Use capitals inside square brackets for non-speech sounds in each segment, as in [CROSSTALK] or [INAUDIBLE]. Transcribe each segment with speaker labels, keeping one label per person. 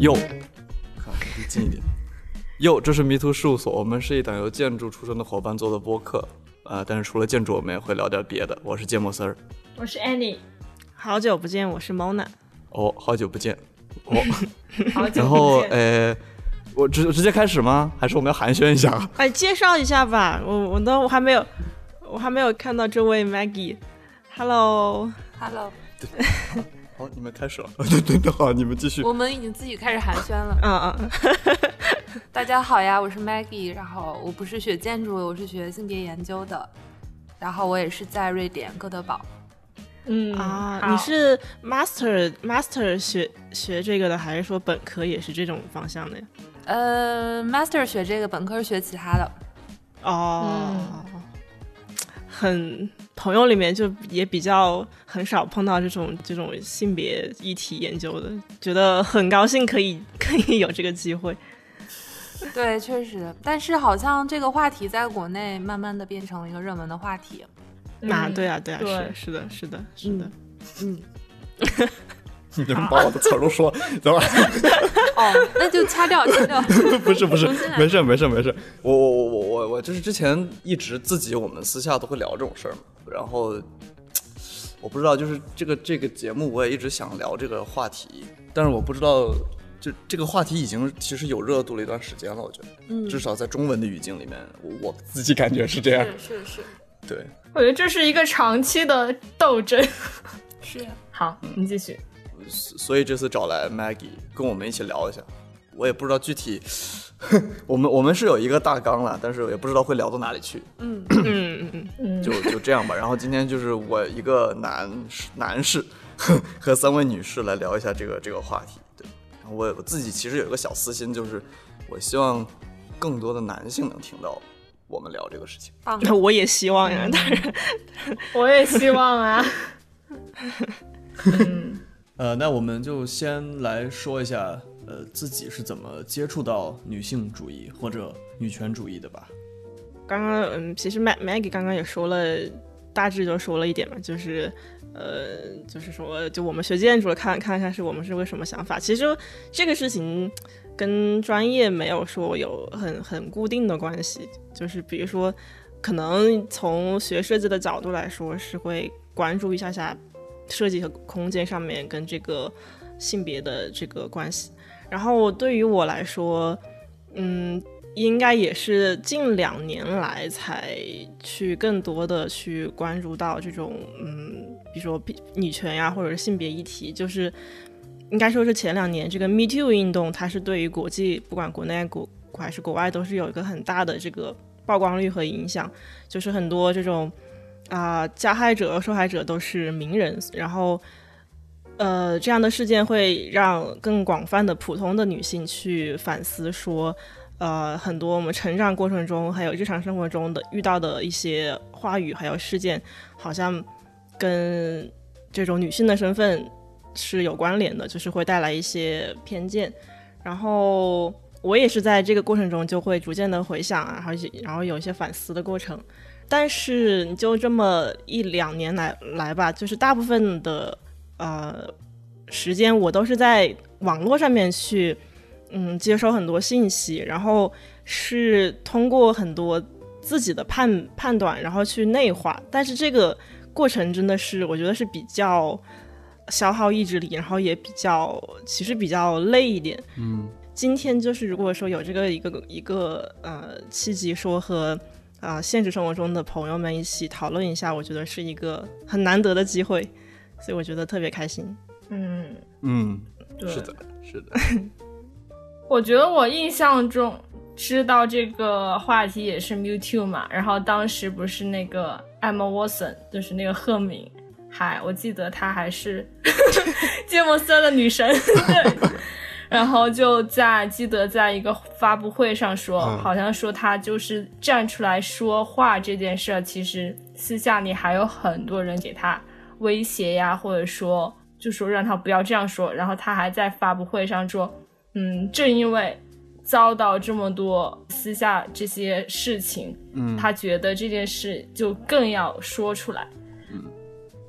Speaker 1: 哟，看离近一点。哟，这是迷途事务所，我们是一档由建筑出身的伙伴做的播客。呃，但是除了建筑，我们也会聊点别的。我是芥末丝儿。
Speaker 2: 我是 Annie，
Speaker 3: 好久不见，我是 Mona。
Speaker 1: 哦，好久不见。哦，
Speaker 2: [LAUGHS] 好久
Speaker 1: 然
Speaker 2: 不
Speaker 1: 后
Speaker 2: 见。
Speaker 1: 呃，我直直接开始吗？还是我们要寒暄一下？
Speaker 3: 哎，介绍一下吧，我我都我还没有，我还没有看到这位 Maggie。Hello，
Speaker 4: Hello，
Speaker 1: 好，你们开始了。 [LAUGHS] 对对对，好，你们继
Speaker 2: 哦
Speaker 1: 续。
Speaker 4: 我们已经自己开始寒暄了。 [LAUGHS]
Speaker 3: 嗯嗯，
Speaker 4: 大家好呀，我是 Maggie，然后我不是学建筑，我是学性别研究的，然后我也是在瑞典哥德堡。
Speaker 2: 嗯
Speaker 3: 啊，
Speaker 2: 好
Speaker 3: 你是 Master Master 学学这个的，还是说本科也是这种方向的呀？
Speaker 4: 呃，Master 学这个，本科是学其他的。 [LAUGHS]
Speaker 3: 哦，
Speaker 2: 嗯
Speaker 3: 很朋友里面就也比较很少碰到这种这种性别议题研究的，觉得很高兴可以可以有这个机会。
Speaker 4: 对，确实，但是好像这个话题在国内慢慢的变成了一个热门的话题。
Speaker 3: 啊，
Speaker 2: 嗯
Speaker 3: 对啊，对啊，
Speaker 2: 对
Speaker 3: 是是的，是的，是的。
Speaker 4: 嗯，
Speaker 1: 你们把我的词儿都说，等会儿。
Speaker 4: 哦，那就掐掉，掐掉。 [LAUGHS]
Speaker 1: [LAUGHS] 不是不是
Speaker 4: 重新，来
Speaker 1: 没事没事没事。我我我我我我就是之前一直自己我们私下都会聊这种事儿嘛，然后我不知道就是这个这个节目我也一直想聊这个话题，但是我不知道就这个话题已经其实有热度了一段时间了，我觉得，
Speaker 4: 嗯
Speaker 1: 至少在中文的语境里面，我我自己感觉是这样。
Speaker 4: 是是
Speaker 1: 对，
Speaker 2: 我觉得这是一个长期的斗
Speaker 3: [LAUGHS]
Speaker 2: 争。
Speaker 4: 是，
Speaker 2: 好，
Speaker 3: 嗯
Speaker 2: 你继续。
Speaker 1: 所所以这次找来 Maggie 跟我们一起聊一下，我也不知道具体。 [LAUGHS] 我们我们是有一个大纲了，但是也不知道会聊到哪里去。
Speaker 4: 嗯，
Speaker 3: 嗯嗯嗯，
Speaker 2: 嗯，
Speaker 1: 就就这样吧。然后今天就是我一个男士男士 [LAUGHS] 和三位女士来聊一下这个这个话题。对，然后我我自己其实有一个小私心，就是我希望更多的男性能听到我们聊这个事情。
Speaker 4: 棒。
Speaker 3: [LAUGHS] 我也希望呀，当然，
Speaker 2: 我也希望
Speaker 3: [LAUGHS]
Speaker 2: 啊。嗯，
Speaker 5: 呃，那我们就先来说一下，呃，自己是怎么接触到女性主义或者女权主义的吧？
Speaker 3: 刚刚嗯，其实 Mag Maggie 刚刚也说了，大致就说了一点嘛，就是呃，就是说，就我们学建筑的，看看看是我们是个什么想法。其实这个事情跟专业没有说有很很固定的关系，就是比如说，可能从学设计的角度来说，是会关注一下下设计和空间上面跟这个性别的这个关系。然后对于我来说，嗯，应该也是近两年来才去更多的去关注到这种，嗯，比如说比女权呀、或者是性别议题，就是应该说是前两年这个 Me Too 运动，它是对于国际不管国内国还是国外都是有一个很大的这个曝光率和影响，就是很多这种啊、加害者、受害者都是名人，然后。呃，这样的事件会让更广泛的普通的女性去反思，说，呃，很多我们成长过程中，还有日常生活中的遇到的一些话语还有事件，好像跟这种女性的身份是有关联的，就是会带来一些偏见。然后我也是在这个过程中就会逐渐的回想啊，而且然后有一些反思的过程。但是你就这么一两年来来吧，就是大部分的呃时间，我都是在网络上面去嗯接收很多信息，然后是通过很多自己的判判断，然后去内化。但是这个过程真的是，我觉得是比较消耗意志力，然后也比较其实比较累一点。嗯，今天就是如果说有这个一个一个呃契机，说和。啊、现实生活中的朋友们一起讨论一下，我觉得是一个很难得的机会，所以我觉得特别开心。
Speaker 2: 嗯，
Speaker 1: 嗯，
Speaker 2: 对。
Speaker 1: 是的，是
Speaker 4: [LAUGHS]
Speaker 1: 的。
Speaker 2: 我觉得我印象中知道这个话题也是 Me Too 嘛，然后当时不是那个 Emma Watson，就是那个赫敏，还我记得她还是芥末色的女神， [LAUGHS] 对。然后就在记得在一个发布会上说，好像说她就是站出来说话这件事儿，其实私下里还有很多人给她威胁呀，或者说就说让她不要这样说。然后她还在发布会上说，嗯，正因为遭到这么多私下这些事情，嗯，他觉得这件事就更要说出来，嗯，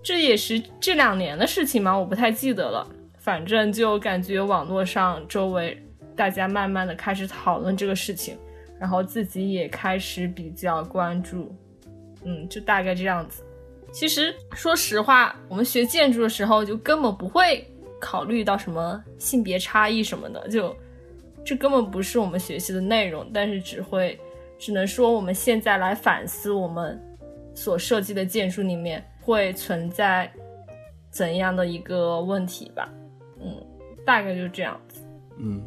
Speaker 2: 这也是这两年的事情吗？我不太记得了。反正就感觉网络上周围大家慢慢的开始讨论这个事情，然后自己也开始比较关注，嗯，就大概这样子。其实说实话，我们学建筑的时候就根本不会考虑到什么性别差异什么的，就这根本不是我们学习的内容，但是只会只能说我们现在来反思我们所设计的建筑里面会存在怎样的一个问题吧，嗯，大概就这样子。
Speaker 1: 嗯，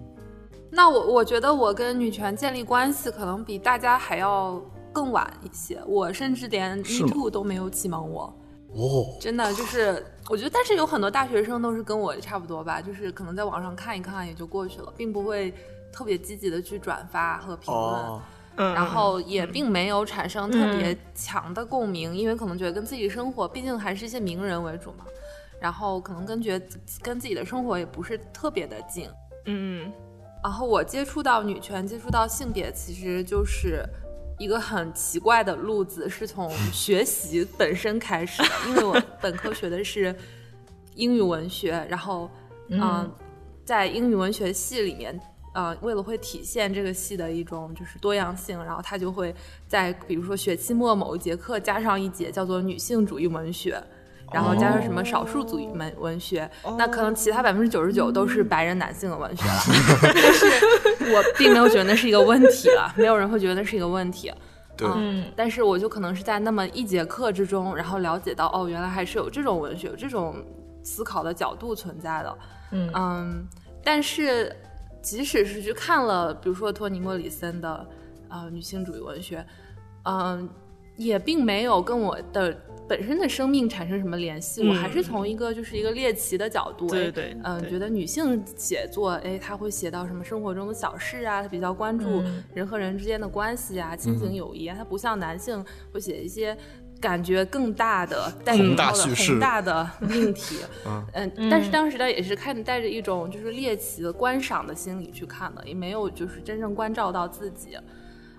Speaker 4: 那我我觉得我跟女权建立关系可能比大家还要更晚一些，我甚至连
Speaker 1: 是
Speaker 4: Me
Speaker 1: 吗
Speaker 4: Too 都没有启蒙我，
Speaker 1: 哦，
Speaker 4: 真的就是我觉得，但是有很多大学生都是跟我差不多吧，就是可能在网上看一看也就过去了，并不会特别积极的去转发和评论。
Speaker 1: 哦，
Speaker 3: 嗯，
Speaker 4: 然后也并没有产生特别强的共鸣，因为可能觉得跟自己生活，毕竟还是一些名人为主嘛，然后可能跟觉得跟自己的生活也不是特别的近。
Speaker 3: 嗯
Speaker 4: 然后我接触到女权，接触到性别，其实就是一个很奇怪的路子，是从学习本身开始的。因为我本科学的是英语文学，然后嗯、
Speaker 2: 嗯
Speaker 4: 在英语文学系里面，呃，为了会体现这个系的一种就是多样性，然后它就会在比如说学期末某一节课加上一节叫做女性主义文学。然后加上什么少数族裔文文学，那可能其他百分之九十九都是白人男性的文学了。但是我并没有觉得那是一个问题了，没有人会觉得那是一个问题。
Speaker 1: 对，
Speaker 4: 嗯
Speaker 2: 嗯
Speaker 4: 但是我就可能是在那么一节课之中，然后了解到哦，原来还是有这种文学、有这种思考的角度存在的。
Speaker 2: 嗯
Speaker 4: 嗯，但是即使是去看了，比如说托尼·莫里森的呃女性主义文学，嗯、也并没有跟我的本身的生命产生什么联系。我
Speaker 3: 嗯
Speaker 4: 还是从一个就是一个猎奇的角度，
Speaker 3: 对对
Speaker 4: 嗯、
Speaker 3: 对
Speaker 4: 觉得女性写作，哎，她会写到什么生活中的小事啊，她比较关注
Speaker 2: 嗯
Speaker 4: 人和人之间的关系啊，亲情友谊啊，她不像男性会写一些。感觉更大的、带着
Speaker 1: 宏大
Speaker 4: 以后的
Speaker 1: 叙事
Speaker 4: 宏大的命题，嗯，但是当时呢，也是看带着一种就是猎奇的观赏的心理去看的，也没有就是真正关照到自己。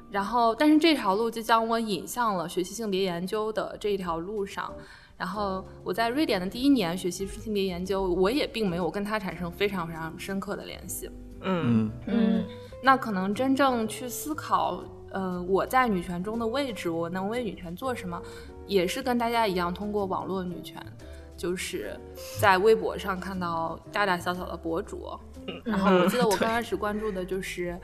Speaker 4: 然后，但是这条路就将我引向了学习性别研究的这一条路上。然后我在瑞典的第一年学习性别研究，我也并没有跟它产生非常非常深刻的联系。
Speaker 3: 嗯
Speaker 5: 嗯，
Speaker 2: 嗯
Speaker 4: 那可能真正去思考，呃，我在女权中的位置，我能为女权做什么，也是跟大家一样，通过网络女权，就是在微博上看到大大小小的博主，然后我记得我刚开始关注的就是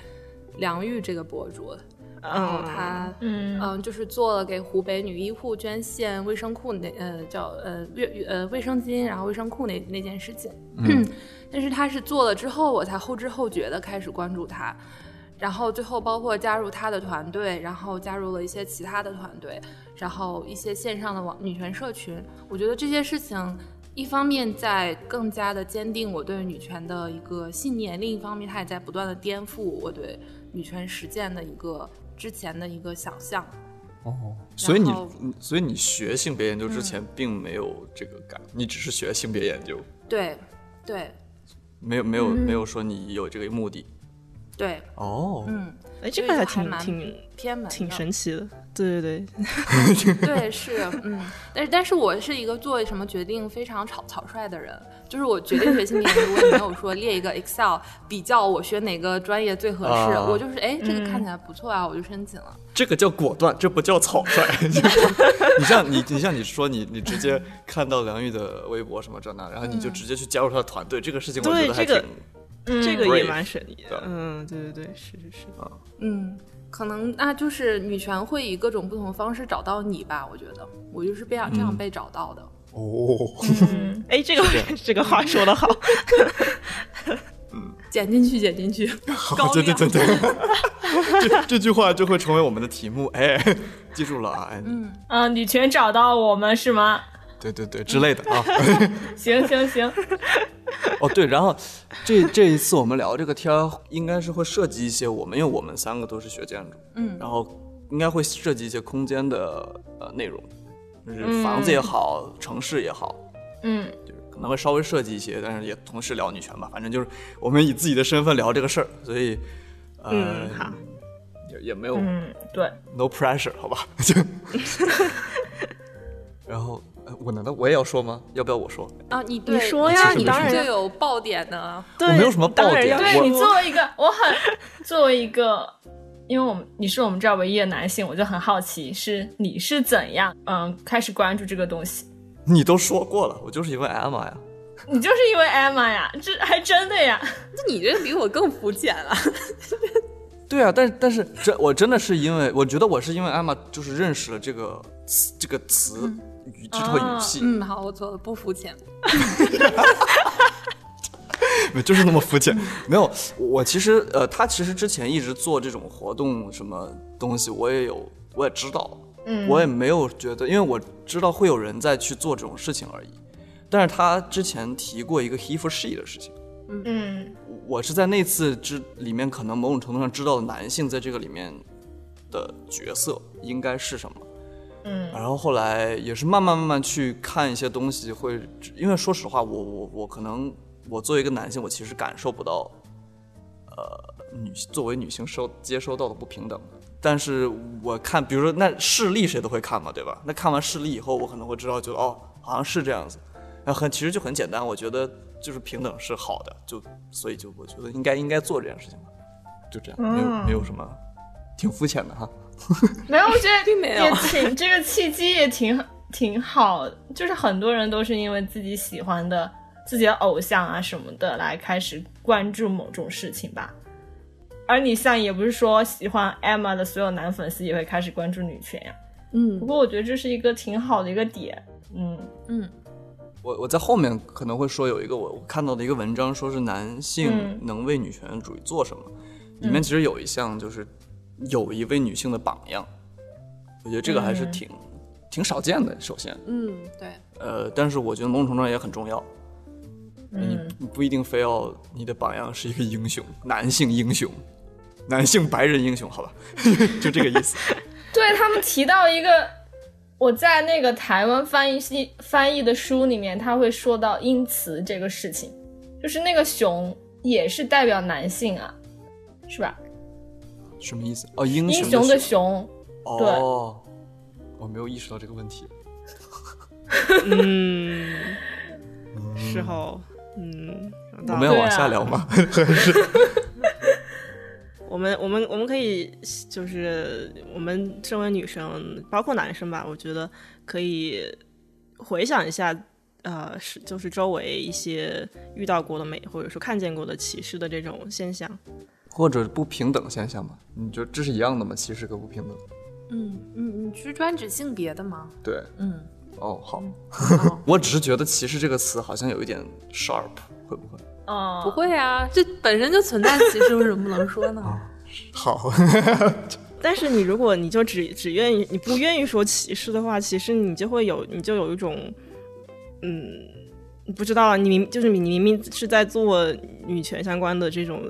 Speaker 4: 梁玉这个博主，然后他。
Speaker 2: 嗯
Speaker 4: 嗯，就是做了给湖北女医护捐献卫生裤那呃叫呃卫呃卫生巾，然后卫生裤那那件事情。
Speaker 1: 嗯
Speaker 4: 但是他是做了之后，我才后知后觉的开始关注他，然后最后包括加入他的团队，然后加入了一些其他的团队，然后一些线上的网女权社群。我觉得这些事情。一方面在更加的坚定我对女权的一个信念，另一方面它也在不断的颠覆我对女权实践的一个之前的一个想象。
Speaker 5: 哦，
Speaker 1: 所以你
Speaker 4: 嗯然后，嗯
Speaker 1: 所以你学性别研究之前并没有这个感，你只是学性别研究，
Speaker 4: 对，对，
Speaker 1: 没有没
Speaker 4: 嗯
Speaker 1: 有、没有说你有这个目的。
Speaker 4: 对，
Speaker 1: 哦，
Speaker 4: 嗯，
Speaker 3: 哎，这个还挺
Speaker 4: 还蛮
Speaker 3: 挺
Speaker 4: 偏门的，
Speaker 3: 挺神奇的，对对对，
Speaker 4: 对，是，嗯，但是但是我是一个做什么决定非常草草率的人，就是我决定学性别研究，我也没有说列一个 Excel 比较我学哪个专业最合适，
Speaker 1: 啊
Speaker 4: 我就是哎这个看起来不错啊，我就申请了。
Speaker 1: 这个叫果断，这不叫草
Speaker 3: [LAUGHS]
Speaker 1: 率。你像你，你像你说你，你直接看到梁玉的微博什么这那，然后你就直接去加入他的团队，这个事情我觉
Speaker 3: 对
Speaker 1: 得还
Speaker 3: 这
Speaker 1: 挺
Speaker 3: 个
Speaker 2: 嗯
Speaker 3: 这个也
Speaker 1: Brave
Speaker 3: 蛮神奇的
Speaker 1: 的，
Speaker 3: 嗯，对对对，是是是，
Speaker 4: 嗯，可能那就是女权会以各种不同的方式找到你吧，我觉得我就是被这样被找到的。
Speaker 1: 哦，
Speaker 2: 嗯
Speaker 3: 哎，这个 [LAUGHS] 这个话说
Speaker 1: [LAUGHS]
Speaker 3: 得好，
Speaker 4: 剪进去，剪进去，
Speaker 1: [LAUGHS]
Speaker 4: 高
Speaker 1: 对对对
Speaker 4: 亮
Speaker 1: 对，这这句话就会成为我们的题目。哎，记住了啊，哎，
Speaker 2: 嗯，女权找到我们是吗？
Speaker 1: 对对对之类的啊。
Speaker 2: 行行行，
Speaker 1: 哦，对，然后这这一次我们聊这个天，儿，应该是会涉及一些我们，因为我们三个都是学建筑，
Speaker 4: 嗯
Speaker 1: 然后应该会涉及一些空间的呃内容，
Speaker 3: 嗯
Speaker 1: 就是房子也好，城市也好，
Speaker 2: 嗯
Speaker 1: 就是可能会稍微涉及一些，但是也同时聊女权吧，反正就是我们以自己的身份聊这个事儿，所以呃、
Speaker 3: 嗯，好，嗯
Speaker 1: 也也没有、
Speaker 2: 嗯，对，
Speaker 3: [LAUGHS]
Speaker 1: no pressure，好吧？就然后呃我难道我也要说吗？要不要我说？
Speaker 4: 啊，你对
Speaker 3: 说呀
Speaker 4: 其实
Speaker 1: 你
Speaker 4: 你
Speaker 1: 当
Speaker 4: 是
Speaker 1: 然
Speaker 4: 最
Speaker 3: 要
Speaker 4: 有爆点的啊。
Speaker 3: 对，
Speaker 1: 我没有什么爆
Speaker 3: 当然
Speaker 1: 点
Speaker 3: 要
Speaker 2: 对
Speaker 1: 我
Speaker 2: 你
Speaker 3: 说
Speaker 2: 作为一个，我很作为一个，因为我们你是我们这儿唯一的男性，我就很好奇，是你是怎样嗯开始关注这个东西？
Speaker 1: 你都说过了，我就是因为艾玛呀。
Speaker 2: 你就是因为 Emma 呀，这还真的呀，
Speaker 4: 那你这个比我更肤浅了。
Speaker 1: 对啊，但但是真我真的是因为我觉得我是因为艾玛就是认识了这个词这个词
Speaker 2: 嗯
Speaker 1: 语这套语系，
Speaker 2: 啊
Speaker 4: 嗯，好，我错了，不肤浅。
Speaker 1: 没 [LAUGHS]
Speaker 2: 嗯
Speaker 1: 就是那么肤浅。没有，我其实呃，他其实之前一直做这种活动什么东西，我也有，我也知道，
Speaker 2: 嗯，
Speaker 1: 我也没有觉得，因为我知道会有人在去做这种事情而已。但是他之前提过一个 he for she 的事情，
Speaker 2: 嗯
Speaker 1: 我是在那次之里面，可能某种程度上知道了男性在这个里面的角色应该是什么。
Speaker 2: 嗯
Speaker 1: 然后后来也是慢慢慢慢去看一些东西，会因为说实话，我我我可能我作为一个男性，我其实感受不到，呃，女作为女性收接收到的不平等。但是我看，比如说那视力谁都会看嘛，对吧？那看完视力以后，我可能会知道，觉得哦，好像是这样子。那很其实就很简单，我觉得就是平等是好的，就所以就我觉得应该应该做这件事情吧，就这样，没有没有什么，挺肤浅的哈。
Speaker 2: [LAUGHS] 没有，我觉得
Speaker 4: 并没有
Speaker 2: [LAUGHS] 也挺这个契机也挺挺好，就是很多人都是因为自己喜欢的、自己的偶像啊什么的来开始关注某种事情吧。而你像也不是说喜欢 Emma 的所有男粉丝也会开始关注女权呀、不
Speaker 4: 嗯
Speaker 2: 过我觉得这是一个挺好的一个点，嗯
Speaker 4: 嗯，
Speaker 1: 我我在后面可能会说有一个我我看到的一个文章，说是男性
Speaker 2: 嗯
Speaker 1: 能为女权主义做什么，里面其实有一项就是有一位女性的榜样，我觉得这个还是
Speaker 2: 嗯
Speaker 1: 挺、挺少见的。首先，
Speaker 4: 嗯，对，
Speaker 1: 呃，但是我觉得某种程度上也很重要，
Speaker 2: 嗯，
Speaker 1: 你不一定非要你的榜样是一个英雄，男性英雄，男性白人英雄，好吧， [LAUGHS] 就这个意思。
Speaker 2: 对他们提到一个，我在那个台湾翻译系翻译的书里面，他会说到因词这个事情，就是那个熊也是代表男性啊，是吧？
Speaker 1: [LAUGHS] 什么意思？哦，英
Speaker 2: 英
Speaker 1: 雄
Speaker 2: 雄的
Speaker 1: 雄
Speaker 2: 熊，
Speaker 1: 哦，我没有意识到这个问题。
Speaker 3: 嗯，是哦，嗯，有
Speaker 1: 我
Speaker 3: 道
Speaker 1: 们
Speaker 3: 理
Speaker 1: 要
Speaker 2: 对
Speaker 1: 往下
Speaker 2: 啊
Speaker 1: 聊吗？ [LAUGHS]
Speaker 3: 我们我们我们可以就是我们身为女生，包括男生吧，我觉得可以回想一下，呃，是就是周围一些遇到过的美，或者说看见过的歧视的这种现象。
Speaker 1: 或者不平等现象嘛？你觉得这是一样的吗？歧视跟不平等？
Speaker 4: 嗯嗯，你是专指性别的吗？
Speaker 1: 对，
Speaker 4: 嗯，
Speaker 1: 哦，好， [LAUGHS]
Speaker 4: 哦
Speaker 1: 我只是觉得“歧视”这个词好像有一点 sharp，会不会？
Speaker 2: 哦、
Speaker 4: 不会啊，这本身就存在歧视，为什么不能说呢？
Speaker 1: 啊好， [LAUGHS]
Speaker 3: 但是你如果你就只只愿意你不愿意说歧视的话，其实你就会有你就有一种，嗯，不知道啊，你明就是你明明是在做女权相关的这种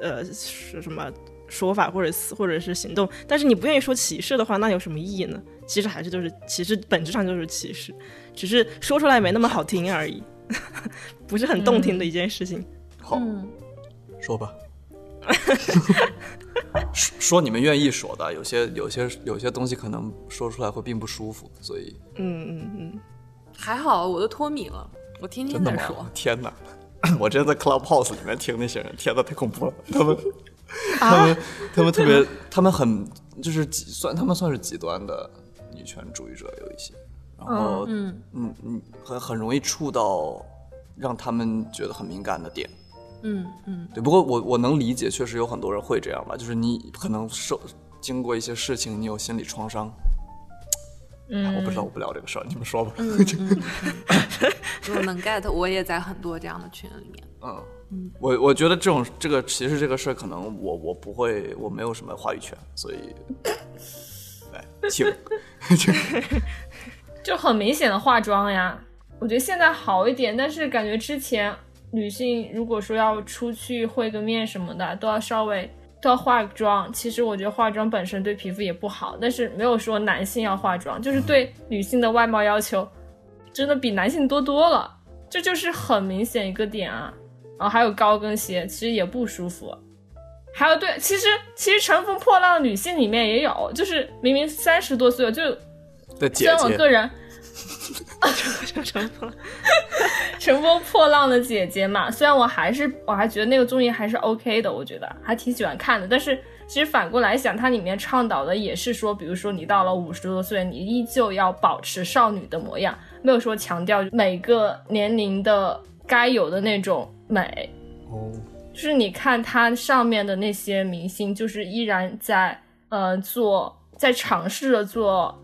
Speaker 3: 呃是什么说法或者思或者是行动，但是你不愿意说歧视的话，那有什么意义呢？其实还是就是歧视，本质上就是歧视，只是说出来没那么好听而已， [LAUGHS] 不是很动听的一件事情。
Speaker 1: 好，
Speaker 4: 嗯，
Speaker 1: 说吧。 [LAUGHS] 说说你们愿意说的，有些有些有些东西可能说出来会并不舒服，所以
Speaker 3: 嗯嗯嗯，
Speaker 4: 还好我都脱敏了，我天天
Speaker 1: 真的
Speaker 4: 在说
Speaker 1: 吗？天哪！我之前在 Clubhouse 里面听那些人，天哪，太恐怖了！他们， [LAUGHS] 他们，他们特别，他们很就是极算，他们算是极端的女权主义者有一些，然后
Speaker 4: 嗯
Speaker 1: 嗯嗯，很很容易触到让他们觉得很敏感的点。
Speaker 4: 嗯嗯
Speaker 1: 对，不过我我能理解，确实有很多人会这样吧，就是你可能受经过一些事情，你有心理创伤。哎
Speaker 2: 嗯，
Speaker 1: 我不知道，我不聊这个事儿，你们说吧。 [LAUGHS]
Speaker 4: 我能 get，我也在很多这样的群里面。
Speaker 1: 嗯，我我觉得这种这个其实这个事儿，可能我我不会，我没有什么话语权，所以来，请
Speaker 2: 就很明显的化妆呀。我觉得现在好一点，但是感觉之前女性如果说要出去会个面什么的，都要稍微都要化妆。其实我觉得化妆本身对皮肤也不好，但是没有说男性要化妆，就是对女性的外貌要求真的比男性多多了。这就是很明显一个点啊。然后还有高跟鞋，其实也不舒服。还有对，其实其实乘风破浪的女性里面也有，就是明明三十多岁了，就
Speaker 1: 的姐
Speaker 2: 虽然我
Speaker 1: 姐
Speaker 2: 个人，
Speaker 3: 乘风
Speaker 2: 乘风破浪的姐姐嘛，虽然我还是我还觉得那个综艺还是 OK 的，我觉得还挺喜欢看的。但是其实反过来想，它里面倡导的也是说，比如说你到了五十多岁，你依旧要保持少女的模样，没有说强调每个年龄的该有的那种美。
Speaker 1: 哦，
Speaker 2: 就是你看它上面的那些明星，就是依然在呃做，在尝试着做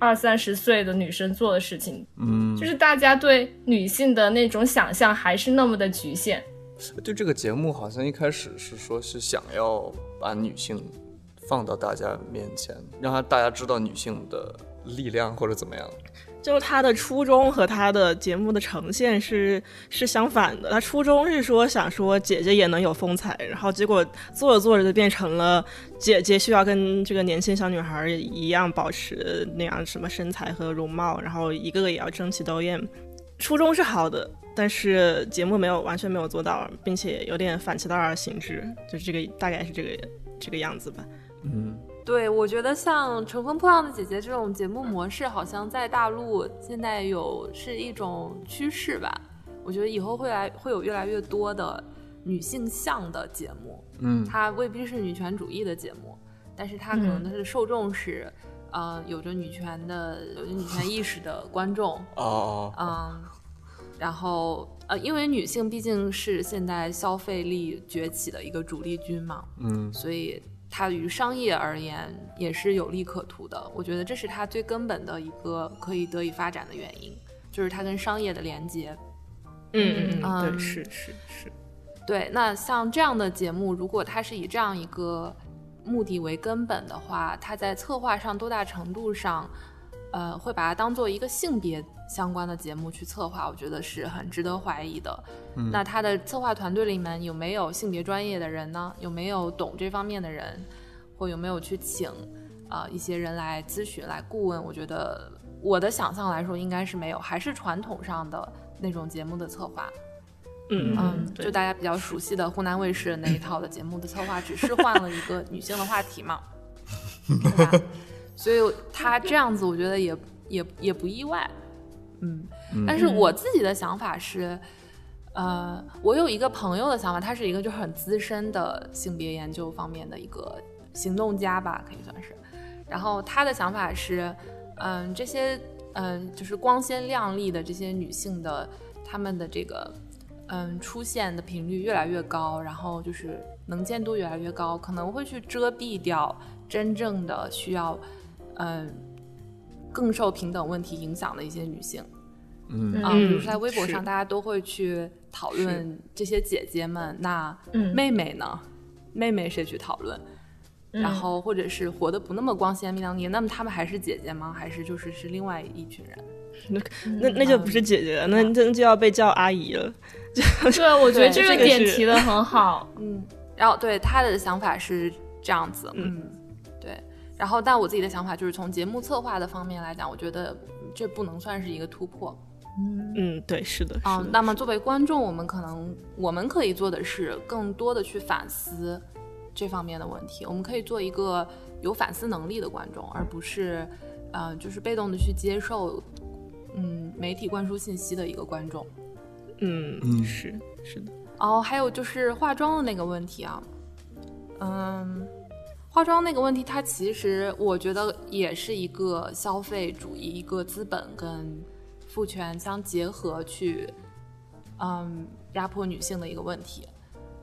Speaker 2: 二三十岁的女生做的事情，
Speaker 5: 嗯，
Speaker 2: 就是大家对女性的那种想象还是那么的局限。
Speaker 1: 对这个节目好像一开始是说是想要把女性放到大家面前，让他大家知道女性的力量或者怎么样。
Speaker 3: 就是他的初衷和他的节目的呈现是是相反的。他初衷是说想说姐姐也能有风采，然后结果做着做着就变成了姐姐需要跟这个年轻小女孩一样保持那样什么身材和容貌，然后一个个也要争奇斗艳。初衷是好的，但是节目没有完全没有做到，并且有点反其道而行之，就这个大概是这个这个样子吧。
Speaker 1: 嗯
Speaker 4: 对，我觉得像《乘风破浪的姐姐》这种节目模式，好像在大陆现在有是一种趋势吧。我觉得以后会来会有越来越多的女性向的节目，
Speaker 5: 嗯，
Speaker 4: 它未必是女权主义的节目，但是它可能它的受众是，呃，有着女权的、有着女权意识的观众，
Speaker 1: 哦，
Speaker 2: 啊
Speaker 4: 嗯，然后呃，因为女性毕竟是现在消费力崛起的一个主力军嘛，
Speaker 5: 嗯，
Speaker 4: 所以它于商业而言也是有利可图的。我觉得这是它最根本的一个可以得以发展的原因，就是它跟商业的连接。
Speaker 3: 嗯嗯嗯，
Speaker 4: 嗯
Speaker 3: 对，是是是，
Speaker 4: 对，那像这样的节目，如果它是以这样一个目的为根本的话，它在策划上多大程度上，呃，会把它当做一个性别相关的节目去策划，我觉得是很值得怀疑的。那它的策划团队里面有没有性别专业的人呢？有没有懂这方面的人，或有没有去请啊、呃一些人来咨询、来顾问？我觉得我的想象来说，应该是没有，还是传统上的那种节目的策划。
Speaker 3: 嗯
Speaker 4: 嗯，
Speaker 3: 对
Speaker 4: 就大家比较熟悉的湖南卫视那一套的节目的策划，只是换了一个女性的话题嘛，对吧？所以他这样子，我觉得也也也不意外，嗯。但是我自己的想法是，呃，我有一个朋友的想法，他是一个就是很资深的性别研究方面的一个呃行动家吧，可以算是。然后他的想法是，嗯，这些嗯，就是光鲜亮丽的这些女性的，她们的这个嗯出现的频率越来越高，然后就是能见度越来越高，可能会去遮蔽掉真正的需要嗯更受平等问题影响的一些女性。
Speaker 5: 嗯
Speaker 4: 啊，
Speaker 3: 嗯
Speaker 4: 比如说在微博
Speaker 3: 是
Speaker 4: 上，大家都会去讨论这些姐姐们，那
Speaker 2: 嗯
Speaker 4: 妹妹呢？妹妹谁去讨论？
Speaker 2: 嗯
Speaker 4: 然后或者是活得不那么光鲜亮丽，那么她们还是姐姐吗？还是就是是另外一群人？
Speaker 2: 嗯
Speaker 3: 那那就不是姐姐了，那那就要被叫阿姨了。
Speaker 2: 对，我觉得
Speaker 4: 对
Speaker 2: 这个
Speaker 4: 这个
Speaker 2: 点
Speaker 3: 是
Speaker 2: 提的很好。
Speaker 4: 嗯，然后对他的想法是这样子，
Speaker 3: 嗯
Speaker 4: 嗯，对。然后，但我自己的想法就是，从节目策划的方面来讲，我觉得这不能算是一个突破。
Speaker 3: 嗯，对，是的，是
Speaker 4: 啊、
Speaker 3: 的。
Speaker 4: 那么作为观众，我们可能我们可以做的是更多的去反思这方面的问题。我们可以做一个有反思能力的观众，而不是，呃，就是被动的去接受，嗯，媒体灌输信息的一个观众。
Speaker 3: 嗯，
Speaker 5: 嗯
Speaker 3: 是是的，
Speaker 4: 然后哦还有就是化妆的那个问题啊，嗯，化妆那个问题，它其实我觉得也是一个消费主义、一个资本跟父权相结合去，嗯，压迫女性的一个问题。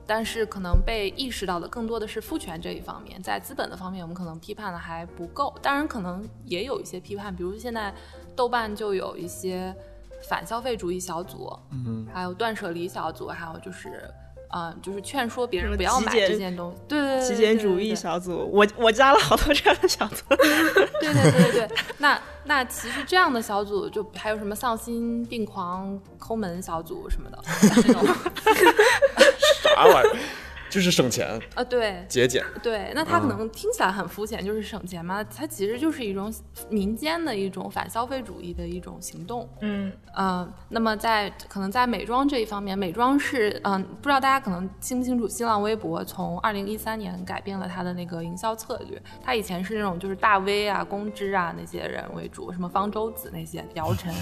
Speaker 4: 但是可能被意识到的更多的是父权这一方面，在资本的方面，我们可能批判的还不够。当然，可能也有一些批判，比如现在豆瓣就有一些反消费主义小组，
Speaker 1: 嗯
Speaker 4: 还有断舍离小组，还有就是，嗯、就是劝说别
Speaker 3: 什么
Speaker 4: 人不要
Speaker 3: 极
Speaker 4: 买
Speaker 3: 简
Speaker 4: 这件东西，对对对，
Speaker 3: 极
Speaker 4: 对
Speaker 3: 简主义，小组，我我加了好多这样的小组。
Speaker 4: 对对对对对对对对。那那其实这样的小组，就还有什么丧心病狂抠门小组什么的，这种
Speaker 1: 啥玩意儿？ [LAUGHS] 就是省钱
Speaker 4: 啊，对
Speaker 1: 节俭。
Speaker 4: 对，那它可能听起来很肤浅，就是省钱嘛，它其实就是一种民间的一种反消费主义的一种行动。
Speaker 2: 嗯，
Speaker 4: 嗯，那么在可能在美妆这一方面，美妆是嗯、不知道大家可能清不清楚，新浪微博从二零一三年改变了它的那个营销策略。它以前是那种就是大 V 啊、公知啊那些人为主，什么方舟子那些姚晨。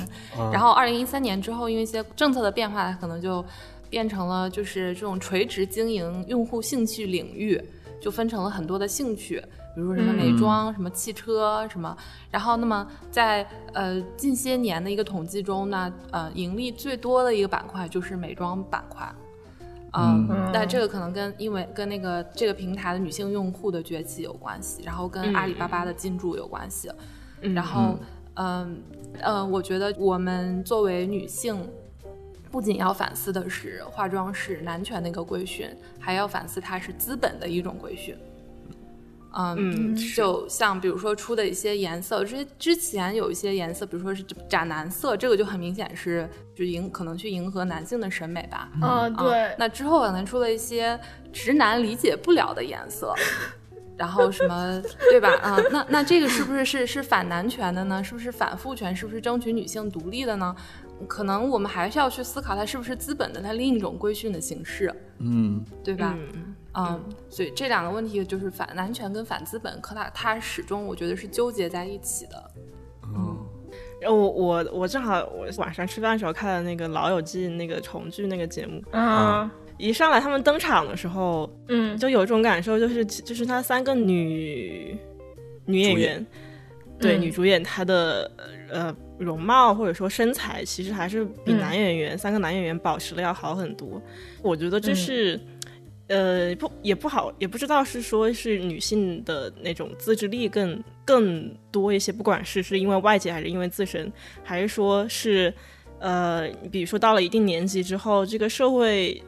Speaker 4: 然后二零一三年之后，因为一些政策的变化，它可能就变成了就是这种垂直经营用户兴趣领域，就分成了很多的兴趣。比如说什么美妆、什么汽车、什么，然后那么在呃近些年的一个统计中呢，呃，盈利最多的一个板块就是美妆板块。嗯
Speaker 2: 嗯，
Speaker 4: 那这个可能跟因为跟那个这个平台的女性用户的崛起有关系，然后
Speaker 3: 嗯
Speaker 4: 跟阿里巴巴的进驻有关系。
Speaker 3: 嗯
Speaker 4: 然
Speaker 2: 哦
Speaker 4: 后，嗯呃，我觉得我们作为女性，不仅要反思的是化妆是男权的一个规训，还要反思它是资本的一种规训。 [LAUGHS] 嗯，
Speaker 3: 嗯是
Speaker 4: 就像比如说出的一些颜色，之之前有一些颜色，比如说是斩男色，这个就很明显是就迎可能去迎合男性的审美吧。
Speaker 2: 哦，
Speaker 4: 啊
Speaker 2: 对，
Speaker 4: 那之后可能出了一些直男理解不了的颜色，然后什么，对吧？啊、那那这个是不是是是反男权的呢？是不是反父权？是不是争取女性独立的呢？可能我们还是要去思考，它是不是资本的它另一种规训的形式，
Speaker 5: 嗯，
Speaker 4: 对吧？
Speaker 3: 嗯
Speaker 4: 嗯，所以这两个问题就是反男权跟反资本，可它它始终我觉得是纠结在一起的。
Speaker 1: 嗯
Speaker 3: 然后我我我正好我晚上吃饭的时候看了那个《老友记》那个重聚那个节目，
Speaker 2: 嗯
Speaker 3: 一上来他们登场的时候，
Speaker 2: 嗯，
Speaker 3: 就有一种感受，就是就是她三个女女演
Speaker 5: 主
Speaker 3: 员，对、
Speaker 2: 嗯
Speaker 3: 女主演她的呃容貌或者说身材，其实还是比
Speaker 2: 嗯
Speaker 3: 男演员、三个男演员保持的要好很多。我觉得这
Speaker 2: 嗯
Speaker 3: 是。呃，不也不好，也不知道是说是女性的那种自制力更更多一些，不管是是因为外界还是因为自身，还是说是呃，比如说到了一定年纪之后，这个社会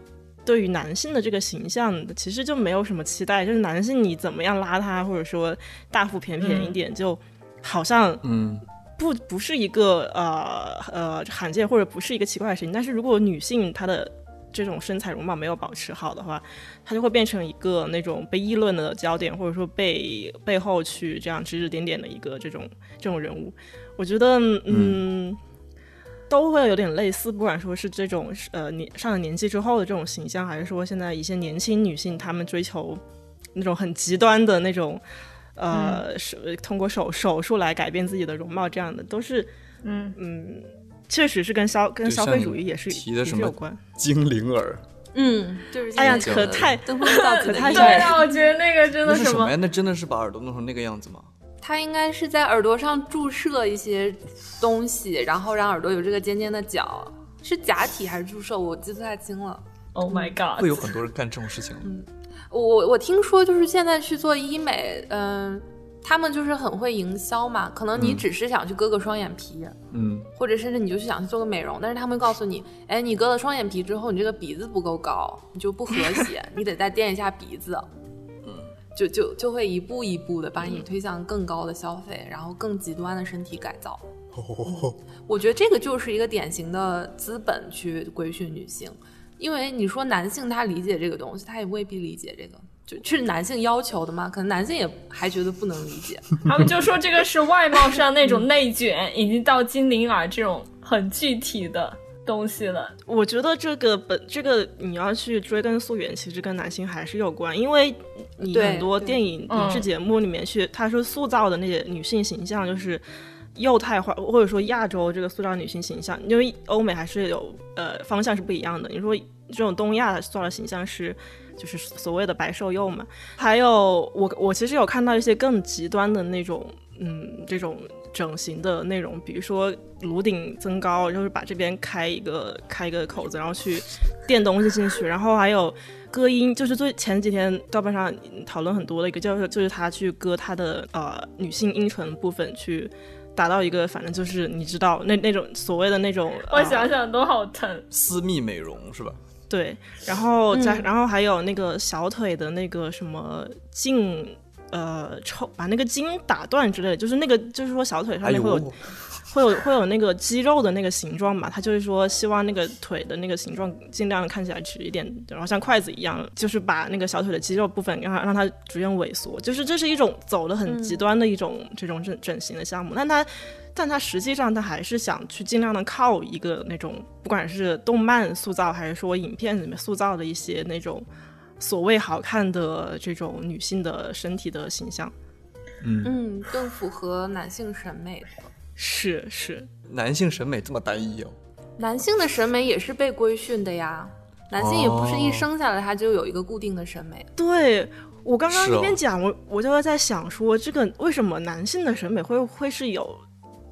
Speaker 3: 对于男性的这个形象其实就没有什么期待，就是男性你怎么样拉他，或者说大腹便便一点，就好像
Speaker 5: 嗯
Speaker 3: 不不是一个呃呃罕见或者不是一个奇怪的事情。但是如果女性她的这种身材容貌没有保持好的话，她就会变成一个那种被议论的焦点，或者说被背后去这样指指点点的一个这种这种人物。我觉得，嗯都会有点类似，不管说是这种呃年上了年纪之后的这种形象，还是说现在一些年轻女性她们追求那种很极端的那种呃手、通过手手术来改变自己的容貌这样的，都是
Speaker 2: 嗯
Speaker 3: 嗯确实是跟消跟
Speaker 5: 对
Speaker 3: 消
Speaker 5: 像
Speaker 3: 费
Speaker 5: 你
Speaker 3: 主义也是
Speaker 5: 提的
Speaker 3: 也
Speaker 5: 什
Speaker 3: 是
Speaker 5: 么
Speaker 3: 有关。
Speaker 1: 精灵儿，
Speaker 4: 嗯，就是
Speaker 3: 哎呀，
Speaker 4: 现在
Speaker 3: 可
Speaker 4: 的
Speaker 3: 太
Speaker 4: 登峰造
Speaker 3: 可
Speaker 4: 极的
Speaker 3: 太
Speaker 4: 一
Speaker 2: 对
Speaker 3: 帅
Speaker 4: 代 [LAUGHS]
Speaker 2: 啊，我觉得那个真
Speaker 1: 那
Speaker 2: 的
Speaker 1: 是
Speaker 2: 什
Speaker 1: 什
Speaker 2: 么
Speaker 1: 么呀？那真的是把耳朵弄成那个样子吗？
Speaker 4: 它应该是在耳朵上注射一些东西，然后让耳朵有这个尖尖的角，是假体还是注射？我记不太清了。
Speaker 2: ，Oh
Speaker 1: 会
Speaker 2: my God，
Speaker 1: 有很多人干这种事情吗？
Speaker 4: 我我我听说就是现在去做医美，嗯、他们就是很会营销嘛。可
Speaker 3: 嗯
Speaker 4: 能你只是想去割个双眼皮，
Speaker 5: 嗯
Speaker 4: 或者甚至你就去想去做个美容，但是他们会告诉你，哎，你割了双眼皮之后，你这个鼻子不够高，你就不和谐，你得再垫一下鼻子。就就就会一步一步的把你推向更高的消费，然后更极端的身体改造。嗯我觉得这个就是一个典型的资本去规训女性，因为你说男性他理解这个东西，他也未必理解这个，就是男性要求的嘛，可能男性也还觉得不能理解。
Speaker 2: 他们就说这个是外貌上那种内卷，已经到精灵耳这种很具体的东西了。
Speaker 3: 我觉得这个本这个你要去追根溯源，其实跟男性还是有关，因为你
Speaker 4: 对
Speaker 3: 很多
Speaker 4: 对
Speaker 3: 电影
Speaker 2: 嗯
Speaker 3: 影视节目里面去，他说塑造的那些女性形象就是。幼态化或者说亚洲这个塑造女性形象，因为欧美还是有呃方向是不一样的。你说这种东亚塑造的形象是就是所谓的白瘦幼嘛？还有我我其实有看到一些更极端的那种嗯这种整形的内容，比如说颅顶增高，就是把这边开一个开一个口子，然后去垫东西进去，然后还有割阴，就是最前几天豆瓣上讨论很多的一个，就是就是他去割他的呃女性阴唇部分去。达到一个，反正就是你知道那那种所谓的那种，
Speaker 2: 我
Speaker 3: 呃
Speaker 2: 想想都好疼。
Speaker 5: 私密美容是吧？
Speaker 3: 对，然后加、然后还有那个小腿的那个什么胫呃抽把那个筋打断之类的，就是那个就是说小腿上
Speaker 1: 哎呦
Speaker 3: 面会有、，会有会有那个肌肉的那个形状嘛，他就是说希望那个腿的那个形状尽量看起来直一点，然后像筷子一样，就是把那个小腿的肌肉部分让它让它逐渐萎缩，就是这是一种走的很极端的一种、这种整整形的项目，但他但他实际上他还是想去尽量的靠一个那种不管是动漫塑造还是说影片里面塑造的一些那种所谓好看的这种女性的身体的形象，
Speaker 4: 嗯，更符合男性审美的。
Speaker 3: 是是，
Speaker 1: 男性审美这么单一哦。
Speaker 4: 男性的审美也是被规训的呀，男性也不是一生下来他就有一个固定的审美。
Speaker 3: 对我刚刚
Speaker 1: 是
Speaker 3: 那
Speaker 1: 哦
Speaker 3: 边讲，我我就在想说，这个为什么男性的审美会会是有，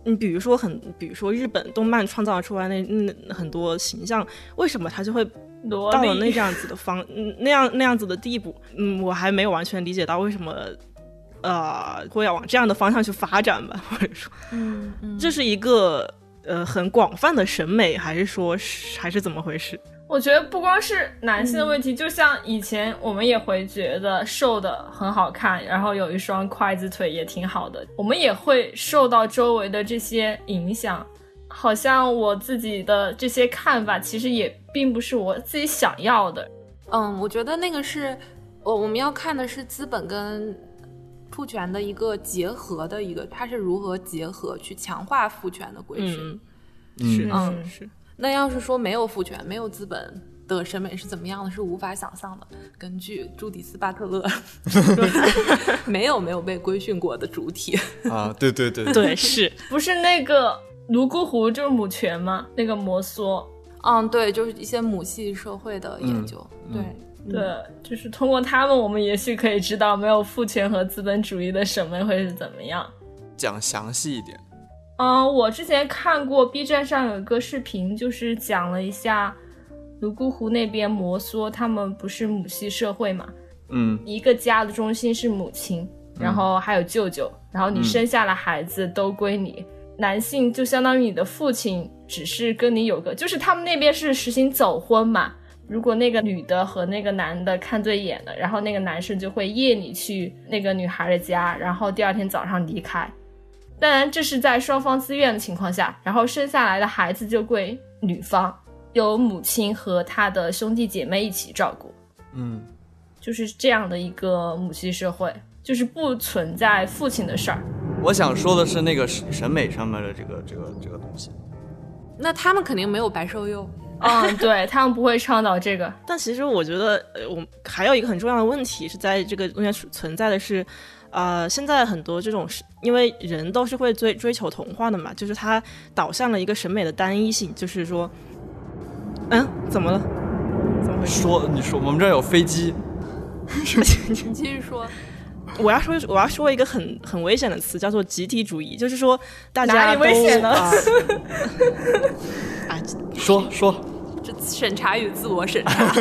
Speaker 3: 你比如说很，比如说日本动漫创造出来那那很多形象，为什么他就会
Speaker 2: 萝
Speaker 3: 到了那
Speaker 2: 莉
Speaker 3: 样子的方，嗯那样那样子的地步？嗯，我还没有完全理解到为什么。呃，会要往这样的方向去发展吧， [LAUGHS] 或者说，
Speaker 4: 嗯嗯
Speaker 3: 这是一个呃很广泛的审美，还是说是还是怎么回事？
Speaker 2: 我觉得不光是男性的问题，就像以前我们也会觉得瘦的很好看，然后有一双筷子腿也挺好的，我们也会受到周围的这些影响。好像我自己的这些看法，其实也并不是我自己想要的。
Speaker 4: 嗯，我觉得那个是我我们要看的是资本跟父权的一个结合的一个，它是如何结合去强化父权的规训。
Speaker 3: 嗯，是
Speaker 4: 嗯
Speaker 3: 是是，
Speaker 4: 那要是说没有父权、没有资本的审美是怎么样的，是无法想象的。根据朱迪斯·巴特勒说，没有没有被规训过的主体。
Speaker 1: 啊，对对对，
Speaker 3: 对是，
Speaker 2: 不是那个泸沽湖就是母权吗？那个摩梭，
Speaker 4: 嗯，对，就是一些母系社会的研究。对，
Speaker 2: 对，就是通过他们，我们也许可以知道没有父权和资本主义的审美会是怎么样。
Speaker 1: 讲详细一点。
Speaker 2: 嗯，我之前看过 B 站上有一个视频，就是讲了一下泸沽湖那边摩梭，他们不是母系社会嘛，
Speaker 1: 嗯，
Speaker 2: 一个家的中心是母亲，然后还有舅舅，然后你
Speaker 1: 嗯
Speaker 2: 生下了孩子都归你。男性就相当于你的父亲，只是跟你有个，就是他们那边是实行走婚嘛。如果那个女的和那个男的看对眼了，然后那个男生就会夜你去那个女孩的家，然后第二天早上离开。当然，这是在双方自愿的情况下，然后生下来的孩子就归女方，由母亲和她的兄弟姐妹一起照顾。
Speaker 1: 嗯，
Speaker 2: 就是这样的一个母系社会，就是不存在父亲的事儿。
Speaker 1: 我想说的是那个审审美上面的这个这个这个东西。
Speaker 4: 那他们肯定没有白瘦幼。
Speaker 2: 嗯，对他们不会倡导这个。
Speaker 3: 但其实我觉得，呃，我们还有一个很重要的问题是在这个中间存在的是，呃，现在很多这种是，因为人都是会追追求童话的嘛，就是它导向了一个审美的单一性，就是说，嗯，怎么了？怎么回事？
Speaker 1: 说你说我们这儿有飞机，
Speaker 4: [LAUGHS] 你继续说，
Speaker 3: 我要说，我要说一个很很危险的词，叫做集体主义，就是说大
Speaker 2: [LAUGHS] 哪
Speaker 3: 家
Speaker 2: 里
Speaker 3: 都
Speaker 2: 危险呢 [LAUGHS]
Speaker 3: 啊啊
Speaker 1: 说说
Speaker 4: 这审查与自我审 [LAUGHS] 查。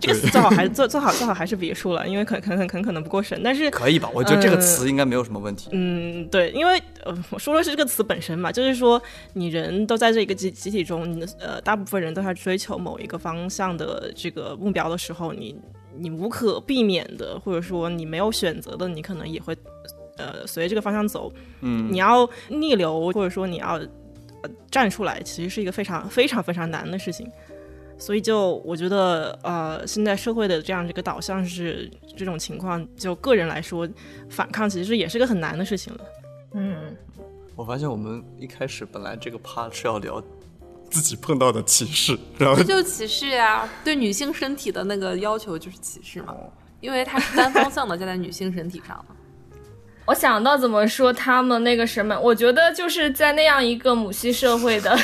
Speaker 3: 这个词最好还是最最好最好还是别说了，因为可可能很可能不过审，但是
Speaker 1: 可以吧？我觉得这个词应该没有什么问题。
Speaker 3: 嗯，对，因为呃，我说的是这个词本身嘛，就是说你人都在这一个集集体中，你的呃，大部分人都在追求某一个方向的这个目标的时候，你你无可避免的，或者说你没有选择的，你可能也会呃随着这个方向走。嗯，你要逆流，或者说你要、呃站出来，其实是一个非常非常非常难的事情。所以就我觉得，呃，现在社会的这样一个导向是这种情况，就个人来说，反抗其实也是个很难的事情了。
Speaker 2: 嗯，
Speaker 1: 我发现我们一开始本来这个趴是要聊自己碰到的歧视， [LAUGHS] 然后
Speaker 4: 这就是歧视呀，对女性身体的那个要求就是歧视嘛，因为它是单方向 [LAUGHS] 的加在女性身体上的。
Speaker 2: 我想到怎么说他们那个审美，我觉得就是在那样一个母系社会的 [LAUGHS]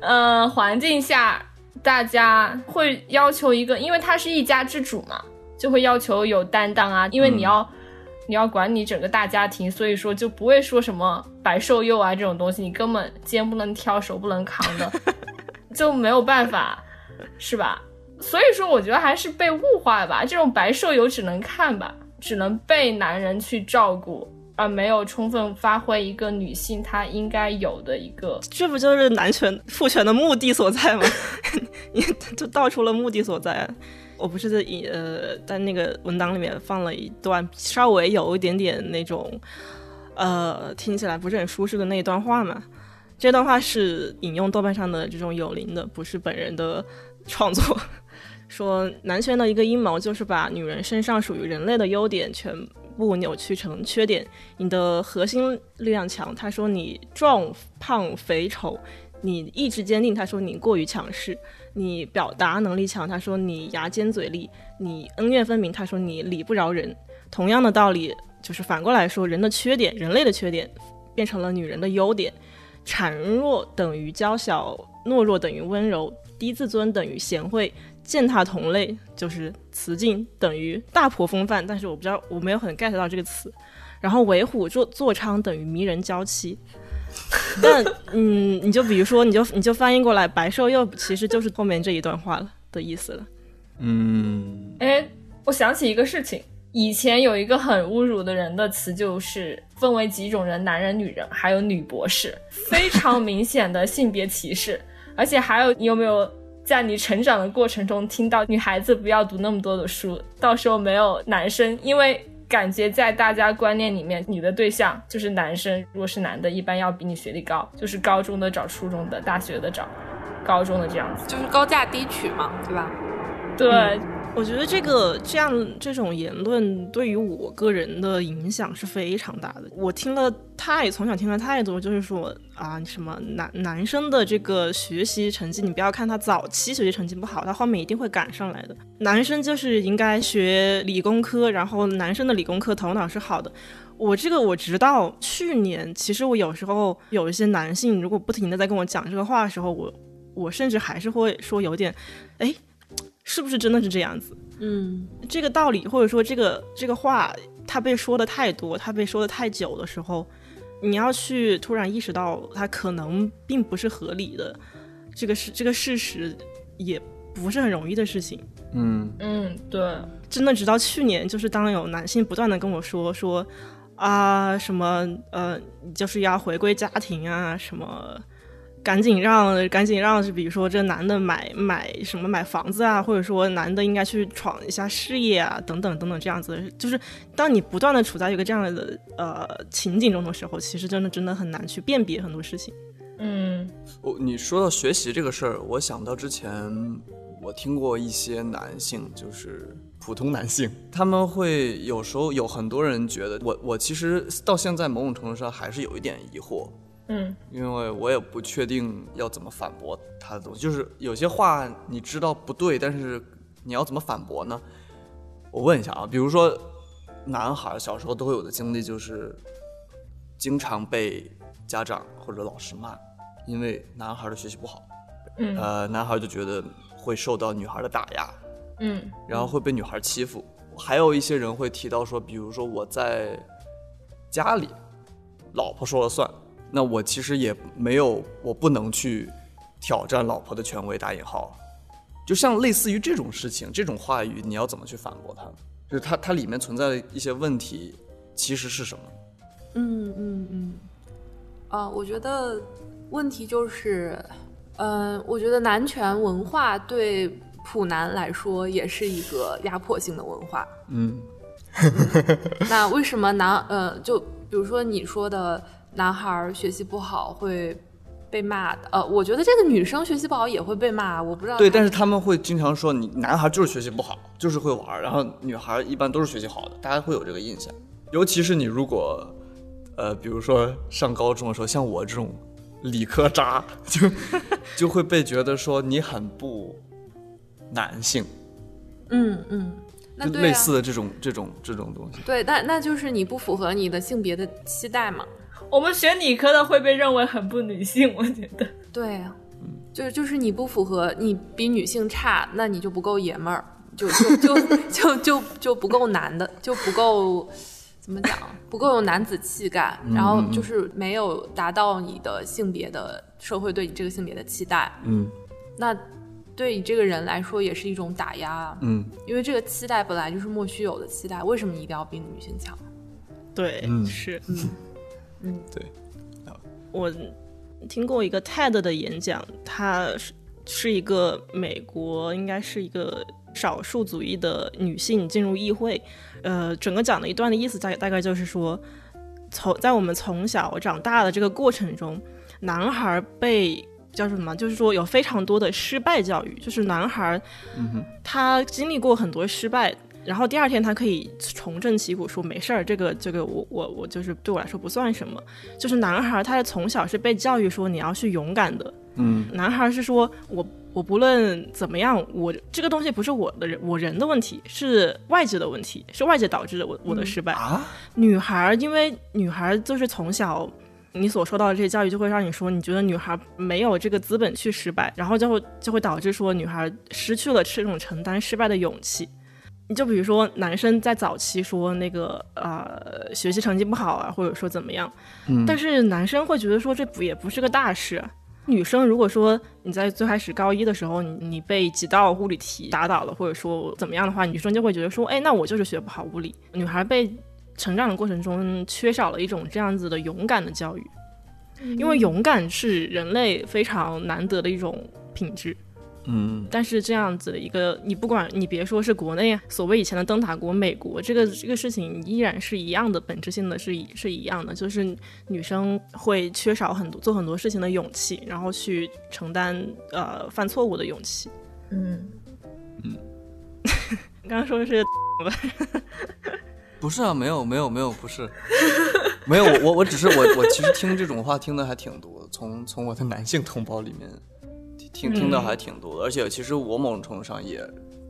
Speaker 2: 呃环境下，大家会要求一个，因为他是一家之主嘛，就会要求有担当啊，因为你要、你要管理整个大家庭，所以说就不会说什么白瘦幼啊这种东西，你根本肩不能挑，手不能扛的，就没有办法，是吧？所以说，我觉得还是被物化吧。这种白瘦友只能看吧，只能被男人去照顾，而没有充分发挥一个女性她应该有的一个。
Speaker 3: 这不就是 [LAUGHS] 男权父权的目的所在吗？你就道出了目的所在。我不是在一呃在那个文档里面放了一段稍微有一点点那种呃听起来不是很舒适的那一段话嘛？这段话是引用豆瓣上的这种有灵的，不是本人的创作。 [LAUGHS] 说男权的一个阴谋就是把女人身上属于人类的优点全部扭曲成缺点，你的核心力量强。他说你壮、胖、肥、丑，你意志坚定。他说你过于强势，你表达能力强。他说你牙尖嘴利，你恩怨分明。他说你理不饶人。同样的道理，就是反过来说，人的缺点，人类的缺点，变成了女人的优点。孱弱等于娇小，懦弱等于温柔，低自尊等于贤惠，践踏同类就是雌竞等于大婆风范，但是我不知道我没有很 get 到这个词。然后为虎作作伥等于迷人娇妻， [LAUGHS] 但嗯，你就比如说，你就你就翻译过来，白瘦幼其实就是后面这一段话了的意思了。
Speaker 5: 嗯，
Speaker 2: 哎，我想起一个事情，以前有一个很侮辱的人的词，就是分为几种人：男人、女人，还有女博士，非常明显的性别歧视。而且还有，你有没有在你成长的过程中听到女孩子不要读那么多的书，到时候没有男生，因为感觉在大家观念里面，你的对象就是男生，如果是男的，一般要比你学历高，就是高中的找初中的，大学的找高中的这样子。
Speaker 4: 就是高价低取嘛，对吧？
Speaker 2: 对，
Speaker 3: 我觉得这个这样这种言论对于我个人的影响是非常大的。我听了太从小听了太多，就是说啊，什么男男生的这个学习成绩，你不要看他早期学习成绩不好，他后面一定会赶上来的。男生就是应该学理工科，然后男生的理工科头脑是好的。我这个我直到去年，其实我有时候有一些男性，如果不停的在跟我讲这个话的时候，我我甚至还是会说有点，哎，是不是真的是这样子？
Speaker 4: 嗯，
Speaker 3: 这个道理，或者说这个这个话，它被说的太多，它被说的太久的时候，你要去突然意识到它可能并不是合理的，这个是这个事实，也不是很容易的事情。
Speaker 5: 嗯，
Speaker 2: 嗯，对。
Speaker 3: 真的直到去年，就是当有男性不断的跟我说说啊什么呃，就是要回归家庭啊什么。赶紧让，赶紧让，比如说这男的买买什么买房子啊，或者说男的应该去闯一下事业啊，等等等等这样子的，就是当你不断的处在一个这样的呃情景中的时候，其实真的真的很难去辨别很多事情。
Speaker 2: 嗯
Speaker 1: 我你说到学习这个事儿，我想到之前我听过一些男性，就是普通男性，他们会有时候有很多人觉得我我其实到现在某种程度上还是有一点疑惑，
Speaker 2: 嗯
Speaker 1: 因为我也不确定要怎么反驳他的东西，就是有些话你知道不对，但是你要怎么反驳呢？我问一下啊，比如说男孩小时候都会有的经历就是，经常被家长或者老师骂，因为男孩的学习不好，
Speaker 2: 嗯
Speaker 1: 呃，男孩就觉得会受到女孩的打压，
Speaker 2: 嗯
Speaker 1: 然后会被女孩欺负。还有一些人会提到说，比如说我在家里，老婆说了算，那我其实也没有，我不能去挑战老婆的权威（打引号）。就像类似于这种事情，这种话语，你要怎么去反驳它呢？就是它它里面存在的一些问题，其实是什么？
Speaker 4: 嗯嗯嗯，啊，我觉得问题就是，嗯、我觉得男权文化对普男来说也是一个压迫性的文化。
Speaker 1: 嗯
Speaker 4: [LAUGHS] 那为什么男呃，就比如说你说的男孩儿学习不好会被骂的，呃，我觉得这个女生学习不好也会被骂，我不知道
Speaker 1: 对，
Speaker 4: 她
Speaker 1: 但是他们会经常说你男孩就是学习不好，就是会玩儿，然后女孩一般都是学习好的，大家会有这个印象。尤其是你如果，呃，比如说上高中的时候，像我这种理科渣，
Speaker 4: [LAUGHS]
Speaker 1: 就就会被觉得说你很不男性，
Speaker 4: 嗯嗯，那
Speaker 1: 就
Speaker 4: 对、啊、
Speaker 1: 类似的这种这种这种东西。
Speaker 4: 对，那那就是你不符合你的性别的期待嘛？
Speaker 2: 我们选理科的会被认为很不女性，我觉得。
Speaker 4: 对啊，就就是你不符合，你比女性差，那你就不够爷们儿，就就就就就就不够男的，就不够怎么讲，不够有男子气概，然后就是没有达到你的性别的社会对你这个性别的期待，
Speaker 1: 嗯
Speaker 4: 那对你这个人来说也是一种打压啊，
Speaker 1: 嗯
Speaker 4: 因为这个期待本来就是莫须有的期待，为什么你一定要比女性强？
Speaker 3: 对，
Speaker 1: 嗯
Speaker 3: 是，
Speaker 4: 嗯
Speaker 3: 嗯，
Speaker 1: 对。
Speaker 3: 我听过一个 TED 的演讲，他是是一个美国，应该是一个少数族裔的女性进入议会。呃，整个讲的一段的意思大大概就是说，从在我们从小长大的这个过程中，男孩被叫什么？就是说有非常多的失败教育，就是男孩，
Speaker 1: 嗯
Speaker 3: 他经历过很多失败，然后第二天他可以重振旗鼓，说没事儿，这个这个我我我就是对我来说不算什么。就是男孩他从小是被教育说你要去勇敢的，
Speaker 5: 嗯，
Speaker 3: 男孩是说我我不论怎么样，我这个东西不是我的人我人的问题，是外界的问题，是外界导致的我我的失败。
Speaker 5: 啊，
Speaker 3: 女孩儿，因为女孩儿就是从小你所受到的这些教育，就会让你说，你觉得女孩儿没有这个资本去失败，然后就会就会导致说女孩儿失去了这种承担失败的勇气。你就比如说，男生在早期说那个呃学习成绩不好啊，或者说怎么样，但是男生会觉得说这不也不是个大事啊、女生如果说你在最开始高一的时候，你你被几道物理题打倒了，或者说怎么样的话，女生就会觉得说，哎，那我就是学不好物理。女孩被成长的过程中缺少了一种这样子的勇敢的教育，因为勇敢是人类非常难得的一种品质。
Speaker 5: 嗯，
Speaker 3: 但是这样子的一个，你不管你别说是国内啊，所谓以前的灯塔国、美国，这个这个事情依然是一样的，本质性的是一是一样的，就是女生会缺少很多做很多事情的勇气，然后去承担呃犯错误的勇气。
Speaker 2: 嗯，
Speaker 3: 刚刚说的是
Speaker 1: 不是啊，没有没有没有，不是， [LAUGHS] 没有我我我只是我我其实听这种话听的还挺多，从从我的男性同胞里面听听听的还挺多的，而且其实我某种程度上也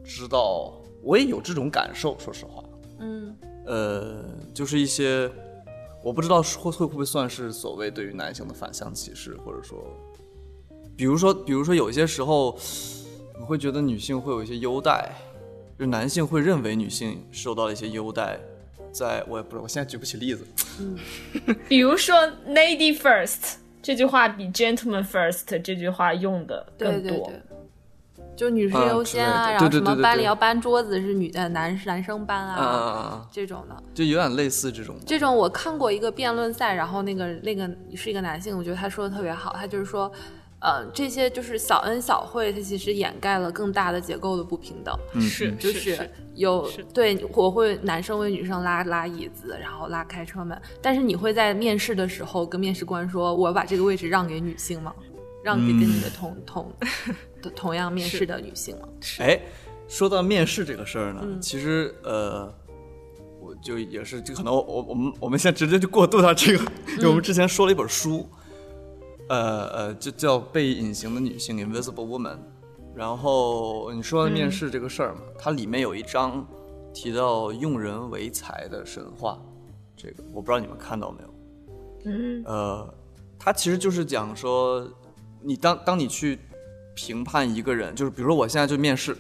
Speaker 1: 知道，我也有这种感受，说实话，
Speaker 4: 嗯，
Speaker 1: 呃，就是一些我不知道会会不会算是所谓对于男性的反向歧视，或者说，比如说比如说有些时候，我会觉得女性会有一些优待，就是男性会认为女性受到了一些优待，在我也不是我现在举不起例子，
Speaker 2: 比如说 “lady first” 这句话比 “gentleman first” 这句话用的
Speaker 4: 对
Speaker 2: 更
Speaker 4: 对
Speaker 2: 多。
Speaker 4: 对。就女士
Speaker 1: 啊
Speaker 4: 优先啊，
Speaker 1: 之类的
Speaker 4: 然后
Speaker 1: 对对
Speaker 4: 什
Speaker 1: 对
Speaker 4: 么
Speaker 1: 对
Speaker 4: 班
Speaker 1: 对
Speaker 4: 里要搬桌子是女呃男男生搬啊
Speaker 1: 啊、啊，
Speaker 4: 这种的。
Speaker 1: 就有点类似这种吧，
Speaker 4: 这种我看过一个辩论赛，然后那个那个是一个男性，我觉得他说的特别好，他就是说，呃，这些就是小恩小惠，它其实掩盖了更大的结构的不平等，
Speaker 5: 嗯
Speaker 3: 是
Speaker 4: 就是有
Speaker 3: 是
Speaker 4: 对我会男生为女生拉拉椅子，然后拉开车门，但是你会在面试的时候跟面试官说，我把这个位置让给女性吗？让给跟你的同、同同样面试的女性吗？
Speaker 1: 哎，说到面试这个事儿呢，其实呃，我就也是，就可能我我我们我们现在直接就过渡到这个，就我们之前说了一本书，呃呃，就叫《被隐形的女性》（Invisible Woman）。然后你说到面试这个事儿嘛，它里面有一章提到用人为才的神话，这个我不知道你们看到没有。
Speaker 2: 嗯，
Speaker 1: 呃，它其实就是讲说，你当当你去评判一个人，就是比如说我现在就面试，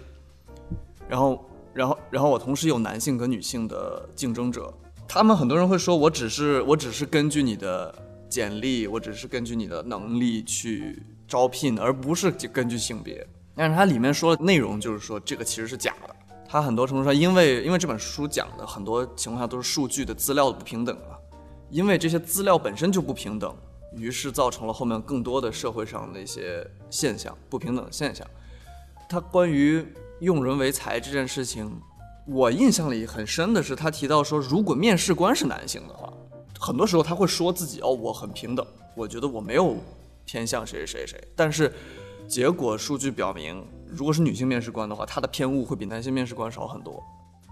Speaker 1: 然后然后然后我同时有男性跟女性的竞争者，他们很多人会说我只是我只是根据你的简历，我只是根据你的能力去招聘，而不是就根据性别。但是它里面说的内容就是说这个其实是假的，它很多程度上因为因为这本书讲的很多情况下都是数据的资料的不平等嘛，因为这些资料本身就不平等，于是造成了后面更多的社会上的一些现象，不平等的现象。他关于用人为才这件事情，我印象里很深的是，他提到说，如果面试官是男性的话，很多时候他会说自己哦，我很平等，我觉得我没有偏向谁谁谁谁。但是结果数据表明，如果是女性面试官的话，她的偏误会比男性面试官少很多。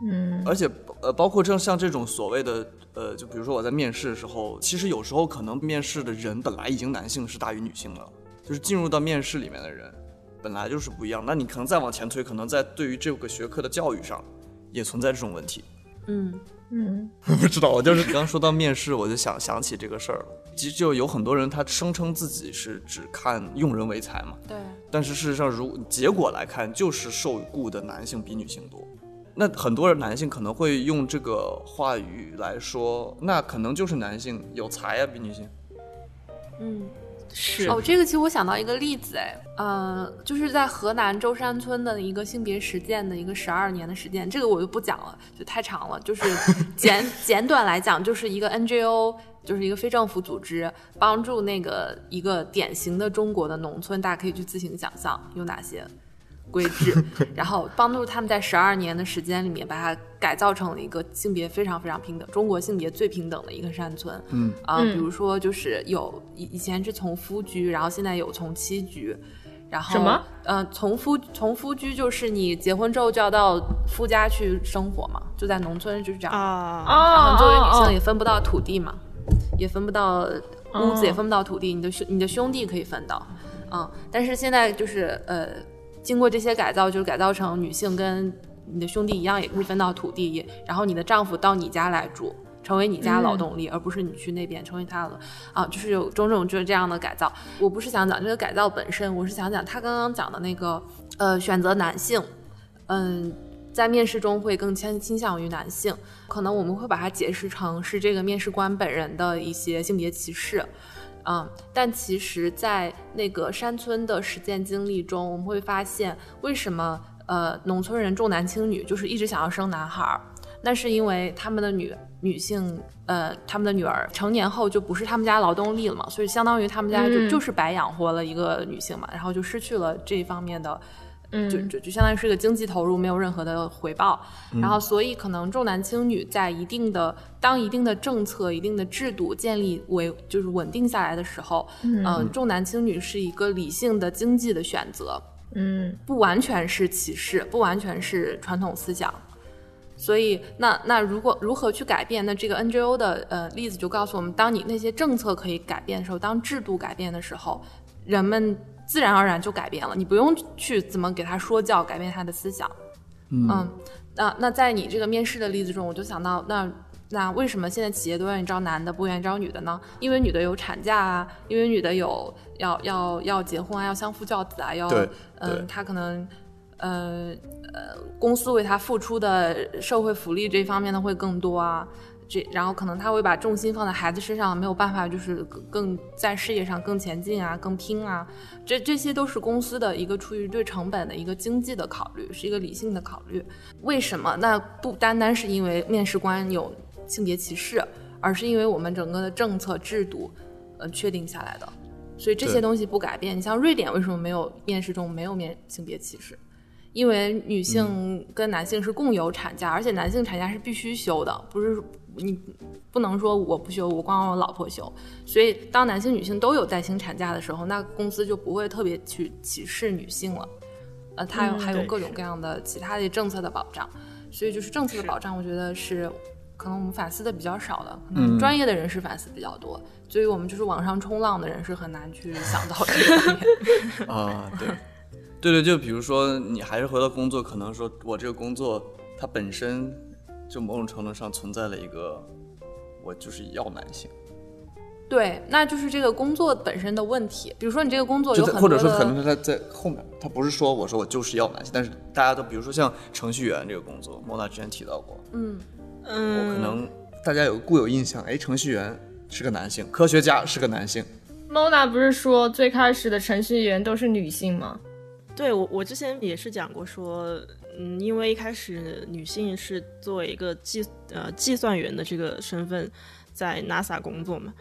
Speaker 1: 嗯，而且呃，包括像像这种所谓的呃，就比如说我在面试的时候，其实有时候可能面试的人本来已经男性是大于女性了，就是进入到面试里面的人本来就是不一样。那你可能再往前推，可能在对于这个学科的教育上也存在这种问题。
Speaker 4: 嗯，
Speaker 1: [LAUGHS] 不知道，我就是刚说到面试，我就想想起这个事儿了。其实就有很多人他声称自己是只看用人为才嘛，
Speaker 4: 对，
Speaker 1: 但是事实上，如结果来看，就是受雇的男性比女性多。那很多人男性可能会用这个话语来说，那可能就是男性有才啊呀、比女性。
Speaker 4: 嗯。
Speaker 3: 是
Speaker 4: 哦，这个其实我想到一个例子，哎，呃，就是在河南舟山村的一个性别实践的一个十二年的实践，这个我就不讲了，就太长了。就是 [LAUGHS] 简简短来讲，就是一个 NGO，就是一个非政府组织，帮助那个一个典型的中国的农村，大家可以去自行想象有哪些。规制，然后帮助他们在十二年的时间里面，把它改造成了一个性别非常非常平等，中国性别最平等的一个山村。
Speaker 5: 嗯
Speaker 4: 啊、
Speaker 2: 嗯
Speaker 4: 比如说就是有以以前是从夫居，然后现在有从妻居。然后
Speaker 2: 什么？
Speaker 4: 呃，从夫从夫居就是你结婚之后就要到夫家去生活嘛，就在农村就是这样。
Speaker 3: 啊，
Speaker 4: 然
Speaker 2: 哦
Speaker 4: 后，作为女性也
Speaker 2: 哦
Speaker 4: 分不到土地嘛，也分不到屋子，
Speaker 2: 哦
Speaker 4: 也分不到土地，你的兄你的兄弟可以分到，嗯，但是现在就是呃，经过这些改造，就是改造成女性跟你的兄弟一样，也可以分到土地，也然后你的丈夫到你家来住。成为你家劳动力，而不是你去那边成为他的啊，就是有种种就是这样的改造。我不是想讲这个改造本身，我是想讲他刚刚讲的那个呃选择男性，嗯，在面试中会更倾倾向于男性，可能我们会把它解释成是这个面试官本人的一些性别歧视，嗯，但其实，在那个山村的实践经历中，我们会发现为什么呃农村人重男轻女，就是一直想要生男孩儿，那是因为他们的女女性呃他们的女儿成年后就不是他们家劳动力了嘛，所以相当于他们家就、
Speaker 2: 嗯
Speaker 4: 就是白养活了一个女性嘛，然后就失去了这一方面的就
Speaker 2: 嗯
Speaker 4: 就就相当于是个经济投入，没有任何的回报。然后，所以可能重男轻女在一定的当一定的政策、一定的制度建立为就是稳定下来的时候，嗯、重男轻女是一个理性的经济的选择，
Speaker 2: 嗯
Speaker 4: 不完全是歧视，不完全是传统思想。所以，那那如果如何去改变？那这个 NGO 的呃例子就告诉我们，当你那些政策可以改变的时候，当制度改变的时候，人们自然而然就改变了，你不用去怎么给他说教，改变他的思想。
Speaker 5: 嗯
Speaker 4: 那那在你这个面试的例子中，我就想到那。那为什么现在企业都愿意招男的，不愿意招女的呢？因为女的有产假啊，因为女的有要要要结婚啊，要相夫教子啊，要
Speaker 1: 对对
Speaker 4: 嗯，她可能嗯呃公司为她付出的社会福利这方面的会更多啊，这然后可能她会把重心放在孩子身上，没有办法就是更更在事业上更前进啊，更拼啊，这这些都是公司的一个出于对成本的一个经济的考虑，是一个理性的考虑。为什么？那不单单是因为面试官有性别歧视，而是因为我们整个的政策制度，呃，确定下来的。所以这些
Speaker 1: 对
Speaker 4: 东西不改变。你像瑞典为什么没有面试中没有面性别歧视？因为女性跟男性是共有产假，而且男性产假是必须休的，不是你不能说我不休，我光让我老婆休。所以当男性女性都有带薪产假的时候，那公司就不会特别去歧视女性了。呃，它有
Speaker 3: 嗯
Speaker 4: 还有
Speaker 3: 对
Speaker 4: 各种各样的其他的政策的保障，所以就是政策的
Speaker 3: 是
Speaker 4: 保障，我觉得是可能我们反思的比较少的，可
Speaker 5: 嗯
Speaker 4: 能专业的人士反思比较多，所以我们就是网上冲浪的人是很难去想到这方面。
Speaker 1: 啊， [LAUGHS] 对，对对，就比如说你还是回到工作，可能说我这个工作它本身就某种程度上存在了一个，我就是要男性，
Speaker 4: 对，那就是这个工作本身的问题。比如说你这个工作
Speaker 1: 就
Speaker 4: 有
Speaker 1: 在
Speaker 4: 很多
Speaker 1: 或者说
Speaker 4: 的
Speaker 1: 可能是他在后面，他不是说我说我就是要男性，但是大家都比如说像程序员这个工作，莫娜之前提到过，
Speaker 4: 嗯，
Speaker 1: 我
Speaker 3: 嗯，
Speaker 1: 可能大家有固有印象，哎，程序员是个男性，科学家是个男性，
Speaker 2: ，Mona 不是说最开始的程序员都是女性吗？
Speaker 3: 对我我之前也是讲过说，嗯，因为一开始女性是作为一个计呃计算员的这个身份在 NASA 工作嘛。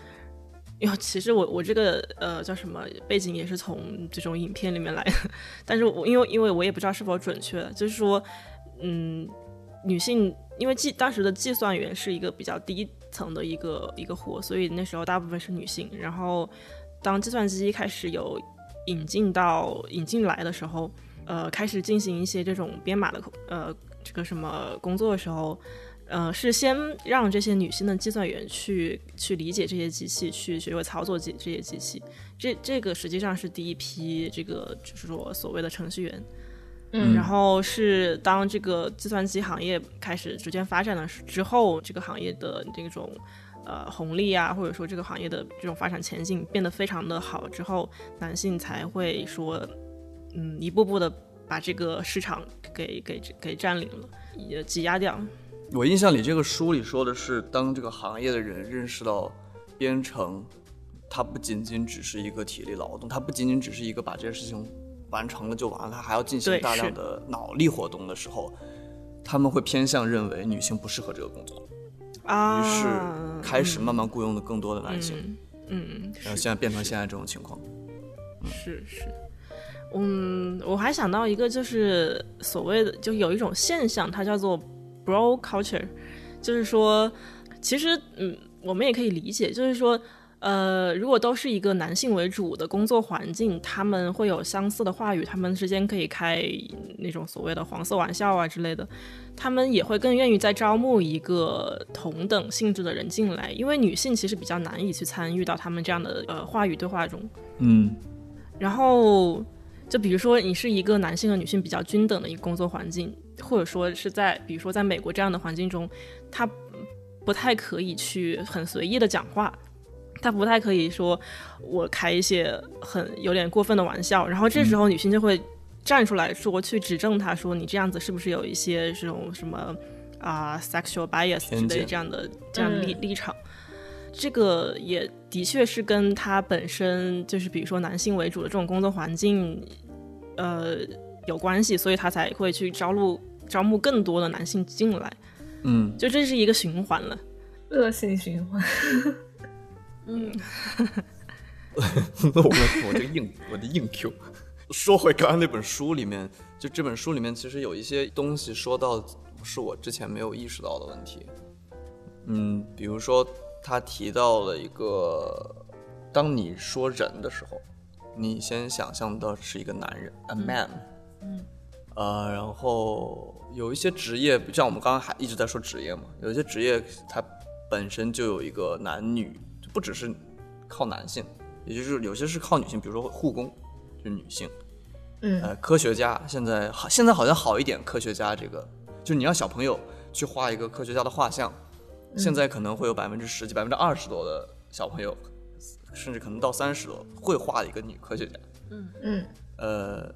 Speaker 3: 因为其实我我这个呃叫什么背景也是从这种影片里面来的， [LAUGHS] 但是我因为因为我也不知道是否准确，就是说，嗯，女性因为计当时的计算员是一个比较低层的一个一个活，所以那时候大部分是女性。然后当计算机开始有引进到引进来的时候，呃，开始进行一些这种编码的呃这个什么工作的时候，呃，是先让这些女性的计算员去去理解这些机器，去学会操作这这些机器。这这个实际上是第一批这个就是说所谓的程序员。
Speaker 2: 嗯
Speaker 3: 然后是当这个计算机行业开始逐渐发展了之后，这个行业的这种呃红利啊，或者说这个行业的这种发展前景变得非常的好之后，男性才会说，嗯，一步步的把这个市场给给给占领了，也挤压掉。
Speaker 1: 我印象里，这个书里说的是，当这个行业的人认识到编程，它不仅仅只是一个体力劳动，它不仅仅只是一个把这件事情完成了就完了，它还要进行
Speaker 3: 对
Speaker 1: 大量
Speaker 3: 是
Speaker 1: 的脑力活动的时候，他们会偏向认为女性不适合这个工作，
Speaker 3: 啊，
Speaker 1: 于是开始慢慢雇佣的更多的男性，
Speaker 3: 嗯，嗯，
Speaker 1: 然后现在变成现在这种情况。
Speaker 3: 是是，嗯，我还想到一个，就是所谓的，就有一种现象，它叫做 bro culture，就是说，其实，嗯，我们也可以理解，就是说，呃，如果都是一个男性为主的工作环境，他们会有相似的话语，他们之间可以开那种所谓的黄色玩笑啊之类的，他们也会更愿意再招募一个同等性质的人进来，因为女性其实比较难以去参与到他们这样的呃话语对话中，
Speaker 5: 嗯
Speaker 3: 然后，就比如说你是一个男性和女性比较均等的一个工作环境，或者说是在比如说在美国这样的环境中，他不太可以去很随意的讲话，他不太可以说我开一些很有点过分的玩笑，然后这时
Speaker 5: 嗯
Speaker 3: 候女性就会站出来说去指正他说你这样子是不是有一些这种什么啊、sexual bias 之
Speaker 5: 偏
Speaker 3: 类
Speaker 5: 见
Speaker 3: 这样的这样的立
Speaker 2: 嗯
Speaker 3: 立场。这个也的确是跟他本身就是比如说男性为主的这种工作环境，呃有关系，所以他才会去招录招募更多的男性进来，
Speaker 5: 嗯，
Speaker 3: 就这是一个循环了。
Speaker 2: 恶性循环。
Speaker 4: 嗯，
Speaker 1: 那我我就硬我就硬 Q。说回刚刚那本书里面，就这本书里面其实有一些东西说到是我之前没有意识到的问题。嗯，比如说他提到了一个，当你说人的时候，你先想象到是一个男人，a man。嗯。呃，然后有一些职业，像我们刚刚还一直在说职业嘛，有一些职业它本身就有一个男女，就不只是靠男性，也就是有些是靠女性，比如说护工，就是女性，
Speaker 2: 嗯
Speaker 1: 呃，科学家现在好，现在好像好一点，科学家这个，就你让小朋友去画一个科学家的画像，现在可能会有百分之十几、百分之二十多的小朋友，甚至可能到三十多会画一个女科学家，
Speaker 2: 嗯
Speaker 1: 呃，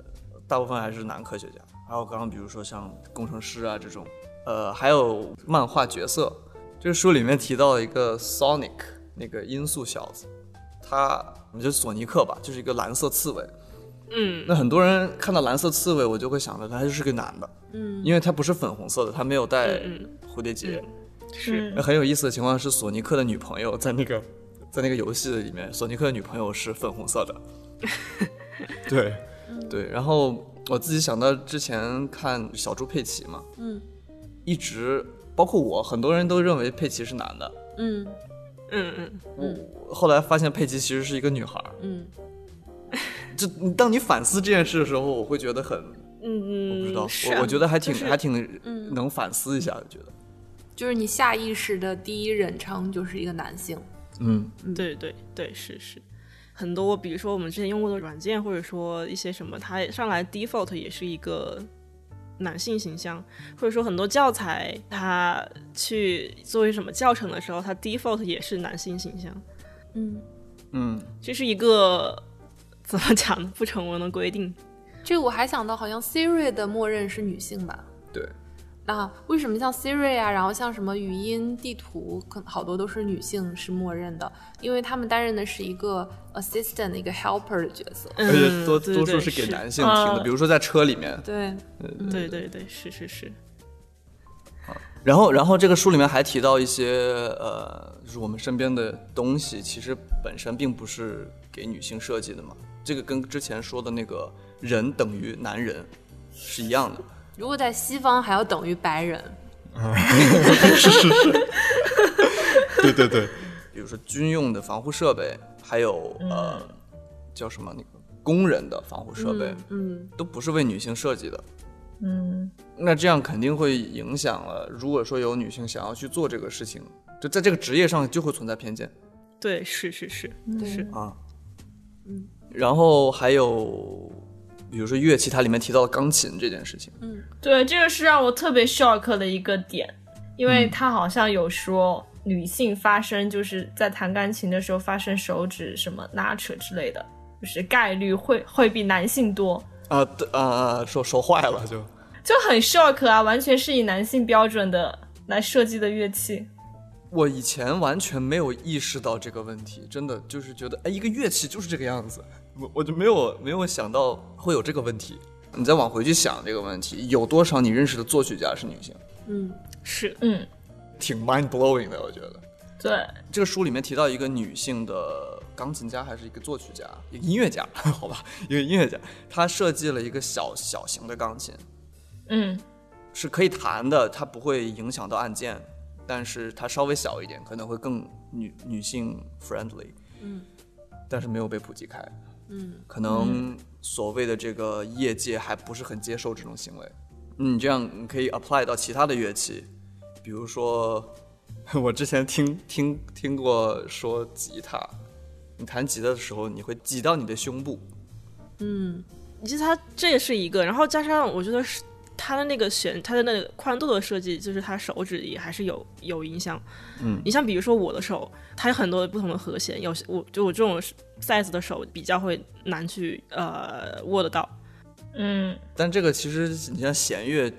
Speaker 1: 大部分还是男科学家。还有刚刚比如说像工程师啊这种，呃，还有漫画角色。这个书里面提到一个 Sonic 那个音速小子，他我觉得索尼克吧，就是一个蓝色刺猬。
Speaker 3: 嗯，
Speaker 1: 那很多人看到蓝色刺猬，我就会想着他就是个男的，嗯，因为他不是粉红色的，他没有戴
Speaker 3: 嗯
Speaker 1: 蝴蝶结。
Speaker 2: 是
Speaker 1: 那很有意思的情况是，索尼克的女朋友在那个在那个游戏里面，索尼克的女朋友是粉红色的。对，对。然后我自己想到之前看小猪佩奇嘛，
Speaker 4: 嗯，
Speaker 1: 一直包括我，很多人都认为佩奇是男的，
Speaker 4: 嗯
Speaker 3: 嗯嗯，
Speaker 1: 我后来发现佩奇其实是一个女孩儿。
Speaker 4: 嗯
Speaker 1: 就你当你反思这件事的时候，我会觉得很，我不知道，
Speaker 3: 嗯是啊
Speaker 1: 我我觉得还挺、
Speaker 3: 就是嗯
Speaker 1: 还挺能反思一下，我觉得，
Speaker 4: 就是你下意识的第一人称就是一个男性。
Speaker 1: 嗯
Speaker 3: 对对对，是是，很多比如说我们之前用过的软件，或者说一些什么，它上来 default 也是一个男性形象，或者说很多教材它去作为什么教程的时候，它 default 也是男性形象，
Speaker 4: 嗯，
Speaker 1: 嗯，
Speaker 3: 这是一个怎么讲呢？不成文的规定。嗯
Speaker 4: 这个我还想到，好像 Siri 的默认是女性吧？
Speaker 1: 对，
Speaker 4: 那为什么像 Siri 啊，然后像什么语音地图，可能好多都是女性是默认的，因为他们担任的是一个 assistant 的一个 helper 的角色。
Speaker 3: 嗯，
Speaker 1: 而且多
Speaker 3: 对
Speaker 1: 多
Speaker 3: 对啊
Speaker 1: 数是给男性听的，
Speaker 2: 啊
Speaker 1: 比如说在车里面，
Speaker 4: 对，
Speaker 3: 对对对，是是是，
Speaker 1: 然后，然后这个书里面还提到一些呃，就是我们身边的东西，其实本身并不是给女性设计的嘛。这个跟之前说的那个“人等于男人”是一样的。
Speaker 4: 如果在西方还要等于白人，
Speaker 1: 对对对， [LAUGHS] 比如说军用的防护设备，还有呃，叫什么那个工人的防护设备，
Speaker 4: 嗯，
Speaker 1: 都不是为女性设计的。
Speaker 2: 嗯
Speaker 1: 那这样肯定会影响了，如果说有女性想要去做这个事情，就在这个职业上就会存在偏见。
Speaker 3: 对是是是是，
Speaker 1: 啊，嗯，然后还有比如说乐器，它里面提到钢琴这件事情，
Speaker 2: 对，这个是让我特别 shock 的一个点，
Speaker 3: 嗯
Speaker 2: 因为他好像有说女性发声就是在弹钢琴的时候发生手指什么拉扯之类的，就是概率会会比男性多，
Speaker 1: 啊，对啊啊，说说坏了就，
Speaker 2: 就很 shock 啊，完全是以男性标准的来设计的乐器。
Speaker 1: 我以前完全没有意识到这个问题，真的就是觉得哎，一个乐器就是这个样子，我我就没有没有想到会有这个问题。你再往回去想这个问题，有多少你认识的作曲家是女性？
Speaker 3: 是
Speaker 2: 嗯，
Speaker 1: 挺 mind blowing 的，我觉得。
Speaker 2: 对，
Speaker 1: 这个书里面提到一个女性的钢琴家还是一个作曲家，一个音乐家， [LAUGHS] 好吧，一个音乐家，他设计了一个小小型的钢琴，
Speaker 2: 嗯
Speaker 1: 是可以弹的，它不会影响到按键，但是它稍微小一点，可能会更女女性 friendly。
Speaker 4: 嗯，
Speaker 1: 但是没有被普及开，
Speaker 4: 嗯，
Speaker 1: 可能所谓的这个业界还不是很接受这种行为。嗯，这样你可以 apply 到其他的乐器，比如说 [LAUGHS] 我之前听听听过说吉他，你弹吉他的时候你会挤到你的胸部，
Speaker 4: 嗯，
Speaker 3: 你其实它这也是一个，然后加上我觉得是它的那个弦，它的那个宽度的设计，就是它手指也还是有有影响。
Speaker 1: 嗯
Speaker 3: 你像比如说我的手，它有很多不同的和弦，有些我就我这种 size 的手比较会难去呃握得到。
Speaker 2: 嗯
Speaker 1: 但这个其实你像弦乐，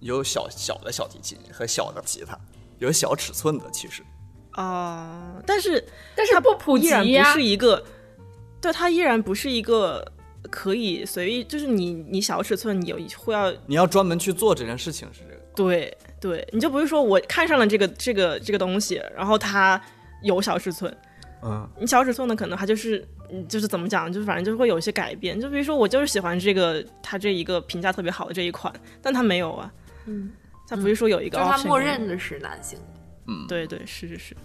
Speaker 1: 有小小的小提琴和小的吉他，有小尺寸的。其实
Speaker 3: 啊、但是
Speaker 2: 但是不普及
Speaker 3: 依然不
Speaker 2: 呀、
Speaker 3: 是一个，对，它依然不是一个可以随意，就是你你小尺寸你有会要
Speaker 1: 你要专门去做这件事情是这个，
Speaker 3: 对对，你就不是说我看上了这个这个这个东西，然后它有小尺寸，
Speaker 1: 嗯，
Speaker 3: 你小尺寸呢，可能它就是嗯就是怎么讲，就是反正就会有一些改变。就比如说我就是喜欢这个它这一个评价特别好的这一款，但它没有啊，
Speaker 4: 嗯，
Speaker 3: 它不是说有一个哦
Speaker 4: 就是它
Speaker 3: option
Speaker 4: 默
Speaker 3: 给你
Speaker 4: 认的是男性。
Speaker 3: 对对是是是，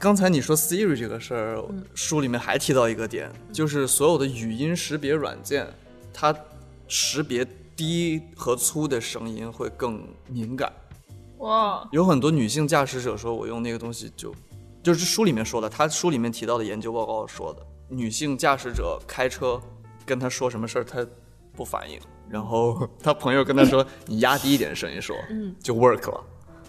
Speaker 1: 刚才你说 Siri 这个事儿，书里面还提到一个点，就是所有的语音识别软件，它识别低和粗的声音会更敏感。
Speaker 2: 哇，
Speaker 1: 有很多女性驾驶者说，我用那个东西就，就是书里面说的，他书里面提到的研究报告说的，女性驾驶者开车跟他说什么事儿，他不反应，然后他朋友跟他说，你压低一点声音说，嗯，就 work 了。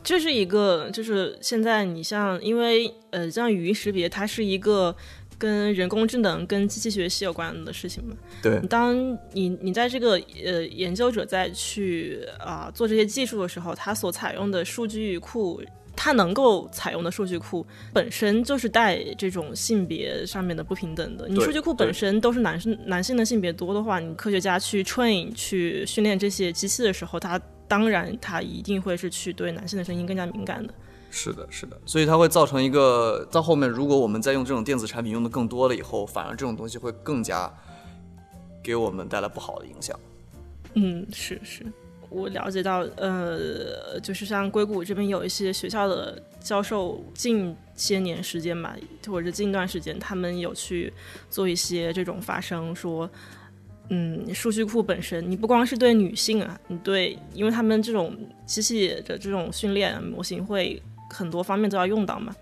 Speaker 3: 这是一个就是现在你像因为呃像语音识别，它是一个跟人工智能跟机器学习有关的事情嘛，
Speaker 1: 对
Speaker 3: 当你你在这个呃研究者在去啊、做这些技术的时候，他所采用的数据库，他能够采用的数据库本身就是带这种性别上面的不平等的。你
Speaker 1: 对
Speaker 3: 数据库本身都是男生男性的性别多的话，你科学家去 train 去训练这些机器的时候，他当然他一定会是去对男性的声音更加敏感的。
Speaker 1: 是的，是的，所以它会造成一个，到后面如果我们再用这种电子产品用的更多了以后，反而这种东西会更加给我们带来不好的影响。
Speaker 3: 嗯，是是，我了解到，呃，就是像硅谷这边有一些学校的教授，近些年时间吧，或者是近一段时间，他们有去做一些这种发声，说，嗯，数据库本身，你不光是对女性啊，你对，因为他们这种机器的这种训练啊模型会很多方面都要用到嘛。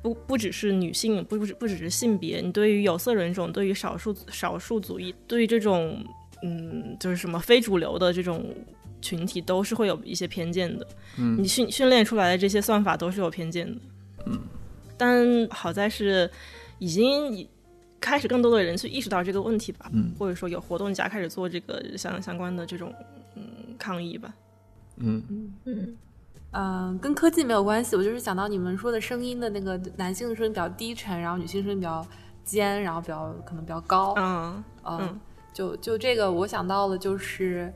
Speaker 3: 不不只是女性，不不只不只是性别，你对于有色人种，对于少数少数族裔，对于这种嗯，就是什么非主流的这种群体，都是会有一些偏见的。嗯，你训训练出来的这些算法都是有偏见的。嗯，但好在是已经开始更多的人去意识到这个问题吧。嗯，或者说有活动家开始做这个相相关的这种嗯抗议吧。
Speaker 1: 嗯，
Speaker 4: 嗯、跟科技没有关系，我就是想到你们说的声音的那个男性声音比较低沉，然后女性声音比较尖，然后比较可能比较高，
Speaker 3: 嗯
Speaker 4: 嗯，
Speaker 3: 嗯
Speaker 4: 就就这个我想到了，就是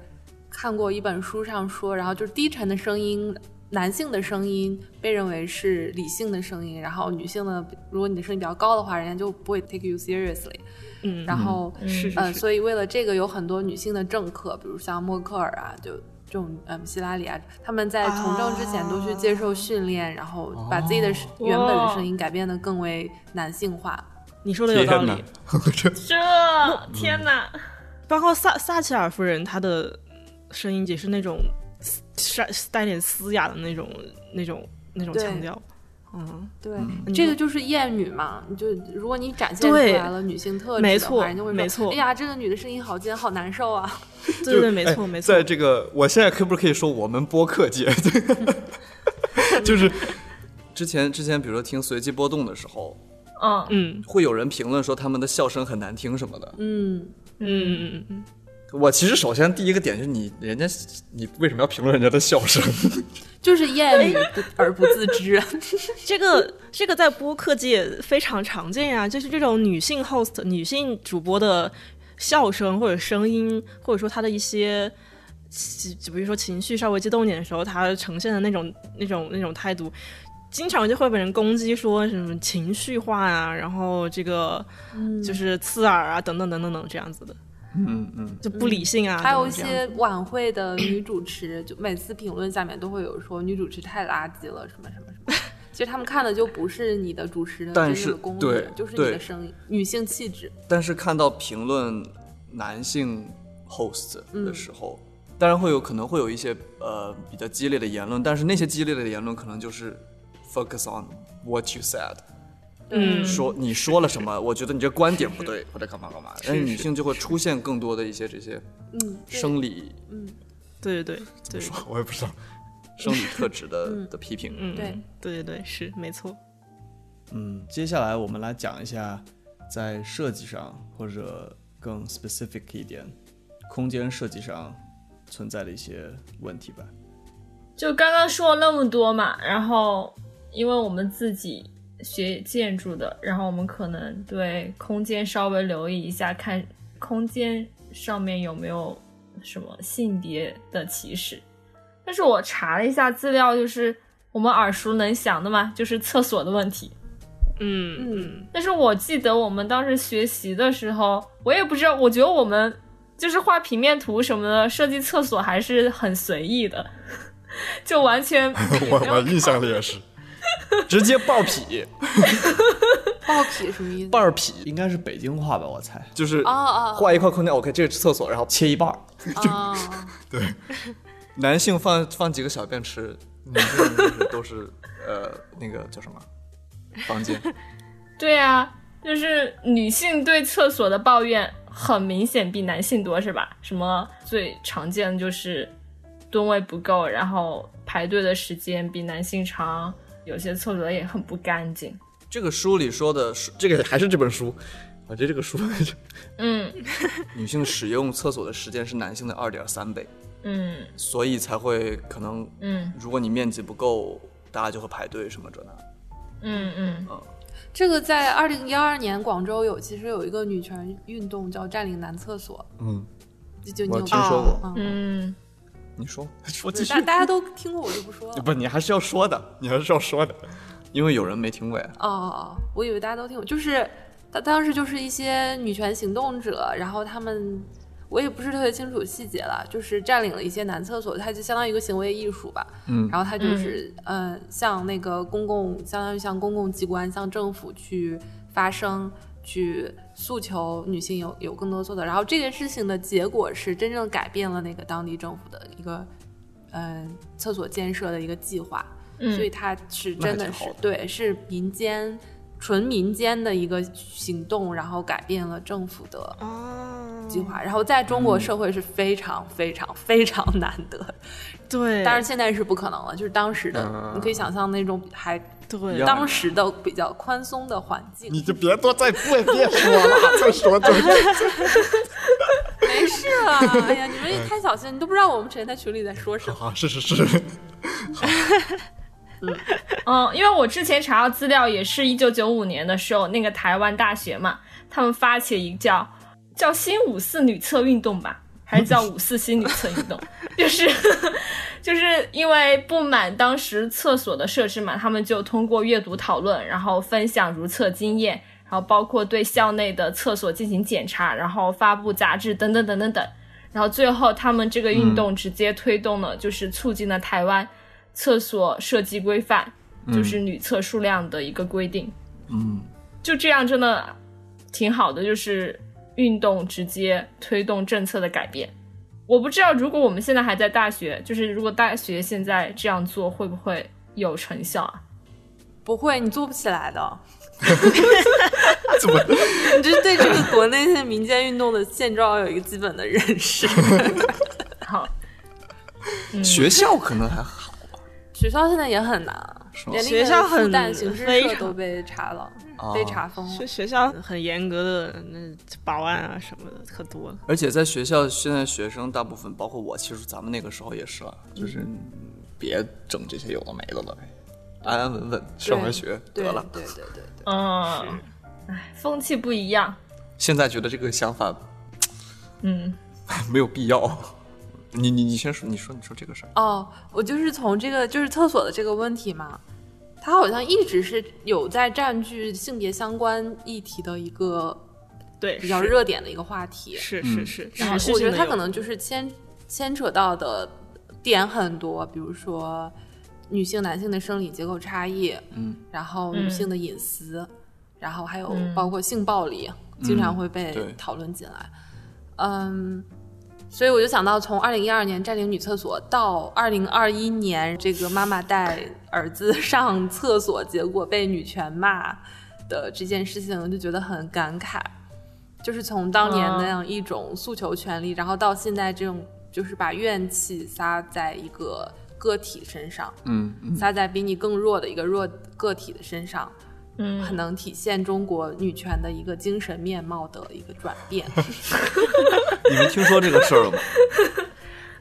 Speaker 4: 看过一本书上说，然后就是低沉的声音，男性的声音被认为是理性的声音，然后女性的，如果你的声音比较高的话，人家就不会 take you seriously，
Speaker 3: 嗯，
Speaker 4: 然后、
Speaker 2: 嗯
Speaker 3: 是是
Speaker 4: 呃，
Speaker 3: 是
Speaker 4: 所以为了这个，有很多女性的政客，比如像默克尔啊，就这种嗯希拉里啊，他们在从政之前都去接受训练，然后把自己的声原本的声音改变的更为男性化。
Speaker 3: 你说的有道
Speaker 1: 天哪
Speaker 3: 理。
Speaker 2: 这天哪！
Speaker 3: 包括撒撒切尔夫人，她的声音也是那种嘶带点嘶哑的那种那种那种
Speaker 4: 对
Speaker 3: 腔调。嗯，
Speaker 4: 对，
Speaker 3: 嗯
Speaker 4: 这个就是艳女嘛，你就如果你展现出
Speaker 3: 对
Speaker 4: 来了女性特质的话，
Speaker 3: 没错
Speaker 4: 人就会说
Speaker 3: 没错
Speaker 4: 哎呀，这个女的声音好尖，好难受啊。
Speaker 3: 对对，没错
Speaker 1: 哎
Speaker 3: 没错
Speaker 1: 在。这个，我现在可不可以说我们播客界，
Speaker 3: [LAUGHS]
Speaker 1: 就是之前之前，比如说听随机波动的时候，
Speaker 2: 嗯，
Speaker 3: 嗯
Speaker 1: 会有人评论说他们的笑声很难听什么的。
Speaker 4: 嗯，
Speaker 3: 嗯嗯嗯，
Speaker 1: 我其实首先第一个点就是你人家你为什么要评论人家的笑
Speaker 3: [LAUGHS]
Speaker 1: 声？
Speaker 4: 就是艳女不而不自知。
Speaker 3: 这个这个在播客界非常常见呀、就是这种女性 host、女性主播的笑声或者声音，或者说她的一些。就比如说情绪稍微激动一点的时候，她呈现的那种、那种、那种态度，经常就会被人攻击说什么情绪化啊，然后这个
Speaker 4: 嗯
Speaker 3: 就是刺耳啊，等等等等等这样子的，
Speaker 5: 嗯嗯，
Speaker 3: 就不理性啊。
Speaker 4: 还有
Speaker 3: 等
Speaker 4: 一
Speaker 3: 等这样
Speaker 4: 些晚会的女主持，就每次评论下面都会有说女主持太垃圾了，什么什么什
Speaker 3: [LAUGHS]
Speaker 4: 么。其实他们看的就不是你的主持人
Speaker 1: 但
Speaker 4: 真正
Speaker 1: 是
Speaker 4: 的功力
Speaker 1: 对，
Speaker 4: 就是你
Speaker 1: 对
Speaker 4: 的声音、女性气质。
Speaker 1: 但是看到评论男性 host
Speaker 3: 嗯
Speaker 1: 的时候，当然会有可能会有一些呃比较激烈的言论，但是那些激烈的言论可能就是 focus on what you said，、
Speaker 3: 嗯
Speaker 1: 说你说了什么，我觉得你这观点不对或者干嘛干嘛，但是女性就会出现更多的一些这些
Speaker 4: 嗯，对
Speaker 1: 生理，
Speaker 3: 对对对对
Speaker 1: 我也不知道生理特质的、的批评，
Speaker 3: 嗯
Speaker 4: 对
Speaker 3: 对对对是没错，
Speaker 5: 嗯，接下来我们来讲一下在设计上或者更 specific 一点，空间设计上存在的一些问题吧。
Speaker 2: 就刚刚说了那么多嘛，然后因为我们自己学建筑的，然后我们可能对空间稍微留意一下，看空间上面有没有什么性别的歧视。但是我查了一下资料，就是我们耳熟能详的嘛，就是厕所的问题。
Speaker 3: 嗯
Speaker 4: 嗯，
Speaker 2: 但是我记得我们当时学习的时候，我也不知道，我觉得我们就是画平面图什么的，设计厕所还是很随意的， [LAUGHS] 就完全
Speaker 1: [LAUGHS] 我我印象里也 [LAUGHS] 是，直接爆痞，
Speaker 4: 暴脾什么意思？
Speaker 1: 爆痞，
Speaker 5: 应该是北京话吧，我猜，
Speaker 1: 就是
Speaker 4: 哦哦
Speaker 1: 画一块空间，OK，这个是厕所，然后
Speaker 5: 切一半儿。
Speaker 4: 啊， [LAUGHS]
Speaker 1: 男性放放几个小便池，女性就是都是呃那个叫什么房
Speaker 4: [LAUGHS]
Speaker 1: 间，
Speaker 2: [LAUGHS] 对啊，就是女性对厕所的抱怨很明显比男性多，是吧？什么最常见的就是蹲位不够，然后排队的时间比男性长，有些厕所也很不干净。
Speaker 1: 这个书里说的，是，这个还是这本书，我觉得这个书，
Speaker 2: 嗯
Speaker 1: [LAUGHS] 女性使用厕所的时间是男性的二点三倍，
Speaker 2: 嗯
Speaker 1: 所以才会可能，
Speaker 2: 嗯
Speaker 1: 如果你面积不够，大家就会排队什么这那。
Speaker 2: 嗯嗯，
Speaker 4: 这个在二零一二年广州有，其实有一个女权运动叫占领男厕所，
Speaker 1: 嗯，
Speaker 4: 就就你
Speaker 1: 我
Speaker 4: 有
Speaker 1: 听
Speaker 4: 看
Speaker 1: 说过，
Speaker 4: 吗？
Speaker 2: 嗯，
Speaker 1: 你说，说
Speaker 4: 对大大家都听过，我就不说了。
Speaker 1: 不，你还是要说的，你还是要说的，因为有人没听过呀。
Speaker 4: 哦哦，哦，我以为大家都听过，就是他当时就是一些女权行动者，然后他们我也不是特别清楚细节了，就是占领了一些男厕所，它就相当于一个行为艺术吧。
Speaker 1: 嗯
Speaker 4: 然后它就是、呃，向那个公共，相当于向公共机关、向政府去发声。去诉求女性有有更多做的，然后这件事情的结果是真正改变了那个当地政府的一个，呃，厕所建设的一个计划。
Speaker 2: 嗯
Speaker 4: 所以它是
Speaker 1: 那还
Speaker 4: 真的
Speaker 1: 挺
Speaker 4: 是
Speaker 1: 好的
Speaker 4: 对，是民间纯民间的一个行动，然后改变了政府的
Speaker 3: 哦，
Speaker 4: 计划，然后在中
Speaker 1: 嗯
Speaker 4: 国社会是非常非常非常难得，
Speaker 3: 对，
Speaker 4: 当然现在是不可能了，就是当时的，你可以想象那种还嗯
Speaker 3: 对
Speaker 1: 嗯一样
Speaker 4: 当时的比较宽松的环境，
Speaker 1: 就别多再别别说了，再说就 [LAUGHS]
Speaker 4: 没事了，哎呀，
Speaker 1: [LAUGHS]
Speaker 4: 你们也太小心，你都不知道我们之前在群里在说什么。
Speaker 1: 啊，是是是，
Speaker 2: 嗯，因为我之前查到资料，也是一九九五年的时候，那个台湾大学嘛，他们发起了一个叫叫新五四女厕运动吧，还是叫五四新女厕运动，就是就是因为不满当时厕所的设置嘛，他们就通过阅读讨论，然后分享如厕经验，然后包括对校内的厕所进行检查，然后发布杂志等等等等等。然后最后，他们这个运动直接推动了，就是促进了台湾厕所设计规范，就是女厕数量的一个规定。
Speaker 1: 嗯。
Speaker 2: 就这样，真的挺好的，就是运动直接推动政策的改变。我不知道，如果我们现在还在大学，就是如果大学现在这样做，会不会有成效啊？
Speaker 4: 不会，你做不起来的。
Speaker 1: [LAUGHS] 怎么？
Speaker 4: [LAUGHS] 你就是对这个国内现在民间运动的现状有一个基本的认
Speaker 1: [LAUGHS]
Speaker 4: 识。
Speaker 2: 好，
Speaker 1: 学校可能还好，
Speaker 4: 学校现在也很难，啊
Speaker 1: 是吗
Speaker 4: 连那
Speaker 3: 学
Speaker 4: 个
Speaker 3: 校很
Speaker 4: 复旦形师
Speaker 3: 非
Speaker 4: 社
Speaker 3: 常
Speaker 4: 都被查了，
Speaker 1: 啊
Speaker 4: 被查封了
Speaker 3: 学。学校很严格的那保安啊什么的可多了。
Speaker 1: 而且在学校，现在学生大部分，包括我，其实咱们那个时候也是了，就是
Speaker 4: 嗯
Speaker 1: 别整这些有的没的了呗，安安稳稳上完学
Speaker 4: 对
Speaker 1: 得了。
Speaker 4: 对对对对，
Speaker 2: 嗯，哎，风气不一样，
Speaker 1: 现在觉得这个想法
Speaker 2: 嗯，
Speaker 1: 没有必要。你你你先说，你说你说这个事儿，
Speaker 4: 哦，我就是从这个就是厕所的这个问题嘛，它好像一直是有在占据性别相关议题的一个
Speaker 3: 对，
Speaker 4: 比较
Speaker 3: 是，
Speaker 4: 热点的一个话题。
Speaker 3: 是
Speaker 5: 嗯
Speaker 3: 是是，
Speaker 4: 然后
Speaker 3: 持续
Speaker 4: 我觉得
Speaker 3: 性地
Speaker 4: 它
Speaker 3: 有
Speaker 4: 可能就是牵牵扯到的点很多，比如说女性、男性的生理结构差异，
Speaker 5: 嗯，
Speaker 4: 然后
Speaker 2: 嗯
Speaker 4: 女性的隐私，然后还有
Speaker 2: 嗯
Speaker 4: 包括性暴力，经常会
Speaker 1: 对
Speaker 4: 被讨论进来。嗯，所以我就想到，从二零一二年占领女厕所到二零二一年这个妈妈带儿子 [LAUGHS] 上厕所，结果被女权骂的这件事情，就觉得很感慨。就是从当年
Speaker 3: 嗯
Speaker 4: 那样一种诉求权利，然后到现在这种，就是把怨气撒在一个个体身上，
Speaker 5: 嗯嗯
Speaker 4: 撒在比你更弱的一个弱个体的身上，
Speaker 2: 嗯，
Speaker 4: 很能体现中国女权的一个精神面貌的一个转变。
Speaker 1: 你们听说这个事儿了吗？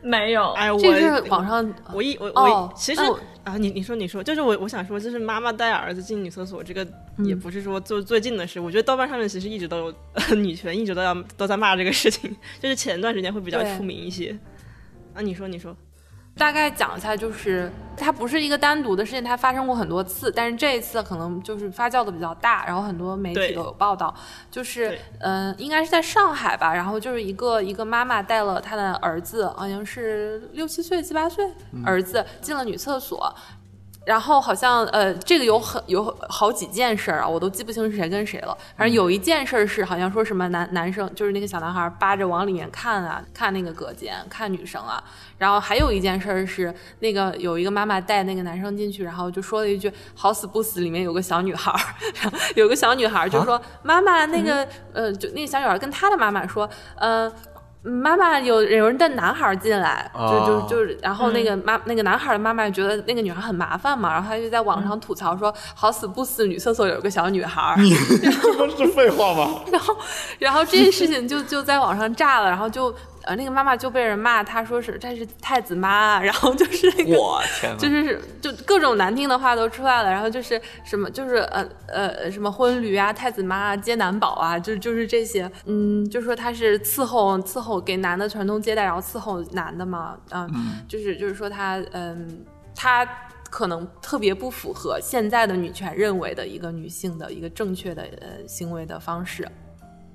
Speaker 2: 没有，
Speaker 3: [LAUGHS] 哎，我
Speaker 4: 这是网上
Speaker 3: 我一我我一、
Speaker 4: 哦，
Speaker 3: 其实
Speaker 4: 那我
Speaker 3: 啊，你你说你说，就是我我想说，就是妈妈带儿子进女厕所，这个
Speaker 4: 嗯
Speaker 3: 也不是说就最近的事。我觉得豆瓣上面其实一直都有、 [LAUGHS] 女权，一直都要都在骂这个事情，就是前段时间会比较
Speaker 4: 对
Speaker 3: 出名一些。啊，你说你说，
Speaker 4: 大概讲一下，就是它不是一个单独的事情，它发生过很多次，但是这一次可能就是发酵的比较大，然后很多媒
Speaker 3: 对
Speaker 4: 体都有报道，就是
Speaker 3: 对
Speaker 4: 嗯、呃应该是在上海吧，然后就是一个一个妈妈带了她的儿子，好像是六七岁、七八岁、儿子进了女厕所。然后好像呃，这个有很有好几件事儿啊，我都记不清是谁跟谁了。反正有一件事儿是好像说什么男男生就是那个小男孩扒着往里面看啊，看那个隔间，看女生啊，然后还有一件事儿是，那个有一个妈妈带那个男生进去，然后就说了一句“好死不死”，里面有个小女孩儿，然后有个小女孩儿就说：“妈妈，那个、呃，就那个小女孩儿跟她的妈妈说，呃。”妈妈有有人带男孩儿进来，就就
Speaker 1: 哦
Speaker 4: 就是，然后那个妈、那个男孩儿的妈妈觉得那个女孩儿很麻烦嘛，然后她就在网上吐槽说：“好死不死，女厕所有个小女孩。”儿。
Speaker 5: 这不是废话吗？
Speaker 4: [LAUGHS] 然后，然后这件事情就就在网上炸了，然后就呃那个妈妈就被人骂，她说是她是太子妈啊，然后就是那 [LAUGHS] 个。
Speaker 1: 我天哪！
Speaker 4: 就是就各种难听的话都出来了，然后就是什么就是呃呃什么婚驴啊、太子妈啊、接男宝啊，就就是这些，嗯，就说他是伺候伺候给男的传宗接代，然后伺候男的嘛，啊、就是就是说他嗯他可能特别不符合现在的女权认为的一个女性的一个正确的呃行为的方式，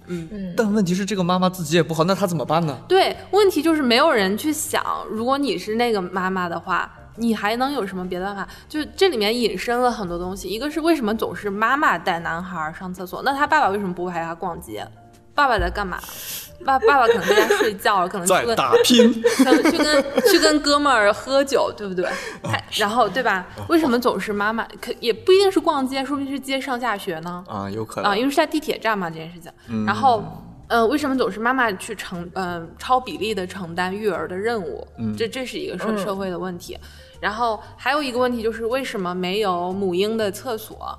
Speaker 2: 嗯，
Speaker 1: 但问题是，这个妈妈自己也不好，那她怎么办呢？
Speaker 4: 对，问题就是没有人去想，如果你是那个妈妈的话，你还能有什么别的办法？就这里面引申了很多东西，一个是为什么总是妈妈带男孩儿上厕所，那他爸爸为什么不陪他逛街？爸爸在干嘛？爸爸爸可能
Speaker 1: [LAUGHS]
Speaker 4: 在家睡觉了，可能去
Speaker 1: 在
Speaker 4: 跟
Speaker 1: 打
Speaker 4: [LAUGHS]
Speaker 1: 拼，
Speaker 4: 可能
Speaker 1: [LAUGHS]
Speaker 4: 去跟去跟哥们儿喝酒，对不
Speaker 1: 哦
Speaker 4: 对？还然后对吧？为什么总是妈妈？可也不一定是逛街，说不定是接上下学呢。
Speaker 1: 啊，有可能
Speaker 4: 啊，因为是在地铁站嘛这件事情。然后，呃，为什么总是妈妈去承呃超比例的承担育儿的任务？这这是一个社
Speaker 2: 嗯
Speaker 4: 社会的问题。然后还有一个问题就是为什么没有母婴的厕所？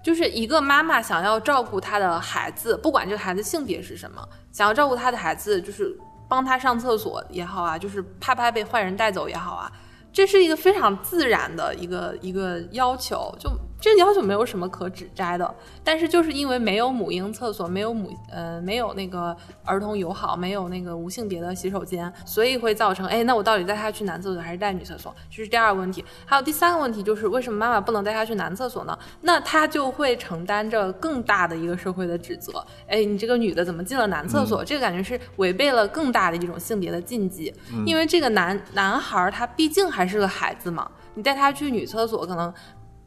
Speaker 4: 就是一个妈妈想要照顾她的孩子，不管这个孩子性别是什么，想要照顾她的孩子，就是帮她上厕所也好啊，就是怕怕被坏人带走也好啊，这是一个非常自然的一个一个要求，就这个要求没有什么可指摘的。但是就是因为没有母婴厕所，没有母呃没有那个儿童友好，没有那个无性别的洗手间，所以会造成哎，那我到底带他去男厕所还是带女厕所？这是第二个问题。还有第三个问题就是为什么妈妈不能带他去男厕所呢？那他就会承担着更大的一个社会的指责。哎，你这个女的怎么进了男厕所？这个感觉是违背了更大的一种性别的禁忌，因为这个男男孩儿他毕竟还是个孩子嘛，你带他去女厕所可能。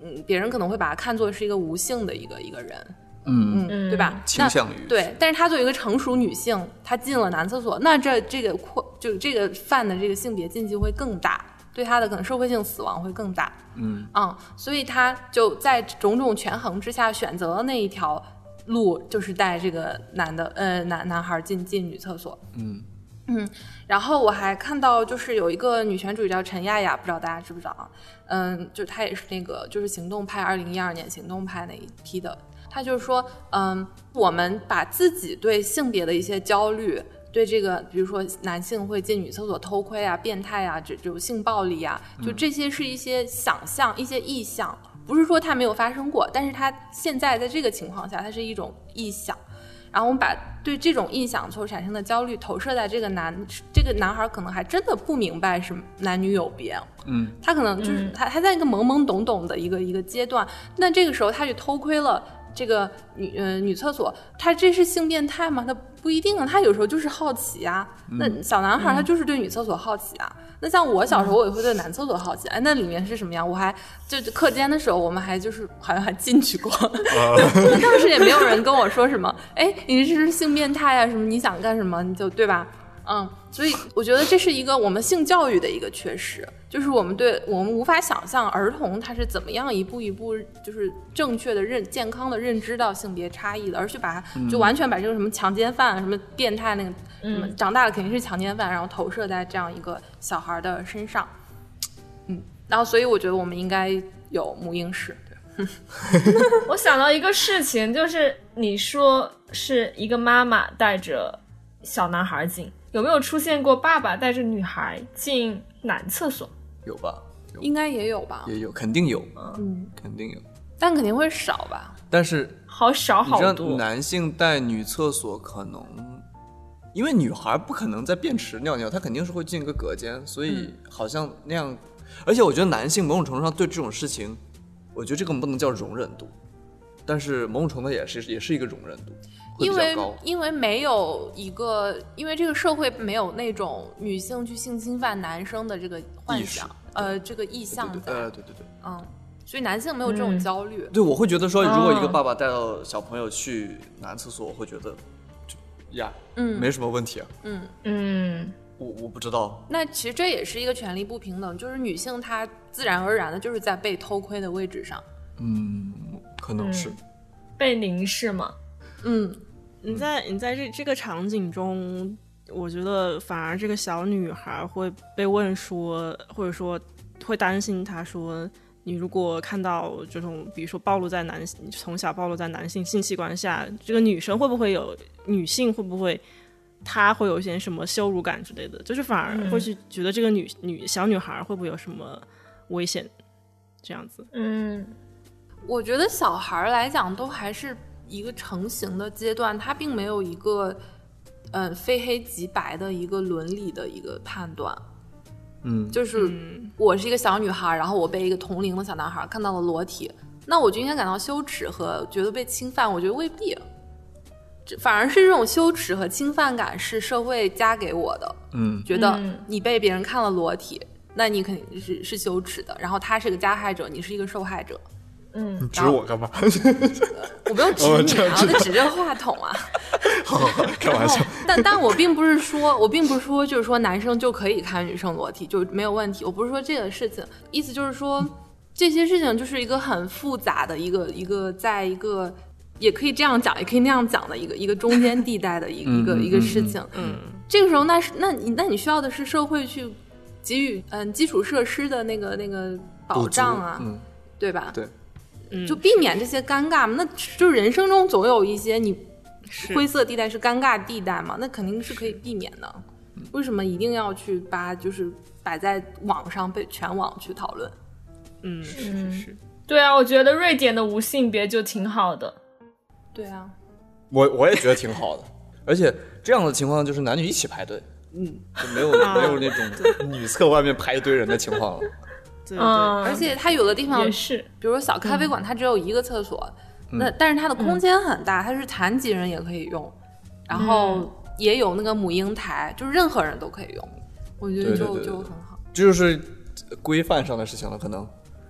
Speaker 4: 嗯，别人可能会把他看作是一个无性的一个一个人，
Speaker 1: 嗯，
Speaker 4: 嗯，
Speaker 2: 嗯
Speaker 4: 对吧？
Speaker 1: 倾向于
Speaker 4: 那对，但是她作为一个成熟女性，她进了男厕所，那这这个扩就这个犯的这个性别禁忌会更大，对她的可能社会性死亡会更大。
Speaker 5: 嗯
Speaker 4: 嗯，所以她就在种种权衡之下，选择了那一条路，就是带这个男的呃男男孩进进女厕所。
Speaker 5: 嗯
Speaker 4: 然后我还看到，就是有一个女权主义者叫陈亚亚，不知道大家知不知道啊？嗯，就她也是那个就是行动派，二零一二年行动派那一批的。她就是说，嗯，我们把自己对性别的一些焦虑，对这个，比如说男性会进女厕所偷窥啊、变态啊、这这种性暴力啊，就这些是一些想象、一些意向，不是说它没有发生过，但是它现在在这个情况下，它是一种意向。然后我们把对这种臆想所产生的焦虑投射在这个男这个男孩，可能还真的不明白是男女有别，
Speaker 5: 嗯，
Speaker 4: 他可能就是
Speaker 2: 嗯
Speaker 4: 他他在一个懵懵懂懂的一个一个阶段，那这个时候他去偷窥了。这个女呃女厕所，他这是性变态吗？他不一定啊，他有时候就是好奇啊。那小男孩他就是对女厕所好奇啊。那像我小时候，我也会对男厕所好奇，哎，那里面是什么样？我还就就课间的时候，我们还就是好像还进去过，那当时也没有人跟我说什么，哎，你是不是性变态啊？什么你想干什么你就对吧？嗯，所以我觉得这是一个我们性教育的一个缺失，就是我们对我们无法想象儿童他是怎么样一步一步就是正确的认健康的认知到性别差异的，而去把它就完全把这个什么强奸犯、什么变态那个什么
Speaker 2: 嗯
Speaker 4: 长大了肯定是强奸犯，然后投射在这样一个小孩的身上，嗯，然后所以我觉得我们应该有母婴室，对，
Speaker 2: 我想到一个事情，就是你说是一个妈妈带着小男孩进，有没有出现过爸爸带着女孩进男厕所？
Speaker 1: 有吧？有
Speaker 4: 应该也有吧，
Speaker 1: 也有，肯定有啊，
Speaker 4: 嗯，
Speaker 1: 肯定有。
Speaker 4: 但肯定会少吧，
Speaker 1: 但是
Speaker 2: 好
Speaker 4: 啊
Speaker 2: 少
Speaker 1: 你知
Speaker 2: 好
Speaker 1: 道
Speaker 2: 多，
Speaker 1: 男性带女厕所可能，因为女孩不可能在便池尿尿，她肯定是会进一个隔间，所
Speaker 4: 嗯
Speaker 1: 以好像那样。而且我觉得男性某种程度上对这种事情，我觉得这个不能叫容忍度，但是某种程度也是也是一个容忍度，会
Speaker 4: 因
Speaker 1: 比
Speaker 4: 为
Speaker 1: 较高。
Speaker 4: 因为没有一个，因为这个社会没有那种女性去性侵犯男生的这个幻
Speaker 1: 意识
Speaker 4: 想，呃，这个意向
Speaker 1: 对对
Speaker 4: 在，
Speaker 1: 对呃对对对
Speaker 4: 嗯，所以男性没有这种
Speaker 2: 嗯
Speaker 4: 焦虑。
Speaker 1: 对，我会觉得
Speaker 4: 嗯
Speaker 1: 说，如果一个
Speaker 2: 哦
Speaker 1: 爸爸带到小朋友去男厕所，我会觉得就呀
Speaker 4: 嗯
Speaker 1: 没什么问题啊。
Speaker 4: 嗯，
Speaker 2: 嗯，
Speaker 1: 我我不知道，
Speaker 4: 那其实这也是一个权利不平等，就是女性她自然而然的就是在被偷窥的位置上。
Speaker 1: 嗯，可能是、
Speaker 2: 被凝视嘛，
Speaker 4: 嗯，
Speaker 3: 你在你在这这个场景中，我觉得反而这个小女孩会被问说，或者说会担心她说，你如果看到这种，比如说暴露在男性从小暴露在男性性器官下，这个女生会不会有女性会不会？她会有一些什么羞辱感之类的，就是反而会去觉得这个女、女小女孩会不会有什么危险，这样子。
Speaker 2: 嗯
Speaker 4: 我觉得小孩儿来讲都还是一个成型的阶段，他并没有一个嗯、呃非黑即白的一个伦理的一个判断。
Speaker 5: 嗯，
Speaker 4: 就是
Speaker 3: 嗯
Speaker 4: 我是一个小女孩，然后我被一个同龄的小男孩看到了裸体，那我就应该感到羞耻和觉得被侵犯。我觉得未必，这反而是这种羞耻和侵犯感是社会加给我的，
Speaker 5: 嗯
Speaker 4: 觉得
Speaker 2: 嗯
Speaker 4: 你被别人看了裸体，那你肯定是是羞耻的。然后他是个加害者，你是一个受害者。
Speaker 2: 嗯，
Speaker 4: 指我
Speaker 1: [LAUGHS]
Speaker 5: 干嘛？
Speaker 4: 我没有指
Speaker 5: 哦
Speaker 4: 你
Speaker 5: 这
Speaker 4: 啊，
Speaker 5: 样
Speaker 4: 我在指这个话筒啊。
Speaker 5: 开玩
Speaker 4: 然
Speaker 5: 笑
Speaker 4: 后。，但但我并不是说，我并不是说，就是说男生就可以看女生裸体就没有问题。我不是说这个事情，意思就是说，这些事情就是一个很复杂的一个一个，在一个也可以这样讲，也可以那样讲的一个一个中间地带的一个一个
Speaker 5: 嗯嗯
Speaker 4: 一个
Speaker 5: 嗯
Speaker 4: 事
Speaker 5: 嗯
Speaker 4: 情。
Speaker 3: 嗯，
Speaker 4: 这个时候那是那你那你需要的是社会去给予嗯基础设施的那个那个保
Speaker 1: 补足
Speaker 4: 障啊，
Speaker 1: 嗯，
Speaker 4: 对吧？
Speaker 1: 对
Speaker 3: 嗯
Speaker 4: 就避免这些尴尬嘛。那就是人生中总有一些你
Speaker 3: 是
Speaker 4: 灰色地带是尴尬地带嘛，那肯定是可以避免的。为什么一定要去把就是摆在网上被全网去讨论？
Speaker 3: 嗯是是是。
Speaker 2: 对啊，我觉得瑞典的无性别就挺好的，
Speaker 4: 对啊，
Speaker 1: 我我也觉得挺好的， [LAUGHS] 而且这样的情况就是男女一起排队，嗯，就没有没有那种女厕外面排一堆人的情况了。
Speaker 3: 对对，
Speaker 2: 嗯，
Speaker 4: 而且它有的地方
Speaker 2: 也是，
Speaker 4: 比如说小咖啡
Speaker 1: 嗯
Speaker 4: 馆，它只有一个厕所，那但是它的空间很大，它是残疾人也可以用，然后
Speaker 1: 嗯
Speaker 4: 也有那个母婴台，就是任何人都可以用，我觉得
Speaker 1: 对对
Speaker 4: 就
Speaker 1: 对对
Speaker 4: 就
Speaker 1: 对
Speaker 4: 很好。
Speaker 1: 这就是规范上的事情了，可能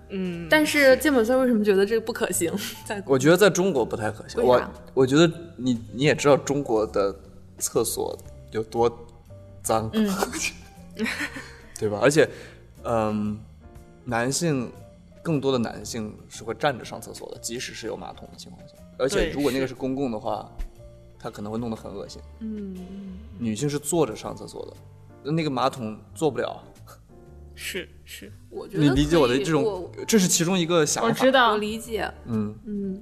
Speaker 3: 嗯，
Speaker 4: 但是芥末森为什么觉得这个不可行？在
Speaker 1: 我觉得在中国不太可行。
Speaker 4: 为
Speaker 1: 我
Speaker 4: 啥
Speaker 1: 我觉得你你也知道中国的厕所有多脏，
Speaker 2: 嗯
Speaker 1: [LAUGHS] 对吧？而且，嗯，男性更多的男性是会站着上厕所的，即使是有马桶的情况下，而且
Speaker 3: 对
Speaker 1: 如果那个是公共的话，他可能会弄得很恶心。
Speaker 3: 嗯
Speaker 1: 女性是坐着上厕所的，那那个马桶坐不了。
Speaker 3: 是是，
Speaker 4: 我觉得
Speaker 1: 你理解我
Speaker 4: 可
Speaker 1: 的
Speaker 4: 以
Speaker 1: 这种
Speaker 4: 我，
Speaker 1: 这是其中一个想法。
Speaker 2: 我知道
Speaker 4: 我，理解，
Speaker 1: 嗯，
Speaker 4: 嗯，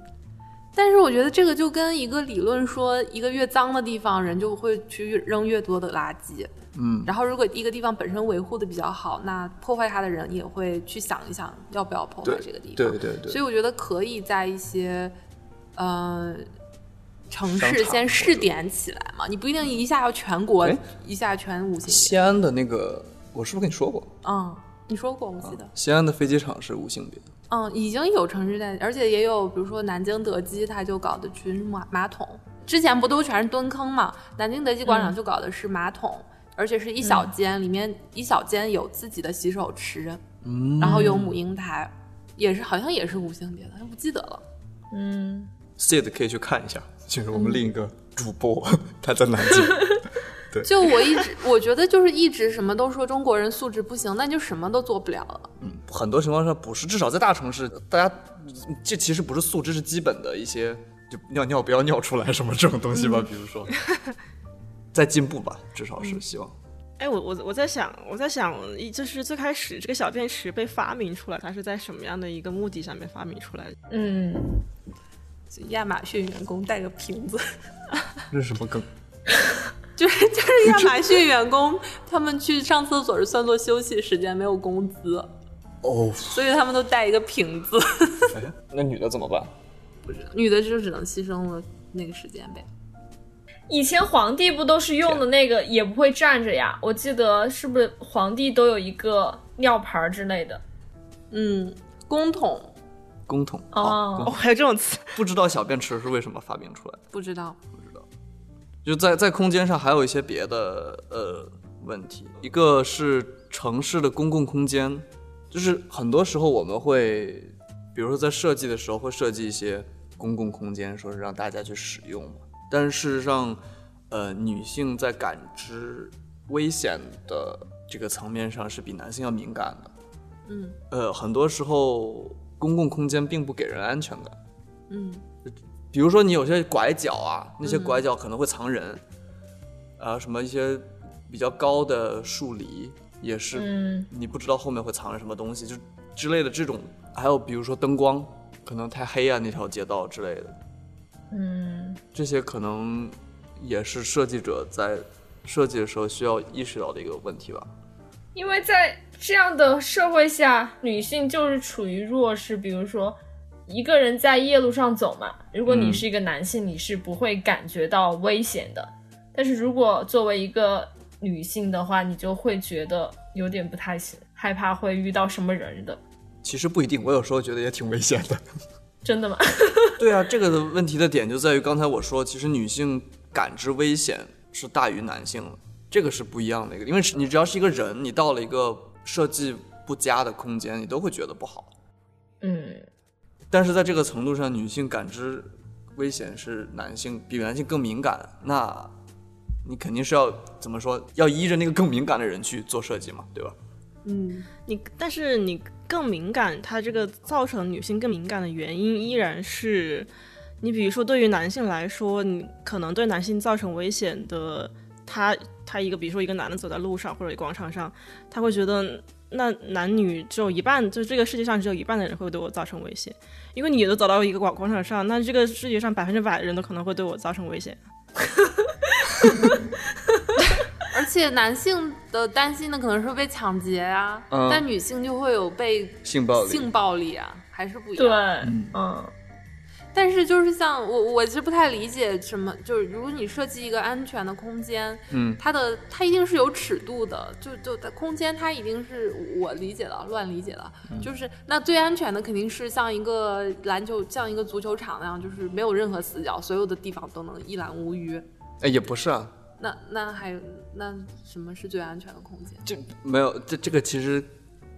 Speaker 4: 但是我觉得这个就跟一个理论说，一个越脏的地方，人就会去扔越多的垃圾。
Speaker 1: 嗯，
Speaker 4: 然后如果一个地方本身维护的比较好，那破坏它的人也会去想一想，要不要破坏
Speaker 1: 对
Speaker 4: 这个地方。
Speaker 1: 对对对
Speaker 4: 所以我觉得可以在一些，呃，城
Speaker 1: 商
Speaker 4: 市
Speaker 1: 场
Speaker 4: 先
Speaker 1: 或
Speaker 4: 试
Speaker 1: 者
Speaker 4: 点起来嘛，你不一定一下要全国
Speaker 1: 哎，
Speaker 4: 一下全五星。
Speaker 1: 西安的那个，我是不是跟你说过？
Speaker 4: 嗯，你说过，我记得。
Speaker 1: 西安的飞机场是无性别，
Speaker 4: 嗯，已经有城市代理，而且也有，比如说南京德基，它就搞的群马马桶，之前不都全是蹲坑嘛？南京德基广场就搞的是马桶，而且是一小间，里面一小间有自己的洗手池，
Speaker 1: 嗯
Speaker 4: 然后有母婴台，也是好像也是无性别的，不记得了。
Speaker 2: 嗯，
Speaker 1: Sid 可以去看一下，就是我们另一个主播，
Speaker 4: 嗯
Speaker 1: [LAUGHS] 他在南京。
Speaker 4: 就我一直我觉得就是一直什么都说中国人素质不行，那就什么都做不了了。
Speaker 1: 很多情况下不是，至少在大城市，大家这其实不是素质，是基本的一些，就尿尿不要尿出来什么这种东西
Speaker 4: 嗯
Speaker 1: 吧，比如 [LAUGHS] 说，在进步吧，至少是希望。
Speaker 3: 哎，我我我在想，我在想，一就是最开始这个小便池被发明出来，它是在什么样的一个目的上面发明出来的？
Speaker 2: 嗯，
Speaker 4: 就亚马逊员工带个瓶子，
Speaker 1: 这是什么梗？
Speaker 4: [LAUGHS] 就是就是亚马逊员工他们去上厕所是算作休息时间，没有工资。
Speaker 1: 哦，
Speaker 4: 所以他们都带一个瓶子。
Speaker 1: [LAUGHS] 那女的怎么办？
Speaker 4: 女的就只能牺牲了那个时间呗。
Speaker 2: 以前皇帝不都是用的那个，也不会站着呀？我记得是不是皇帝都有一个尿盆儿之类的？
Speaker 4: 嗯，公桶
Speaker 1: 公桶
Speaker 2: 哦
Speaker 1: 好
Speaker 3: 哦，还有这种词，
Speaker 1: 不知道小便池是为什么发明出来的，
Speaker 4: 不知道，
Speaker 1: 就在在空间上还有一些别的呃问题，一个是城市的公共空间，就是很多时候我们会，比如说在设计的时候会设计一些公共空间，说是让大家去使用嘛，但是事实上，呃，女性在感知危险的这个层面上是比男性要敏感的，
Speaker 4: 嗯
Speaker 1: 呃，很多时候公共空间并不给人安全感。
Speaker 4: 嗯，
Speaker 1: 比如说你有些拐角啊，那些拐角可能会藏人，呃，什么一些比较高的树篱也是，
Speaker 2: 嗯，
Speaker 1: 你不知道后面会藏着什么东西，就之类的这种。还有比如说灯光可能太黑啊暗那条街道之类的，
Speaker 2: 嗯，
Speaker 1: 这些可能也是设计者在设计的时候需要意识到的一个问题吧。
Speaker 2: 因为在这样的社会下，女性就是处于弱势。比如说，一个人在夜路上走嘛，如果你
Speaker 1: 嗯
Speaker 2: 是一个男性，你是不会感觉到危险的。但是如果作为一个女性的话，你就会觉得有点不太行，害怕会遇到什么人的。
Speaker 1: 其实不一定，我有时候觉得也挺危险的。 [LAUGHS]
Speaker 2: 真的吗？ [LAUGHS]
Speaker 1: 对啊，这个的问题的点就在于刚才我说，其实女性感知危险是大于男性的，这个是不一样的一个，因为是你只要是一个人，你到了一个设计不佳的空间，你都会觉得不好。
Speaker 2: 嗯，
Speaker 1: 但是在这个程度上，女性感知危险是男性比男性更敏感，那你肯定是要怎么说，要依着那个更敏感的人去做设计嘛，对吧？
Speaker 4: 嗯
Speaker 3: 你但是你更敏感，它这个造成女性更敏感的原因依然是，你比如说对于男性来说，你可能对男性造成危险的，他他一个比如说一个男的走在路上或者广场上，他会觉得那男女只有一半，就这个世界上只有一半的人会对我造成危险，因为你都走到一个广广场上，那这个世界上百分之百的人都可能会对我造成危险。
Speaker 4: 而且男性的担心的可能是被抢劫啊，
Speaker 1: 嗯
Speaker 4: 但女性就会有被
Speaker 1: 性暴力，
Speaker 4: 性暴力啊，还是不一
Speaker 2: 对
Speaker 4: 样。，
Speaker 2: 嗯，
Speaker 4: 但是就是像我，我是不太理解什么，就是如果你设计一个安全的空间，
Speaker 1: 嗯，
Speaker 4: 它的它一定是有尺度的，就就它空间它一定是我理解的乱理解的，就是那最安全的肯定是像一个篮球像一个足球场那样，就是没有任何死角，所有的地方都能一览无余。
Speaker 1: 哎，也不是啊，
Speaker 4: 那那还有那什么是最安全的空间？
Speaker 1: 这没有，这这个其实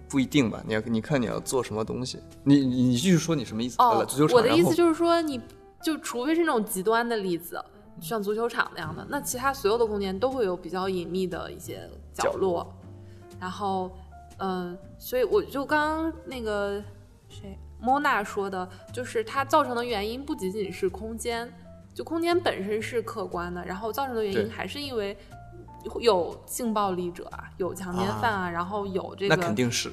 Speaker 1: 不一定吧？你要你看你要做什么东西，你你你继续说你什么意思？
Speaker 4: 哦
Speaker 1: 来足球，场
Speaker 4: 我的意思
Speaker 1: 是，
Speaker 4: 就是说你，就除非是那种极端的例子，像足球场那样的，那其他所有的空间都会有比较隐秘的一些角落。
Speaker 1: 角落
Speaker 4: 然后，嗯、所以我就刚刚那个谁莫娜说的，就是它造成的原因不仅仅是空间，就空间本身是客观的，然后造成的原
Speaker 1: 对
Speaker 4: 因还是因为。有性暴力者啊，有强奸犯啊，然后有这个
Speaker 1: 那肯定是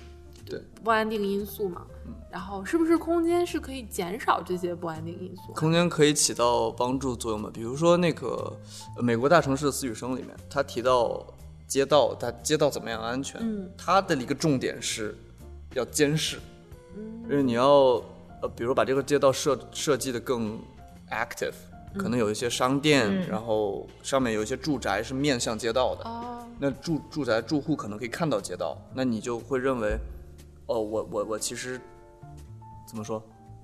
Speaker 4: 不安定因素嘛。
Speaker 1: 嗯
Speaker 4: 然后是不是空间是可以减少这些不安定因素？
Speaker 1: 空间可以起到帮助作用的。比如说那个呃美国大城市的《死与生》里面，他提到街道，他街道怎么样安全？
Speaker 4: 嗯
Speaker 1: 他的一个重点是要监视，
Speaker 4: 嗯
Speaker 1: 就是你要呃，比如把这个街道设设计的更 active，
Speaker 4: 嗯
Speaker 1: 可能有一些商店，
Speaker 2: 嗯
Speaker 1: 然后上面有一些住宅是面向街道的，
Speaker 4: 哦，
Speaker 1: 那住住宅住户可能可以看到街道，那你就会认为，哦，我我我其实怎么说，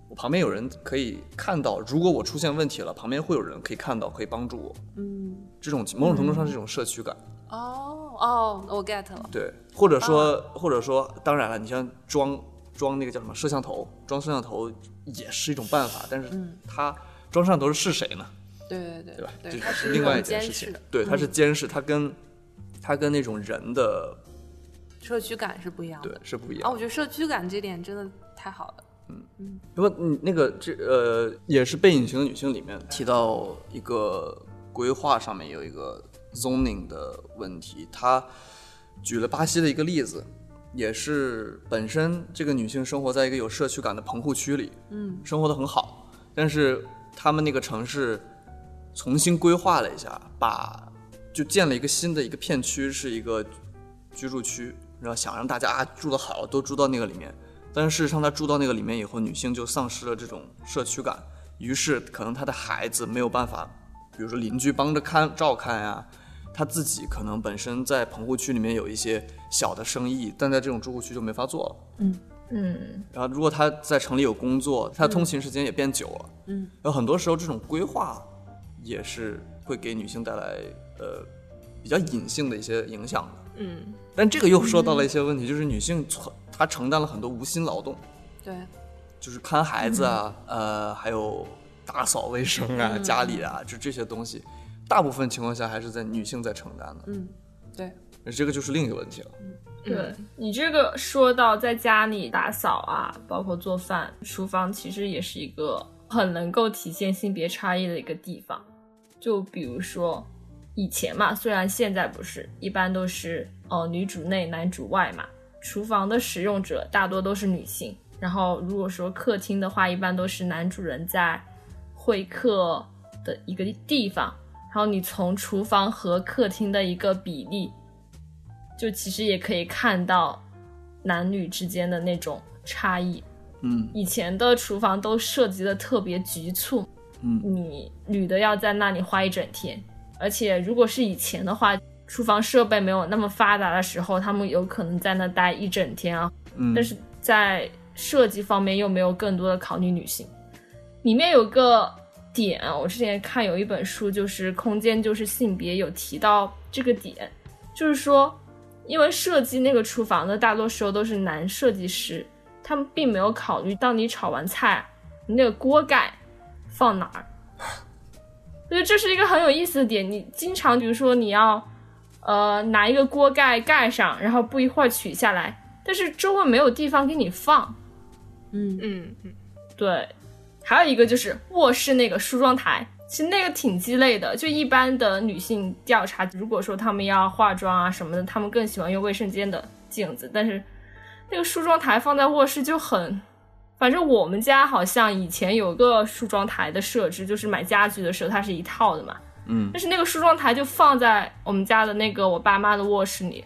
Speaker 1: 我旁边有人可以看到，如果我出现问题了，旁边会有人可以看到，可以帮助我。
Speaker 4: 嗯，
Speaker 1: 这种某种程度上是一种社区感，
Speaker 4: 哦哦，我 get 了，
Speaker 1: 对，或者说或者说，当然了，你像装装那个叫什么摄像头，装摄像头也是一种办法，但是它装摄像头是谁呢？
Speaker 4: 对对
Speaker 1: 对吧？
Speaker 4: 嗯对，
Speaker 1: 这
Speaker 4: 它
Speaker 1: 是
Speaker 4: 一
Speaker 1: 另外一
Speaker 4: 种
Speaker 1: 件
Speaker 4: 监
Speaker 1: 事情
Speaker 4: 视，，
Speaker 1: 对，它是监视，它跟它跟那种人的
Speaker 4: 社区感是不一样
Speaker 1: 对
Speaker 4: 的。
Speaker 1: 是不一样的
Speaker 4: 啊，我觉得社区感这点真的太好了。
Speaker 1: 那么你那个这呃，也是《被隐形的女性》里面提到一个规划上面有一个 zoning 的问题，她举了巴西的一个例子，也是本身这个女性生活在一个有社区感的棚户区里，
Speaker 4: 嗯，
Speaker 1: 生活的很好，但是他们那个城市重新规划了一下，把就建了一个新的一个片区，是一个居住区，然后想让大家啊住得好，都住到那个里面。但是事实上，她住到那个里面以后，女性就丧失了这种社区感，于是可能她的孩子没有办法，比如说邻居帮着看照看呀、她自己可能本身在棚户区里面有一些小的生意，但在这种住户区就没法做了。
Speaker 2: 嗯，
Speaker 1: 然后如果他在城里有工作，他通勤时间也变久了。嗯，然后很多时候这种规划也是会给女性带来呃比较隐性的一些影响的。
Speaker 3: 嗯，
Speaker 1: 但这个又说到了一些问题，就是女性存她承担了很多无薪劳动，
Speaker 4: 对，
Speaker 1: 就是看孩子啊，呃，还有打扫卫生啊、家里啊，就这些东西，大部分情况下还是在女性在承担的。
Speaker 4: 嗯，对，
Speaker 1: 那这个就是另一个问题了。
Speaker 2: 对你这个说到在家里打扫啊，包括做饭，厨房其实也是一个很能够体现性别差异的一个地方。就比如说以前嘛，虽然现在不是，一般都是呃女主内男主外嘛，厨房的使用者大多都是女性。然后如果说客厅的话，一般都是男主人在会客的一个地方。然后你从厨房和客厅的一个比例，就其实也可以看到男女之间的那种差异。
Speaker 1: 嗯
Speaker 2: 以前的厨房都涉及的特别局促，
Speaker 1: 嗯
Speaker 2: 你女的要在那里花一整天，而且如果是以前的话，厨房设备没有那么发达的时候，他们有可能在那待一整天啊，
Speaker 1: 嗯，
Speaker 2: 但是在设计方面又没有更多的考虑女性。里面有个点，啊我之前看有一本书，就是《空间就是性别》，有提到这个点，就是说，因为设计那个厨房的大多时候都是男设计师，他们并没有考虑当你炒完菜，你那个锅盖放哪儿。所以这是一个很有意思的点，你经常比如说你要，呃，拿一个锅盖盖上，然后不一会儿取下来，但是周围没有地方给你放。
Speaker 4: 嗯，
Speaker 3: 嗯嗯
Speaker 2: 对，还有一个就是卧室那个梳妆台，其实那个挺鸡肋的。就一般的女性调查，如果说她们要化妆啊什么的，她们更喜欢用卫生间的镜子，但是那个梳妆台放在卧室就很。反正我们家好像以前有个梳妆台的设置，就是买家具的时候它是一套的嘛，
Speaker 1: 嗯
Speaker 2: 但是那个梳妆台就放在我们家的那个我爸妈的卧室里，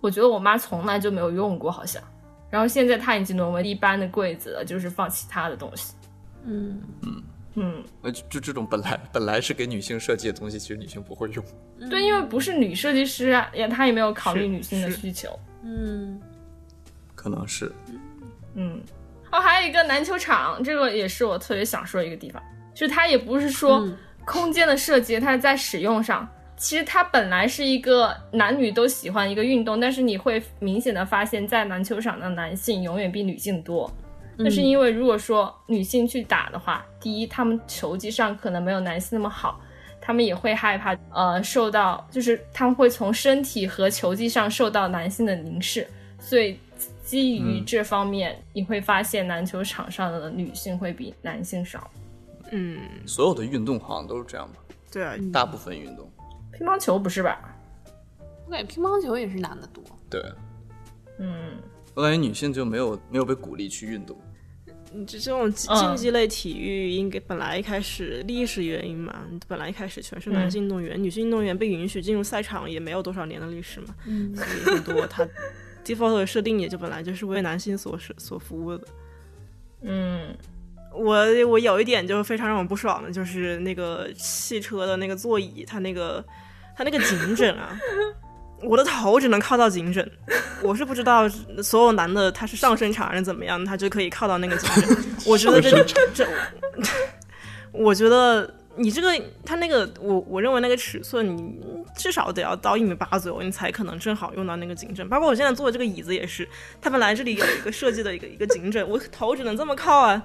Speaker 2: 我觉得我妈从来就没有用过，好像。然后现在它已经沦为一般的柜子了，就是放其他的东西。
Speaker 4: 嗯
Speaker 2: 嗯，
Speaker 1: 呃就就这种本来本来是给女性设计的东西，其实女性不会用。
Speaker 2: 对，因为不是女设计师啊，也她也没有考虑
Speaker 3: 是
Speaker 2: 女性的
Speaker 3: 是
Speaker 2: 需求。
Speaker 4: 嗯，
Speaker 1: 可能是，
Speaker 2: 嗯，哦，还有一个篮球场，这个也是我特别想说一个地方，就是它也不是说
Speaker 4: 嗯
Speaker 2: 空间的设计，它在使用上，其实它本来是一个男女都喜欢一个运动，但是你会明显的发现，在篮球场的男性永远比女性多。那是因为如果说女性去打的话，第一，他们球技上可能没有男性那么好，他们也会害怕呃受到，就是他们会从身体和球技上受到男性的凝视，所以基于这方面，你会发现篮球场上的女性会比男性少。
Speaker 3: 嗯，
Speaker 1: 所有的运动好像都是这样吧，
Speaker 3: 对啊，
Speaker 1: 大部分运动。
Speaker 2: 乒乓球不是吧？
Speaker 4: 我感觉乒乓球也是男的多。
Speaker 1: 对
Speaker 2: 嗯，
Speaker 1: 我感觉女性就没有没有被鼓励去运动。
Speaker 3: 你这这种竞
Speaker 2: 嗯
Speaker 3: 竞技类体育，应该本来一开始历史原因嘛，本来一开始全是男性运动员，女性运动员被允许进入赛场也没有多少年的历史嘛，
Speaker 4: 嗯
Speaker 3: 所以很多 [LAUGHS] 它 default 的设定也就本来就是为男性所设所服务的。
Speaker 2: 嗯，
Speaker 3: 我我有一点就非常让我不爽的，就是那个汽车的那个座椅，它那个它那个颈枕啊，我的头只能靠到颈枕。我是不知道所有男的他是上身长还是怎么样，他就可以靠到那个颈枕。我觉得这这，我觉得你这个他那个我我认为那个尺寸你至少得要到一米八左右，你才可能正好用到那个颈枕。包括我现在坐的这个椅子也是，它本来这里有一个设计的一个一个颈枕，我头只能这么靠啊，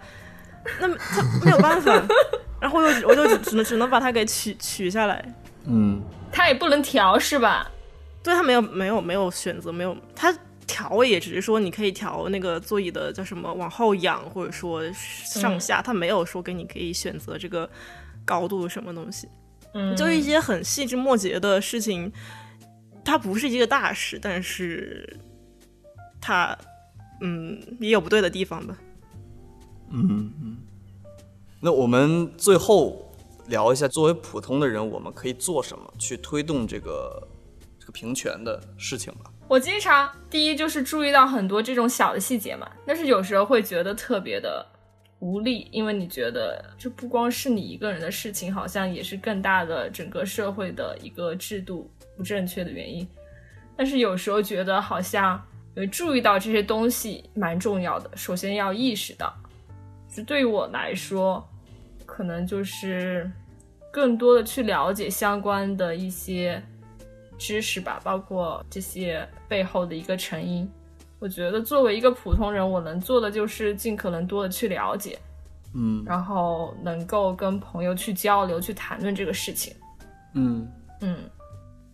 Speaker 3: 那么它没有办法， [LAUGHS] 然后我就我就只只能只能把它给取取下来。
Speaker 5: 嗯，
Speaker 2: 它也不能调是吧？
Speaker 3: 对，它没有没有没有选择，没有它调也只是说你可以调那个座椅的叫什么往后仰，或者说上下，它没有说给你可以选择这个高度什么东西。
Speaker 2: 嗯，
Speaker 3: 就是一些很细枝末节的事情，它不是一个大事，但是它嗯也有不对的地方吧。
Speaker 1: 那我们最后聊一下，作为普通的人，我们可以做什么去推动这个这个平权的事情吧？
Speaker 2: 我经常第一就是注意到很多这种小的细节嘛，但是有时候会觉得特别的无力，因为你觉得这不光是你一个人的事情，好像也是更大的整个社会的一个制度不正确的原因。但是有时候觉得好像呃注意到这些东西蛮重要的，首先要意识到。就对于我来说，可能就是更多的去了解相关的一些知识吧，包括这些背后的一个成因。我觉得作为一个普通人，我能做的就是尽可能多的去了解，
Speaker 5: 嗯
Speaker 2: 然后能够跟朋友去交流、去谈论这个事情。
Speaker 5: 嗯
Speaker 2: 嗯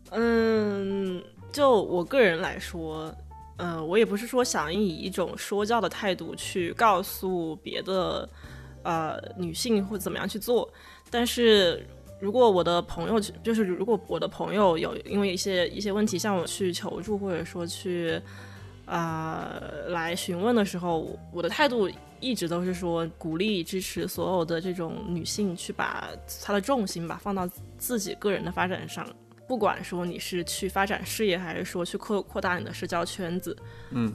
Speaker 3: 嗯，就我个人来说，呃，我也不是说想以一种说教的态度去告诉别的呃女性或怎么样去做，但是如果我的朋友去，就是如果我的朋友有因为一些一些问题向我去求助，或者说去呃来询问的时候，我的态度。一直都是说鼓励支持所有的这种女性去把她的重心吧放到自己个人的发展上，不管说你是去发展事业，还是说去扩扩大你的社交圈子，
Speaker 5: 嗯，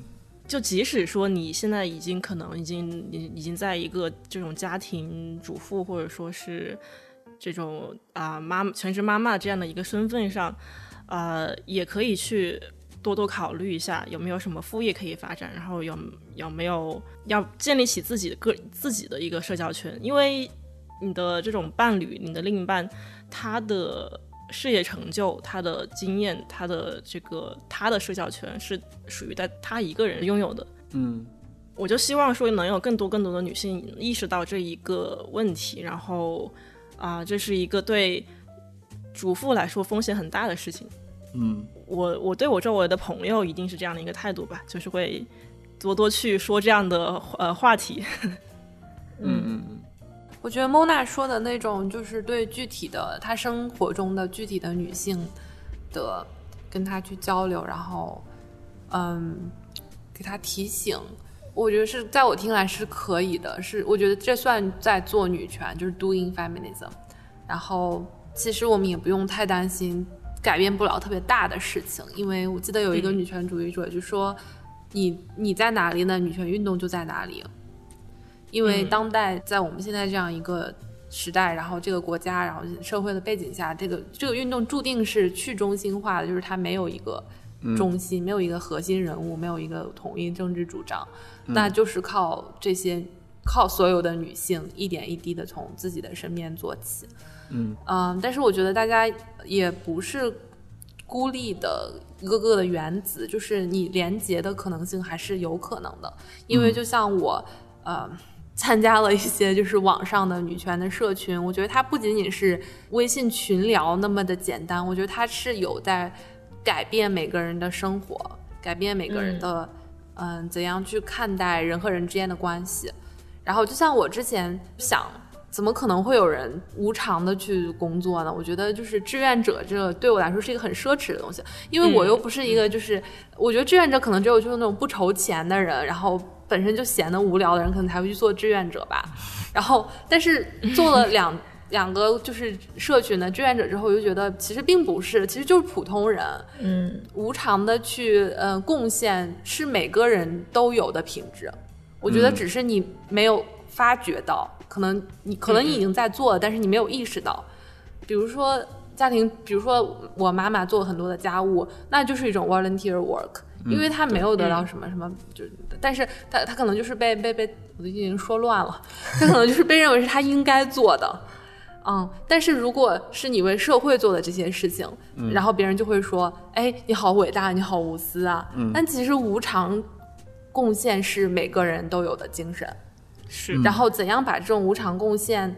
Speaker 3: 就即使说你现在已经可能已经已已经在一个这种家庭主妇，或者说是这种啊、妈全职妈妈这样的一个身份上，呃，也可以去多多考虑一下有没有什么副业可以发展，然后有有没有要建立起自己的个自己的一个社交圈，因为你的这种伴侣，你的另一半，他的事业成就、他的经验、他的这个他的社交圈是属于在他一个人拥有的。
Speaker 5: 嗯
Speaker 3: 我就希望说能有更多更多的女性意识到这一个问题，然后啊、这是一个对主妇来说风险很大的事情。
Speaker 5: 嗯
Speaker 3: 我我对我周围的朋友一定是这样的一个态度吧，就是会多多去说这样的呃话题。
Speaker 2: 嗯
Speaker 5: 嗯
Speaker 4: 我觉得 Mona 说的那种，就是对具体的她生活中的具体的女性的跟她去交流，然后嗯，给她提醒，我觉得是在我听来是可以的，是我觉得这算在做女权，就是 doing feminism。然后其实我们也不用太担心改变不了特别大的事情，因为我记得有一个
Speaker 3: 嗯
Speaker 4: 女权主义者就说，你你在哪里呢，女权运动就在哪里。因为
Speaker 3: 嗯
Speaker 4: 当代在我们现在这样一个时代，然后这个国家，然后社会的背景下，这个这个运动注定是去中心化的，就是它没有一个中心，没有一个核心人物，没有一个统一政治主张，那就是靠这些靠所有的女性一点一滴的从自己的身边做起。
Speaker 5: 嗯
Speaker 4: 嗯，但是我觉得大家也不是孤立的一个个的原子，就是你连接的可能性还是有可能的，因为就像我，呃。参加了一些就是网上的女权的社群，我觉得它不仅仅是微信群聊那么的简单，我觉得它是有在改变每个人的生活，改变每个人的嗯、怎样去看待人和人之间的关系。然后就像我之前想，怎么可能会有人无偿的去工作呢？我觉得就是志愿者这个对我来说是一个很奢侈的东西，因为我又不是一个就是，我觉得志愿者可能只有就是那种不愁钱的人，然后本身就闲得无聊的人，可能才会去做志愿者吧。然后，但是做了两 [LAUGHS] 两个就是社群的志愿者之后，我就觉得其实并不是，其实就是普通人，
Speaker 2: 嗯
Speaker 4: 无偿的去呃贡献是每个人都有的品质，我觉得只是你没有发掘到，可能你可能你已经在做了，但是你没有意识到。比如说家庭，比如说我妈妈做很多的家务，那就是一种 volunteer work，因为她没有得到什么什么，就但是她她可能就是被被被，我都已经说乱了， [LAUGHS] 她可能就是被认为是她应该做的。嗯，但是如果是你为社会做的这些事情，然后别人就会说：“哎，你好伟大，你好无私啊！”但其实无偿贡献是每个人都有的精神。
Speaker 3: 是
Speaker 4: 然后怎样把这种无偿贡献，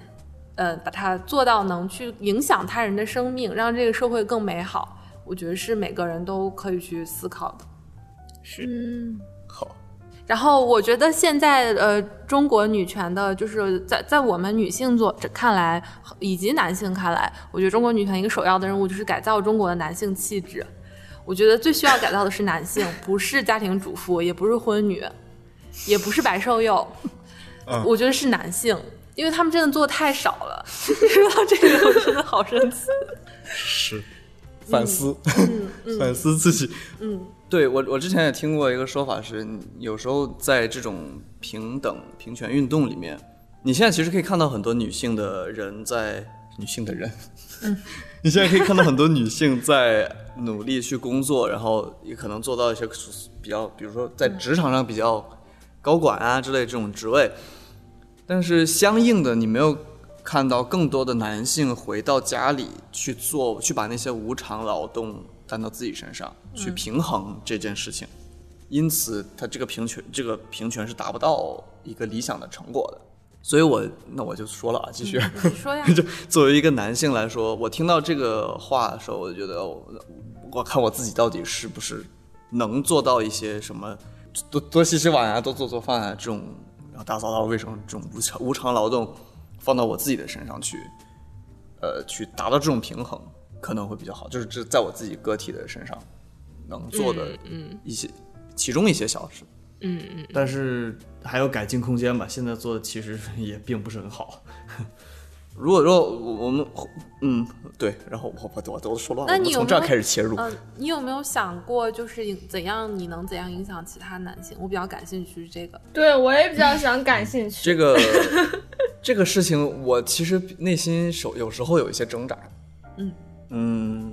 Speaker 4: 呃，把它做到能去影响他人的生命，让这个社会更美好，我觉得是每个人都可以去思考的。
Speaker 3: 是，
Speaker 4: 嗯。
Speaker 1: 好，
Speaker 4: 然后我觉得现在呃，中国女权的，就是在在我们女性做这看来，以及男性看来，我觉得中国女权一个首要的任务就是改造中国的男性气质。我觉得最需要改造的是男性，不是家庭主妇，也不是婚女，也不是白瘦幼，我觉得是男性，因为他们真的做的太少了。 [LAUGHS] 说到这个，我真的好生气。
Speaker 1: 是反思，反思自己。嗯，对我我之前也听过一个说法是，你有时候在这种平等平权运动里面，你现在其实可以看到很多女性的人在女性的人，你现在可以看到很多女性在努力去工作，然后也可能做到一些比较，比如说在职场上比较高管啊之类这种职位，但是相应的，你没有看到更多的男性回到家里去做，去把那些无偿劳动担到自己身上，去平衡这件事情。因此，他这个平权，这个平权是达不到一个理想的成果的。所以我那我就说了啊，继续。
Speaker 4: 你
Speaker 1: [LAUGHS]
Speaker 4: 说呀，
Speaker 1: 就作为一个男性来说，我听到这个话的时候，我就觉得我我看我自己到底是不是能做到一些什么，多多洗洗碗啊，多做做饭啊这种，然后打扫打扫卫生这种无偿无偿劳动，放到我自己的身上去，呃，去达到这种平衡可能会比较好，就是这在我自己个体的身上能做
Speaker 4: 嗯
Speaker 1: 的一些、其中一些小事。
Speaker 5: 但是还有改进空间吧。现在做的
Speaker 1: [LAUGHS]
Speaker 5: 其实也并不是很好。
Speaker 1: 如果说我我们嗯对，然后我我我我都说乱了，
Speaker 4: 那
Speaker 1: 我们
Speaker 4: 你有
Speaker 1: 从这儿
Speaker 4: 没有
Speaker 1: 开始切入。
Speaker 4: 嗯，你有没有想过，就是影怎样你能怎样影响其他男性？我比较感兴趣这个。
Speaker 2: 对我也比较想感兴趣。
Speaker 1: 这个 [LAUGHS] 这个事情，我其实内心手有时候有一些挣扎。
Speaker 4: 嗯
Speaker 1: 嗯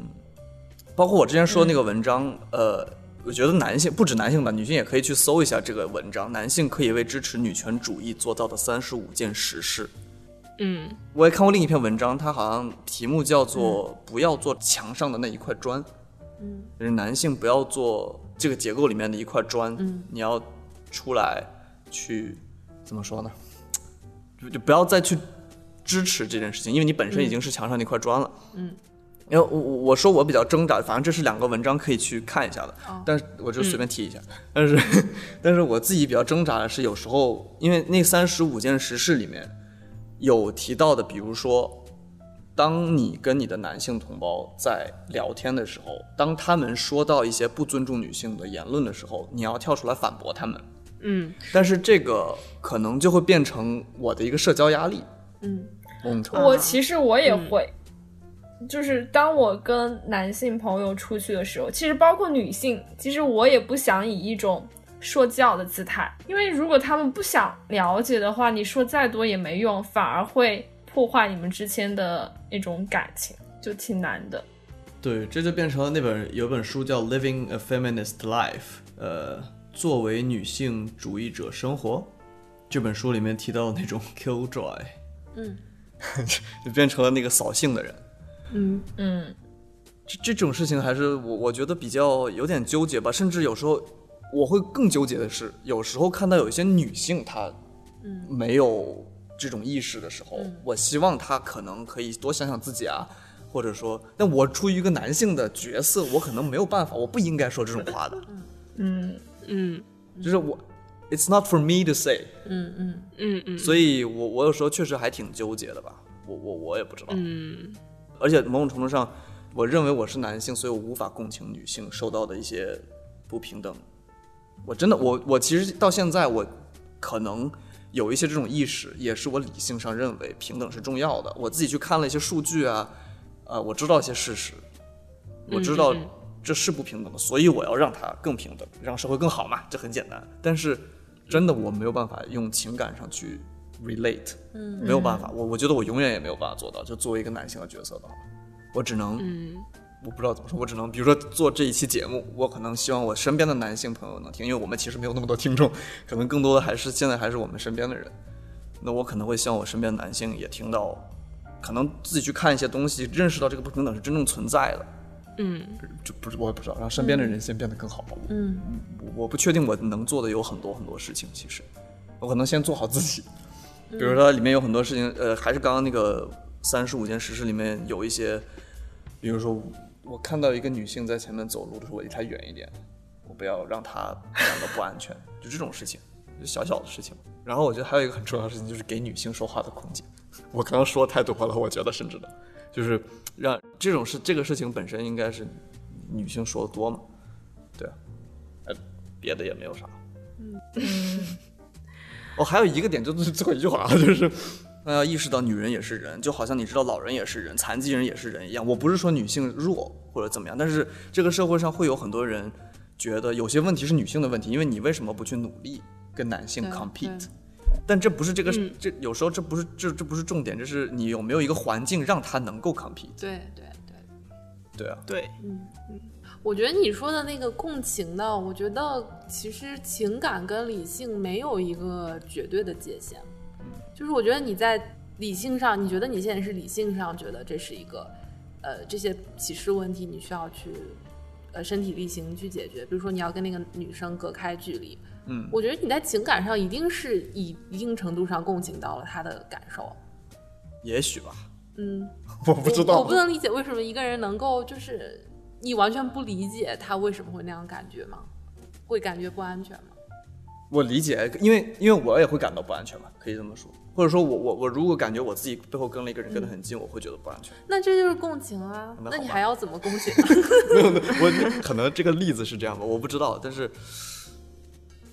Speaker 1: 包括我之前说那个文章，呃，我觉得男性不止男性吧，女性也可以去搜一下这个文章。男性可以为支持女权主义做到的三十五件实事。
Speaker 3: 嗯，
Speaker 1: 我也看过另一篇文章，它好像题目叫做“不要做墙上的那一块砖”，嗯，就是男性不要做这个结构里面的一块砖，嗯，你要出来去怎么说呢？就就不要再去支持这件事情，因为你本身已经是墙上那块砖了，嗯。因为我我我说我比较挣扎，反正这是两个文章可以去看一下的，但是我就随便提一下。但是 [LAUGHS] 但是我自己比较挣扎的是，有时候因为那三十五件实事里面，有提到的，比如说，当你跟你的男性同胞在聊天的时候，当他们说到一些不尊重女性的言论的时候，你要跳出来反驳他们。
Speaker 3: 嗯，
Speaker 1: 但是这个可能就会变成我的一个社交压力，
Speaker 4: 嗯，
Speaker 1: 某种程度。
Speaker 2: 我其实我也会，就是当我跟男性朋友出去的时候，其实包括女性，其实我也不想以一种说教的姿态，因为如果他们不想了解的话，你说再多也没用，反而会破坏你们之间的那种感情，就挺难的。
Speaker 5: 对，这就变成了那本有本书叫《Living a Feminist Life》，呃，作为女性主义者生活。这本书里面提到
Speaker 1: [LAUGHS]
Speaker 5: 的那种 killjoy，
Speaker 1: 就变成了那个扫兴的人。
Speaker 2: 嗯，
Speaker 1: 这这种事情还是我我觉得比较有点纠结吧，甚至有时候我会更纠结的是，有时候看到有一些女性她，没有这种意识的时候，我希望她可能可以多想想自己啊，或者说，但我出于一个男性的角色，我可能没有办法，我不应该说这种话的，
Speaker 2: 嗯，
Speaker 3: 嗯
Speaker 1: 就是我，it's not for me to say，
Speaker 4: 嗯嗯，
Speaker 3: 嗯嗯
Speaker 1: 所以我我有时候确实还挺纠结的吧，我我我也不知道，
Speaker 3: 嗯，
Speaker 1: 而且某种程度上，我认为我是男性，所以我无法共情女性受到的一些不平等。我真的，我我其实到现在，我可能有一些这种意识，也是我理性上认为平等是重要的。我自己去看了一些数据啊，呃，我知道一些事实，我知
Speaker 3: 嗯
Speaker 1: 道这是不平等的，所以我要让它更平等，让社会更好嘛，这很简单。但是真的，我没有办法用情感上去 relate，嗯，没有办法，我我觉得我永远也没有办法做到，就作为一个男性的角色的话，我只能，我不知道怎么说，我只能，比如说做这一期节目，我可能希望我身边的男性朋友能听，因为我们其实没有那么多听众，可能更多的还是现在还是我们身边的人，那我可能会希望我身边的男性也听到，可能自己去看一些东西，认识到这个不平等是真正存在的，
Speaker 3: 嗯，
Speaker 1: 就不是我也不知道，让身边的人先变得更好。
Speaker 4: 嗯，
Speaker 1: 我我不确定我能做的有很多很多事情，其实我可能先做好自己。比如说里面有很多事情，呃，还是刚刚那个三十五件实事里面有一些，比如说我看到一个女性在前面走路的时候，我离她远一点，我不要让她感到不安全，就这种事情，就小小的事情。然后我觉得还有一个很重要的事情就是给女性说话的空间。 [LAUGHS] 我刚刚说太多了，我觉得甚至的，就是让这种事这个事情本身应该是女性说的多嘛，对啊，呃，别的也没有啥。嗯哦，还有一个点，就是最后一句话啊，就是那要意识到女人也是人，就好像你知道老人也是人，残疾人也是人一样。我不是说女性弱或者怎么样，但是这个社会上会有很多人觉得有些问题是女性的问题，因为你为什么不去努力跟男性
Speaker 4: 对
Speaker 1: compete？
Speaker 4: 对嗯
Speaker 1: 但这不是这个、这有时候这不是这这不是重点，这是你有没有一个环境让他能够 compete？
Speaker 4: 对对对，
Speaker 1: 对啊，
Speaker 3: 对，
Speaker 4: 我觉得你说的那个共情呢，我觉得其实情感跟理性没有一个绝对的界限，就是我觉得你在理性上，你觉得你现在是理性上觉得这是一个，呃，这些歧视问题你需要去，呃，身体力行去解决，比如说你要跟那个女生隔开距离，
Speaker 1: 嗯，
Speaker 4: 我觉得你在情感上一定是以一定程度上共情到了她的感受，
Speaker 1: 也许吧，
Speaker 4: 嗯，
Speaker 1: 我不知
Speaker 4: 我，
Speaker 1: 道
Speaker 4: 我不能理解为什么一个人能够就是你完全不理解他为什么会那样感觉吗？会感觉不安全吗？
Speaker 1: 我理解，因为因为我也会感到不安全吧，可以这么说。或者说我我我如果感觉我自己背后跟了一个人跟得很近，我会觉得不安 [LAUGHS] 全。
Speaker 4: 那这就是共情啊！
Speaker 1: 那好吧
Speaker 4: 那你还要怎么共情？啊
Speaker 1: [LAUGHS] 我可能这个例子是这样吧，我不知道。但是，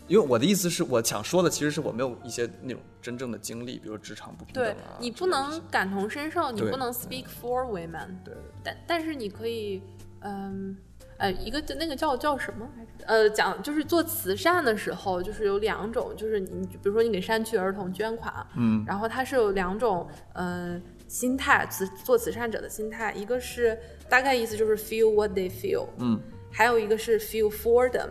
Speaker 1: 因为我的意思是我想说的其实是我没有一些那种真正的经历，比如职场不平等
Speaker 4: 对
Speaker 1: 啊。
Speaker 4: 你
Speaker 1: 之
Speaker 4: 不
Speaker 1: 类的事
Speaker 4: 能
Speaker 1: 情
Speaker 4: 感同身受，你
Speaker 1: 对
Speaker 4: 不能 speak for women，
Speaker 1: 对对
Speaker 4: 但但是你可以，嗯。呃，一个那个叫叫什么来着？呃，讲就是做慈善的时候，就是有两种，就是你比如说你给山区儿童捐款，
Speaker 1: 嗯，
Speaker 4: 然后它是有两种，呃，心态，慈做慈善者的心态，一个是大概意思就是 feel what they feel，
Speaker 1: 嗯，
Speaker 4: 还有一个是 feel for them，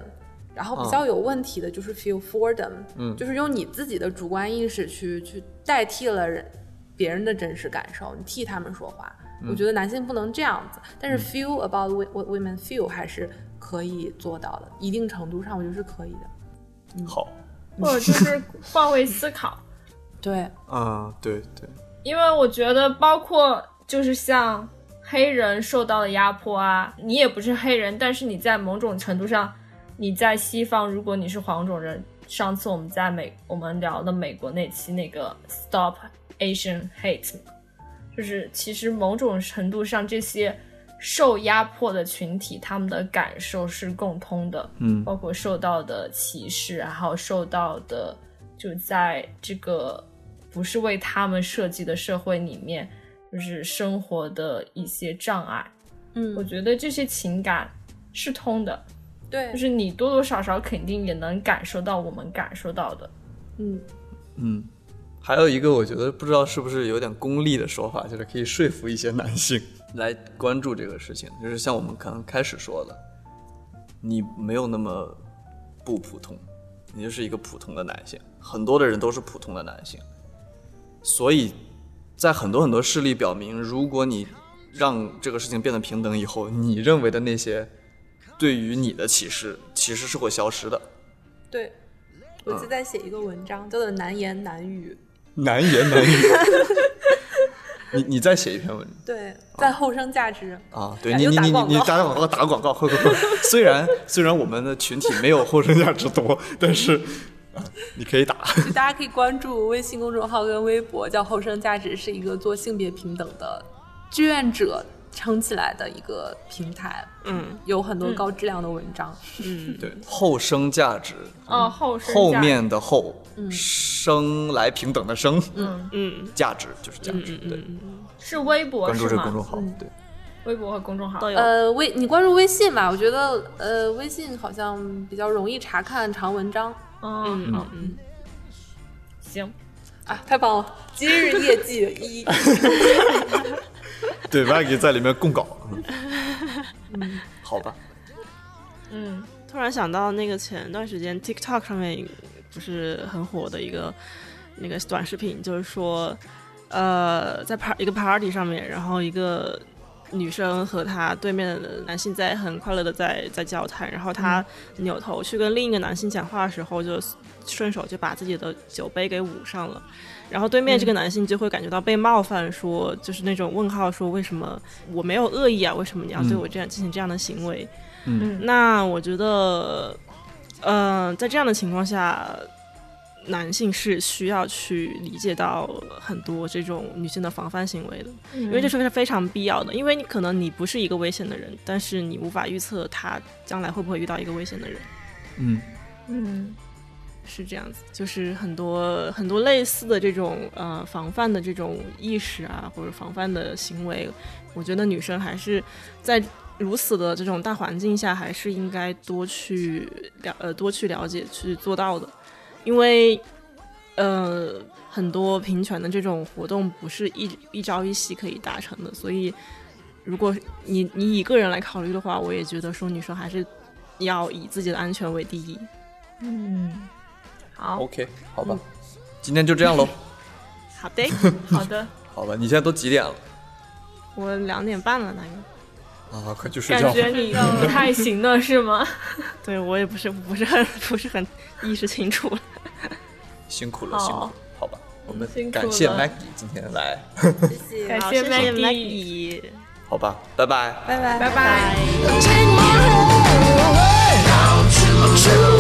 Speaker 4: 然后比较有问题的就是 feel for them，
Speaker 1: 嗯
Speaker 4: 就是用你自己的主观意识去去代替了人别人的真实感受，你替他们说话。我觉得男性不能这样子，但是 feel about wo- what women feel 还是可以做到的，一定程度上我觉得是可以的。
Speaker 1: 好
Speaker 2: 或者就是换位思考。
Speaker 4: 对，
Speaker 1: 啊，对对，
Speaker 2: 因为我觉得，包括就是像黑人受到的压迫啊，你也不是黑人，但是你在某种程度上，你在西方，如果你是黄种人，上次我们在美我们聊的美国那期那个 Stop Asian Hate，就是其实某种程度上这些。受压迫的群体，他们的感受是共通的，
Speaker 5: 嗯
Speaker 2: 包括受到的歧视，然后受到的就在这个不是为他们设计的社会里面，就是生活的一些障碍。我
Speaker 4: 嗯，
Speaker 2: 觉得这些情感是通的，
Speaker 4: 对
Speaker 2: 就，是你多多少少肯定也能感受到我们感受到的。
Speaker 4: 嗯，
Speaker 5: 嗯，
Speaker 1: 还有一个我觉得不知道是不是有点功利的说法，就是可以说服一些男性 [LAUGHS] 来关注这个事情，就是像我们刚刚开始说的，你没有那么不普通，你就是一个普通的男性，很多的人都是普通的男性，所以在很多很多事例表明，如果你让这个事情变得平等以后，你认为的那些对于你的歧视，其实是会消失的。
Speaker 4: 对。我就在写一个文章，叫做《难言难语
Speaker 1: 难言 [LAUGHS] 难语。你你再写一篇文章》，
Speaker 4: 对，在后生价值。
Speaker 1: 啊，对
Speaker 4: 感
Speaker 1: 你
Speaker 4: 觉
Speaker 1: 你
Speaker 4: 打
Speaker 1: 你你
Speaker 4: 广
Speaker 1: 你
Speaker 4: 告
Speaker 1: 打广告打广告，会会会。虽然虽然我们的群体没有后生价值多，但是、啊你可以打。
Speaker 4: 就大家可以关注微信公众号跟微博，叫“后生价值”，是一个做性别平等的志愿者撑起来的一个平台，
Speaker 3: 嗯
Speaker 4: 有很多高质量的文章。
Speaker 3: 嗯，
Speaker 1: 对，后生价值，
Speaker 2: 哦，后生
Speaker 1: 后
Speaker 2: 价嗯
Speaker 1: 面的后，生来平等的生，
Speaker 4: 嗯
Speaker 3: 嗯
Speaker 1: 价值就是价
Speaker 2: 嗯
Speaker 1: 值。对，
Speaker 2: 是微博
Speaker 1: 关注
Speaker 2: 是
Speaker 1: 这个
Speaker 2: 吗？
Speaker 1: 公众号，对，
Speaker 2: 微博和公众号
Speaker 3: 都有
Speaker 4: 呃，微你关注微信吧，我觉得呃，微信好像比较容易查看长文章。
Speaker 2: 嗯，
Speaker 3: 嗯嗯嗯，
Speaker 2: 哦行，
Speaker 4: 啊，太棒了！今日业绩一，
Speaker 6: 对 Maggie 在里面供稿，
Speaker 1: [LAUGHS] 好吧，
Speaker 2: 嗯，
Speaker 3: 突然想到那个前段时间 TikTok 上面不是很火的一个那个短视频，就是说，呃，在 par 一个 party 上面，然后一个女生和她对面的男性在很快乐的在在交谈，然后她扭头去跟另一个男性讲话的时候，就顺手就把自己的酒杯给捂上了。然后对面这个男性就会感觉到被冒犯说，就是那种问号，说为什么我没有恶意啊？为什么你要对我这样进行这样的行为？
Speaker 5: 嗯
Speaker 3: 那我觉得，嗯、在这样的情况下，男性是需要去理解到很多这种女性的防范行为的，因
Speaker 2: 因
Speaker 3: 为这是非常必要的。因为你可能你不是一个危险的人，但是你无法预测他将来会不会遇到一个危险的人。
Speaker 5: 嗯
Speaker 2: 嗯
Speaker 3: 是这样子，就是很多很多类似的这种呃防范的这种意识啊，或者防范的行为，我觉得女生还是在如此的这种大环境下，还是应该多去了呃多去了解去做到的，因为呃很多平权的这种活动不是一一朝一夕可以达成的，所以如果你你以个人来考虑的话，我也觉得说女生还是要以自己的安全为第一。
Speaker 2: 嗯，好
Speaker 1: OK，好吧，
Speaker 2: 嗯
Speaker 1: 今天就这样喽。
Speaker 3: 好的。
Speaker 2: 好的，
Speaker 1: 好吧，你现在都几点了
Speaker 3: 我两点半了，大概。
Speaker 6: 啊，快去睡
Speaker 2: 感
Speaker 6: 觉吧。
Speaker 2: 觉你不嗯 [LAUGHS] 太行了是吗？
Speaker 3: 对我也不是不是很不是很意识清楚了。
Speaker 1: 辛苦了，
Speaker 2: 好
Speaker 1: 辛苦了，好吧，我们
Speaker 2: 辛苦
Speaker 1: 感谢
Speaker 2: 了
Speaker 1: Maggie 今天来，
Speaker 4: [LAUGHS] 谢谢
Speaker 2: 感
Speaker 3: 好，
Speaker 2: 谢
Speaker 3: 谢谢
Speaker 2: Maggie
Speaker 3: Maggie。
Speaker 1: 好吧，拜拜。
Speaker 4: 拜拜。
Speaker 2: 拜拜。
Speaker 7: Take my hand. Down to the true